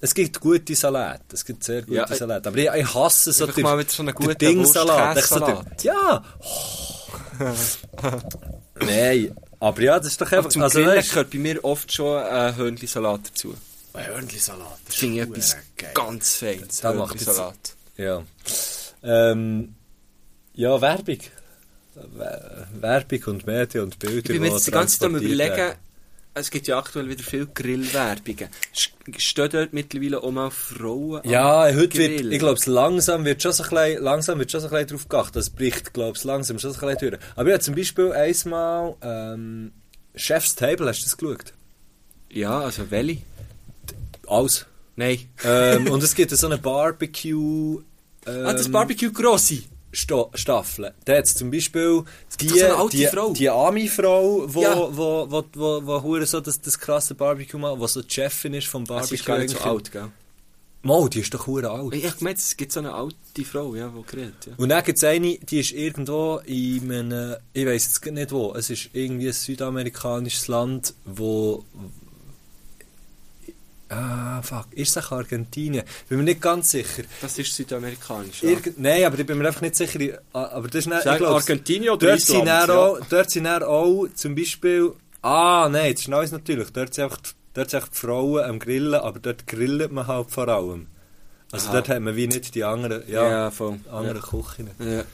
[SPEAKER 6] Es gibt gute Salate, es gibt sehr gute
[SPEAKER 5] Ja, ich-
[SPEAKER 6] Salate. Aber ich, ich hasse so
[SPEAKER 5] Einfach mal wieder so einen guten
[SPEAKER 6] Dingsalat. Ich So der,
[SPEAKER 5] Wurstkäsesalat.
[SPEAKER 6] ja! Nein, aber ja, das ist doch
[SPEAKER 5] Aber
[SPEAKER 6] einfach...
[SPEAKER 5] zum
[SPEAKER 6] Also,
[SPEAKER 5] Grillen
[SPEAKER 6] weißt,
[SPEAKER 5] gehört bei mir oft schon äh, Hörnchensalat dazu.
[SPEAKER 6] ein Hörnli-Salat.
[SPEAKER 5] Das finde ich etwas ganz Feines,
[SPEAKER 6] Da macht jetzt-
[SPEAKER 5] Hörnchensalat.
[SPEAKER 6] Ja. Ähm, ja, Werbung. We- Werbung und Medien und Bilder,
[SPEAKER 5] Ich bin mir
[SPEAKER 6] die
[SPEAKER 5] jetzt die ganze Zeit am
[SPEAKER 6] transportiert
[SPEAKER 5] überlegen,
[SPEAKER 6] werden.
[SPEAKER 5] es gibt ja aktuell wieder viele Grillwerbungen. Sch- Stehen dort mittlerweile auch mal Frauen am
[SPEAKER 6] Ja, heute wird,
[SPEAKER 5] Grill?
[SPEAKER 6] ich glaube, langsam wird schon so ein bisschen, langsam wird schon so ein bisschen drauf geachtet. Das bricht, glaube ich, langsam schon so ein bisschen durch. Aber ja, zum Beispiel einmal, ähm, Chef's Table, hast du das geschaut?
[SPEAKER 5] Ja, also welche?
[SPEAKER 6] Alles.
[SPEAKER 5] Nein.
[SPEAKER 6] ähm, und es gibt so eine Barbecue, ähm,
[SPEAKER 5] ah, das Barbecue Grossi.
[SPEAKER 6] Sto Staffel. Da hat zum Beispiel die,
[SPEAKER 5] doch so eine alte
[SPEAKER 6] die,
[SPEAKER 5] Frau.
[SPEAKER 6] die Ami-Frau, die
[SPEAKER 5] Ja.
[SPEAKER 6] wo, wo, wo, wo, wo, hure so das, das krasse Barbecue macht, die so die Chefin ist vom
[SPEAKER 5] Das
[SPEAKER 6] Barbecue.
[SPEAKER 5] ist gar nicht so
[SPEAKER 6] eigentlich.
[SPEAKER 5] alt, gell?
[SPEAKER 6] Mo, die ist doch hure alt.
[SPEAKER 5] Ich habe gemeint, es gibt so eine alte Frau, ja, die grillt. Ja.
[SPEAKER 6] Und dann gibt es eine, die ist irgendwo in einem, ich weiß jetzt gerade nicht wo, es ist irgendwie ein südamerikanisches Land, wo... Ah, fuck, ist das Argentinien? Bin mir nicht ganz sicher.
[SPEAKER 5] Das ist südamerikanisch. Ja.
[SPEAKER 6] Irgend, nein, aber ich bin mir einfach nicht sicher. ich- ah, Aber das ist dann,
[SPEAKER 5] Sag
[SPEAKER 6] ich glaub's-
[SPEAKER 5] Argentinien oder
[SPEAKER 6] dort sind,
[SPEAKER 5] Island?
[SPEAKER 6] dann
[SPEAKER 5] ja.
[SPEAKER 6] auch, dort sind dann auch zum Beispiel... Ah, nein, das ist neues natürlich. Dort sind, einfach, die- dort sind einfach die Frauen am Grillen, aber dort grillt man halt vor allem. Also
[SPEAKER 5] Aha.
[SPEAKER 6] dort hat man wie nicht die anderen...
[SPEAKER 5] Ja,
[SPEAKER 6] Ja,
[SPEAKER 5] voll.
[SPEAKER 6] anderen Küchen.
[SPEAKER 5] Ja. Ja.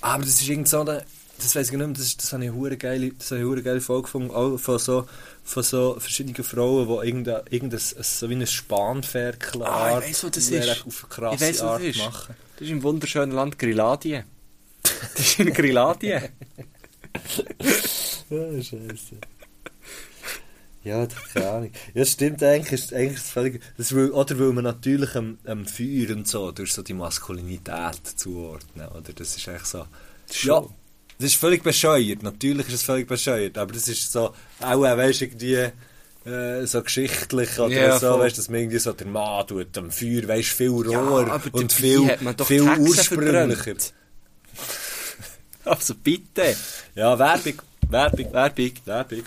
[SPEAKER 6] Ah, Aber das ist irgend so eine, das weiß ich nicht mehr, das, ist- das habe ich eine hure geile, das habe ich eine hure geile Folge von, auch von so, von so verschiedenen Frauen, die irgendein, irgendein, so wie ein Spanferkel
[SPEAKER 5] Ah, ich weiss, wo das ist.
[SPEAKER 6] auf eine
[SPEAKER 5] Ich
[SPEAKER 6] krasse
[SPEAKER 5] weiss, wo das
[SPEAKER 6] Art
[SPEAKER 5] ist.
[SPEAKER 6] machen.
[SPEAKER 5] Das ist im wunderschönen Land Grilladien. Das ist in Grilladien.
[SPEAKER 6] Ja, scheiße. Ja, das keine Ahnung. Ja, stimmt, eigentlich ist, eigentlich ist es völlig, das will, oder will man natürlich am, am Feuer und so, durch so die Maskulinität zuordnen, oder? Das ist echt so. Ja, das ist völlig bescheuert, natürlich ist es völlig bescheuert, aber das ist so, auch, weißt du, irgendwie, äh, so geschichtlich oder
[SPEAKER 5] Ja,
[SPEAKER 6] so,
[SPEAKER 5] voll.
[SPEAKER 6] weißt du, dass man irgendwie so der Mann tut am Feuer, weißt du, viel
[SPEAKER 5] Ja,
[SPEAKER 6] roher
[SPEAKER 5] aber dabei
[SPEAKER 6] und viel,
[SPEAKER 5] hat man doch
[SPEAKER 6] viel
[SPEAKER 5] die Hexen
[SPEAKER 6] ursprünglicher.
[SPEAKER 5] verbrannt. Also bitte.
[SPEAKER 6] Ja, Werbung, Werbung,
[SPEAKER 5] Werbung.
[SPEAKER 6] Werbung.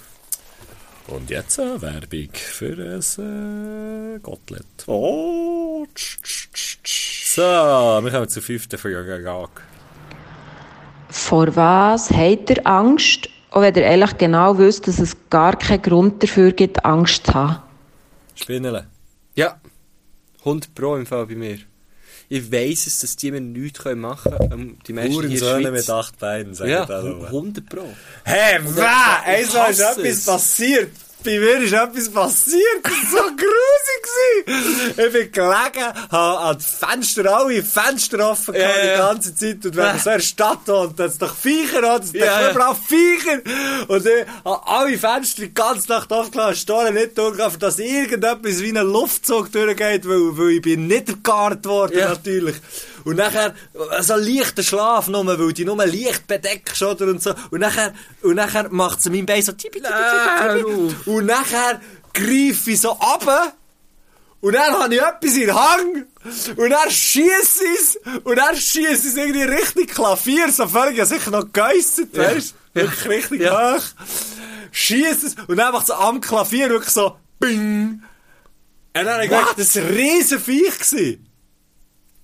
[SPEAKER 2] Und jetzt äh, Werbung für ein äh, Gottlet. Oh, tsch, tsch, tsch, tsch. So, wir kommen zur fünften Frage.
[SPEAKER 1] Vor was habt ihr Angst? Auch wenn ihr ehrlich genau wisst, dass es gar keinen Grund dafür gibt, Angst zu haben.
[SPEAKER 6] Spinnele.
[SPEAKER 5] Ja, 100 Pro im Fall bei mir. Ich weiss es, dass die mir nichts können machen können. Ähm, Die Menschen hier in der
[SPEAKER 6] Hurensöhne
[SPEAKER 5] Schweiz.
[SPEAKER 6] mit acht Beinen, sagen
[SPEAKER 5] ja,
[SPEAKER 6] da nur.
[SPEAKER 5] 100 Pro.
[SPEAKER 6] Hey, wah!
[SPEAKER 5] ich
[SPEAKER 6] Also ist
[SPEAKER 5] hasse
[SPEAKER 6] etwas
[SPEAKER 5] es.
[SPEAKER 6] passiert. Bei mir ist etwas passiert. Das war so grusig. gewesen. Ich bin gelegen, habe an die Fenster, alle Fenster offen gehabt
[SPEAKER 5] Ja, ja.
[SPEAKER 6] die ganze Zeit. Und wenn man so in der Stadt wohnt, dann ist doch Viecher, oder? Das
[SPEAKER 5] Ja, ja.
[SPEAKER 6] ja, überall Viecher. Und ich habe alle Fenster die ganze Nacht offen gelassen, Storen nicht durchgelaufen, dass irgendetwas wie ein Luftzug durchgeht, weil, weil ich bin niedergegart worden,
[SPEAKER 5] Ja.
[SPEAKER 6] natürlich. Und nachher, so leichter Schlaf nur, weil die nur leicht bedeckst, oder, und so. Und nachher, und nachher macht sie mein Bein so tippi, tippi, tippi, tippi. Und nachher greife ich so runter. Und dann habe ich etwas in den Hang. Und dann schiesse ich es. Und dann schiesse ich es irgendwie richtig Klavier. So völlig, ja sicher noch gegeistet,
[SPEAKER 5] Ja.
[SPEAKER 6] weißt du? Wirklich richtig
[SPEAKER 5] Ja.
[SPEAKER 6] hoch. Schiesse es. Und dann macht es am Klavier wirklich so Bing. Und dann habe ich gedacht, das war ein riesen Viech. gewesen.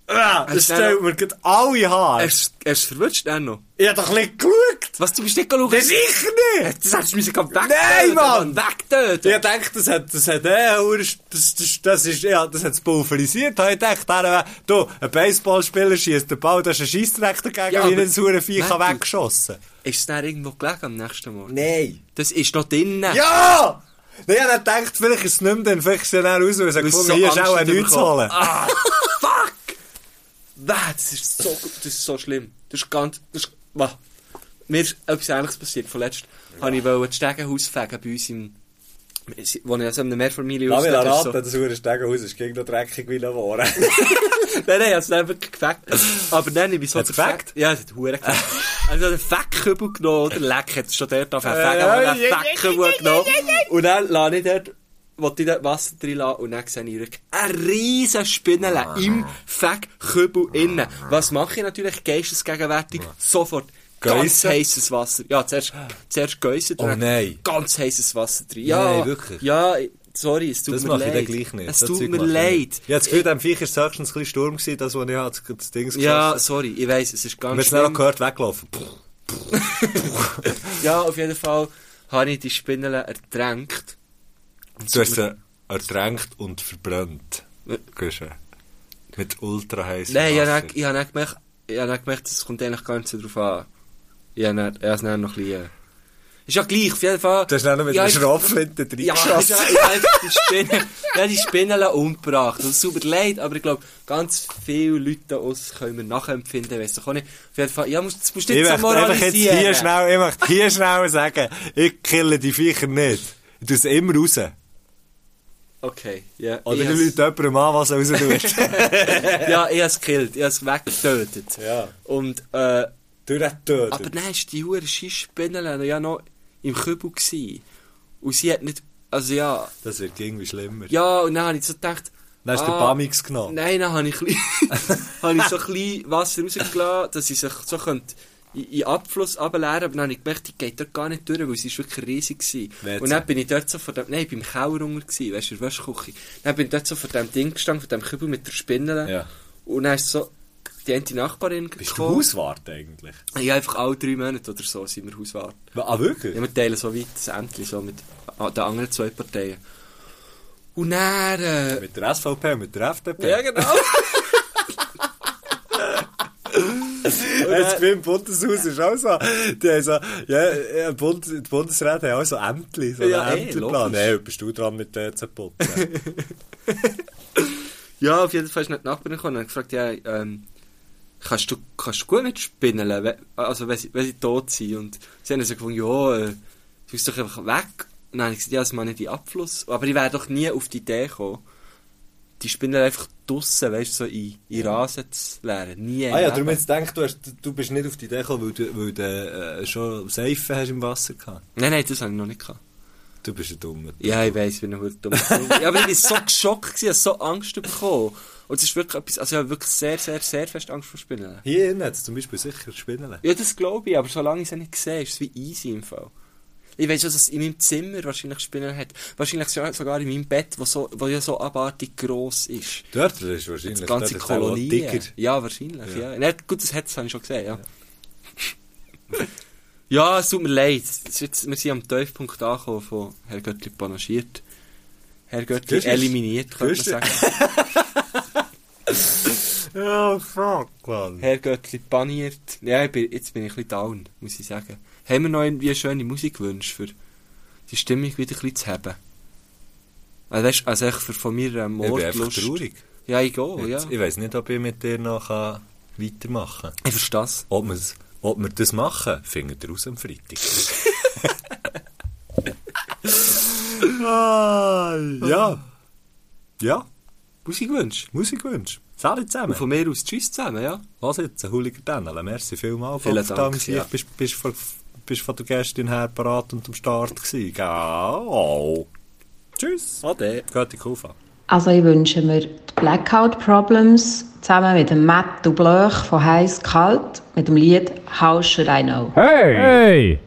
[SPEAKER 6] Ja, das
[SPEAKER 5] Hast du den
[SPEAKER 6] stellt mir gerade alle Haare.
[SPEAKER 5] Hast du es verwünscht, auch noch?
[SPEAKER 6] Ich habe doch nicht geschaut.
[SPEAKER 5] Was, du bist nicht schauen?
[SPEAKER 6] Das sicher nicht.
[SPEAKER 5] Das hättest du müssen wegtöten.
[SPEAKER 6] Nein, Mann!
[SPEAKER 5] Wegtöten!
[SPEAKER 6] Ich denke, das hat, das hat, äh, Urs- das, das, das ist, ja, das hat's pulverisiert. Ich dachte, äh, du, ein Baseballspieler schießt den Ball, da ist ein Scheissdreck dagegen,
[SPEAKER 5] Ja,
[SPEAKER 6] wie
[SPEAKER 5] aber-
[SPEAKER 6] ein sauer Viech
[SPEAKER 5] Nein, du-
[SPEAKER 6] weggeschossen.
[SPEAKER 5] Ist es dann irgendwo gelegen am nächsten Morgen?
[SPEAKER 6] Nein.
[SPEAKER 5] Das ist noch drinnen.
[SPEAKER 6] Ja! Nein, ich hab dann gedacht, vielleicht ist es nicht mehr, dann vielleicht ist es dann raus, weil es
[SPEAKER 5] Weil es
[SPEAKER 6] gefunden,
[SPEAKER 5] so
[SPEAKER 6] hier ist
[SPEAKER 5] Angst
[SPEAKER 6] auch
[SPEAKER 5] hat
[SPEAKER 6] nichts zu
[SPEAKER 5] bekommen.
[SPEAKER 6] holen.
[SPEAKER 5] Ah, fuck! Wah, das ist so, das ist so schlimm. Das ist ganz, das ist, wah. Mir ist etwas Ähnliches passiert. Vorletzt habe ich wollte das Stegenhaus fegen bei uns im, wo ich aus einer Mehrfamilie
[SPEAKER 6] Lass mich
[SPEAKER 5] ausgehe, das ist
[SPEAKER 6] raten, das sauer Stegenhaus ist gegen noch dreckig wie ein Waren.
[SPEAKER 5] Nein, nein, also dann wirklich gefackt. Aber dann habe ich so
[SPEAKER 6] Hat's
[SPEAKER 5] den
[SPEAKER 6] gefackt?
[SPEAKER 5] Fack- Ja, es hat Huren gefackt. Also den Feckkübel genommen, oder Leck hat es schon dort angefangen zu
[SPEAKER 6] Äh,
[SPEAKER 5] fegen, aber den
[SPEAKER 6] ja, ja,
[SPEAKER 5] Feckkübel genommen. Und dann lasse ich dort, wollte ich dort Wasser drin lassen, und dann sehe ich wirklich eine riesen Spinnele
[SPEAKER 6] Ah.
[SPEAKER 5] im Feckkübel innen. Was mache ich natürlich geistesgegenwärtig?
[SPEAKER 6] Ah.
[SPEAKER 5] Sofort. Ganz
[SPEAKER 6] Geissen?
[SPEAKER 5] heißes Wasser. Ja, zuerst, zuerst geäussert.
[SPEAKER 6] Oh nein.
[SPEAKER 5] Ganz heißes Wasser drin. Ja,
[SPEAKER 6] Nein, wirklich?
[SPEAKER 5] Ja, sorry, es tut
[SPEAKER 6] Das
[SPEAKER 5] mir
[SPEAKER 6] mache ich
[SPEAKER 5] leid.
[SPEAKER 6] dann gleich nicht.
[SPEAKER 5] Es
[SPEAKER 6] Das
[SPEAKER 5] tut
[SPEAKER 6] Zeug
[SPEAKER 5] mir
[SPEAKER 6] mache ich
[SPEAKER 5] leid.
[SPEAKER 6] nicht. Ich habe das Gefühl, dem Viech ist höchstens ein bisschen Sturm gewesen, das, was ich hatte, das Ding geschossen.
[SPEAKER 5] Ja, sorry, ich weiss, es ist
[SPEAKER 6] Wir haben
[SPEAKER 5] ganz
[SPEAKER 6] es dann auch
[SPEAKER 5] schlimm.
[SPEAKER 6] gehört, weglaufen.
[SPEAKER 5] Ja, auf jeden Fall habe ich die Spinnele ertränkt.
[SPEAKER 6] Du hast sie ertränkt und verbrannt.
[SPEAKER 5] Ja.
[SPEAKER 6] Guschen. Mit ultra heißem
[SPEAKER 5] Nein, ich habe
[SPEAKER 6] Wasser.
[SPEAKER 5] dann- ich habe dann gemerkt, ich habe dann gemerkt, es kommt eigentlich gar nicht so drauf an. Ich habe dann- ich habe es dann noch ein bisschen... äh, Ist ja gleich, auf jeden Fall.
[SPEAKER 6] Du hast dann noch mit
[SPEAKER 5] Ja,
[SPEAKER 6] einer
[SPEAKER 5] ich-
[SPEAKER 6] Schrotflinte
[SPEAKER 5] Ja, ich habe
[SPEAKER 6] reingeschossen.
[SPEAKER 5] ich habe einfach die Spinnen, ich habe die Spinnen umgebracht. Und es tut mir leid, aber ich glaube, ganz viele Leute da draussen können wir nachempfinden, weiss doch auch nicht. Auf jeden Fall, ja, musst, das musst du
[SPEAKER 6] Ich
[SPEAKER 5] nicht so
[SPEAKER 6] möchte einfach jetzt
[SPEAKER 5] moralisieren.
[SPEAKER 6] hier schnell, ich möchte hier schnell sagen, ich kille die Viecher nicht. Ich tue sie immer raus.
[SPEAKER 5] Okay, ja.
[SPEAKER 6] Oder
[SPEAKER 5] ich
[SPEAKER 6] ich
[SPEAKER 5] hab's-
[SPEAKER 6] lüte jemandem an, was er raus tut.
[SPEAKER 5] Ja, ich habe es gekillt, ich habe es weggetötet.
[SPEAKER 6] Ja.
[SPEAKER 5] Und, äh,
[SPEAKER 6] Du den tötet.
[SPEAKER 5] aber dann war die hure Scheissspinnele ja noch im Kübel. Gewesen. Und sie hat nicht, also ja,
[SPEAKER 6] Das wird irgendwie schlimmer.
[SPEAKER 5] ja, und dann habe ich so gedacht,
[SPEAKER 6] Dann hast du den
[SPEAKER 5] ah,
[SPEAKER 6] Bamix genommen.
[SPEAKER 5] Nein, dann habe ich, ein bisschen- habe ich so ein bisschen Wasser rausgelassen, dass ich sich so könnte in in den Abfluss runterleeren, aber dann habe ich gemerkt, die geht dort gar nicht durch, weil sie ist wirklich riesig war.
[SPEAKER 6] Wetzel.
[SPEAKER 5] Und dann bin ich dort so vor dem, nein, beim Kauerunger gewesen, weißt du, in der Waschküche. Dann bin ich dort so vor dem Ding gestanden, vor dem Kübel mit der Spinne.
[SPEAKER 6] Ja.
[SPEAKER 5] Und dann ist so die eine Nachbarin
[SPEAKER 6] Bist du Hauswart eigentlich?
[SPEAKER 5] Ja, einfach alle drei Monate oder so sind wir Hauswart.
[SPEAKER 6] Ah, wirklich?
[SPEAKER 5] Ja, wir teilen so weit das Entli, so mit ah, den anderen zwei Parteien. Und dann... Äh,
[SPEAKER 6] Mit der SVP und mit der FDP?
[SPEAKER 5] ja, genau.
[SPEAKER 6] Jetzt beim Bundeshaus ist auch so. Die haben so, ja, ja, Bund, die Bundesräte haben auch so Ämtli, so
[SPEAKER 5] Ja,
[SPEAKER 6] einen
[SPEAKER 5] eh,
[SPEAKER 6] Ämterplan.
[SPEAKER 5] logisch.
[SPEAKER 6] Nein, bist du dran mit der zu putzen?
[SPEAKER 5] Ja, auf jeden Fall ist nicht die Nachbarin gekommen und hat gefragt, ja, ähm, kannst du, kannst du gut mit Spinnen leben? we- Also, wenn sie, wenn sie tot sind. Und sie haben dann so gefunden, ja, äh, du bist doch einfach weg. Und dann habe ich gesagt, ja, das meine ich die Abfluss. Aber ich wäre doch nie auf die Idee gekommen, die Spinnen einfach draussen, weißt du, so in, in Rasen zu leeren. Nie. im
[SPEAKER 6] ah ja,
[SPEAKER 5] Leben.
[SPEAKER 6] darum jetzt denkst du, hast, du bist nicht auf die Idee gekommen, weil du, weil du äh, schon Seife hast im Wasser gehabt.
[SPEAKER 5] Nein, nein, das habe ich noch nicht gehabt.
[SPEAKER 6] Du bist ein Dummer.
[SPEAKER 5] Ja, ich weiss, wie ein Hund dumm ja, Aber ich war so geschockt, gewesen, ich habe so Angst bekommen. Und es ist wirklich etwas, also ich habe wirklich sehr, sehr, sehr fest Angst vor Spinnen.
[SPEAKER 6] Hier innen hat es zum Beispiel sicher Spinnen.
[SPEAKER 5] Ja, das glaube ich, aber solange ich es nicht sehe, ist es wie easy im Fall. Ich weiß schon, dass es in meinem Zimmer wahrscheinlich Spinnen hat. Wahrscheinlich so- sogar in meinem Bett, wo, so, wo ja so abartig gross ist.
[SPEAKER 6] Dort ist wahrscheinlich
[SPEAKER 5] Die ganze
[SPEAKER 6] dort hat er auch
[SPEAKER 5] Kolonie.
[SPEAKER 6] Tiger.
[SPEAKER 5] Ja, wahrscheinlich, ja. Nein, gut, das hat habe ich schon gesehen, ja. Ja, es tut mir leid. Es ist Jetzt, wir sind am Tiefpunkt angekommen von Herr Göttli panaschiert. Herr Göttli
[SPEAKER 6] Das ist-
[SPEAKER 5] eliminiert, könnte
[SPEAKER 6] das
[SPEAKER 5] man sagen.
[SPEAKER 6] Ja, fuck, man.
[SPEAKER 5] Herr Göttli paniert. Ja, ich bin, jetzt bin ich ein bisschen down, muss ich sagen. Haben wir noch irgendwie schöne Musikwünsche für die Stimmung wieder ein bisschen zu haben? Also, weißt, also echt für, von mir ähm,
[SPEAKER 6] Ich bin einfach
[SPEAKER 5] Mordlust.
[SPEAKER 6] traurig.
[SPEAKER 5] Ja, ich gehe, Oh, ja.
[SPEAKER 6] Jetzt, Ich weiss nicht, ob ich mit dir noch kann weitermachen kann.
[SPEAKER 5] Ich verstehe das.
[SPEAKER 6] Ob, wir's- ob wir das machen, findet ihr raus am Freitag. ah, ja. Ja,
[SPEAKER 5] Musikwünsche.
[SPEAKER 6] Musikwunsch. Salut
[SPEAKER 5] Und
[SPEAKER 6] zusammen.
[SPEAKER 5] von mir aus Tschüss zusammen, ja?
[SPEAKER 6] Was jetzt, ein Hooligan Daniel. Merci vielmals.
[SPEAKER 5] Vielen
[SPEAKER 6] Wolfgang,
[SPEAKER 5] Dank,
[SPEAKER 6] Sie
[SPEAKER 5] ja.
[SPEAKER 6] Bist, bist, von, bist von der Gästin her parat und am Start gewesen. gell? Oh. Tschüss.
[SPEAKER 5] Ade.
[SPEAKER 6] Gute Kufa.
[SPEAKER 1] Also ich wünsche mir die Blackout Problems zusammen mit dem Matt und Blöch von Heiß Kalt mit dem Lied How Should I Know.
[SPEAKER 7] Hey!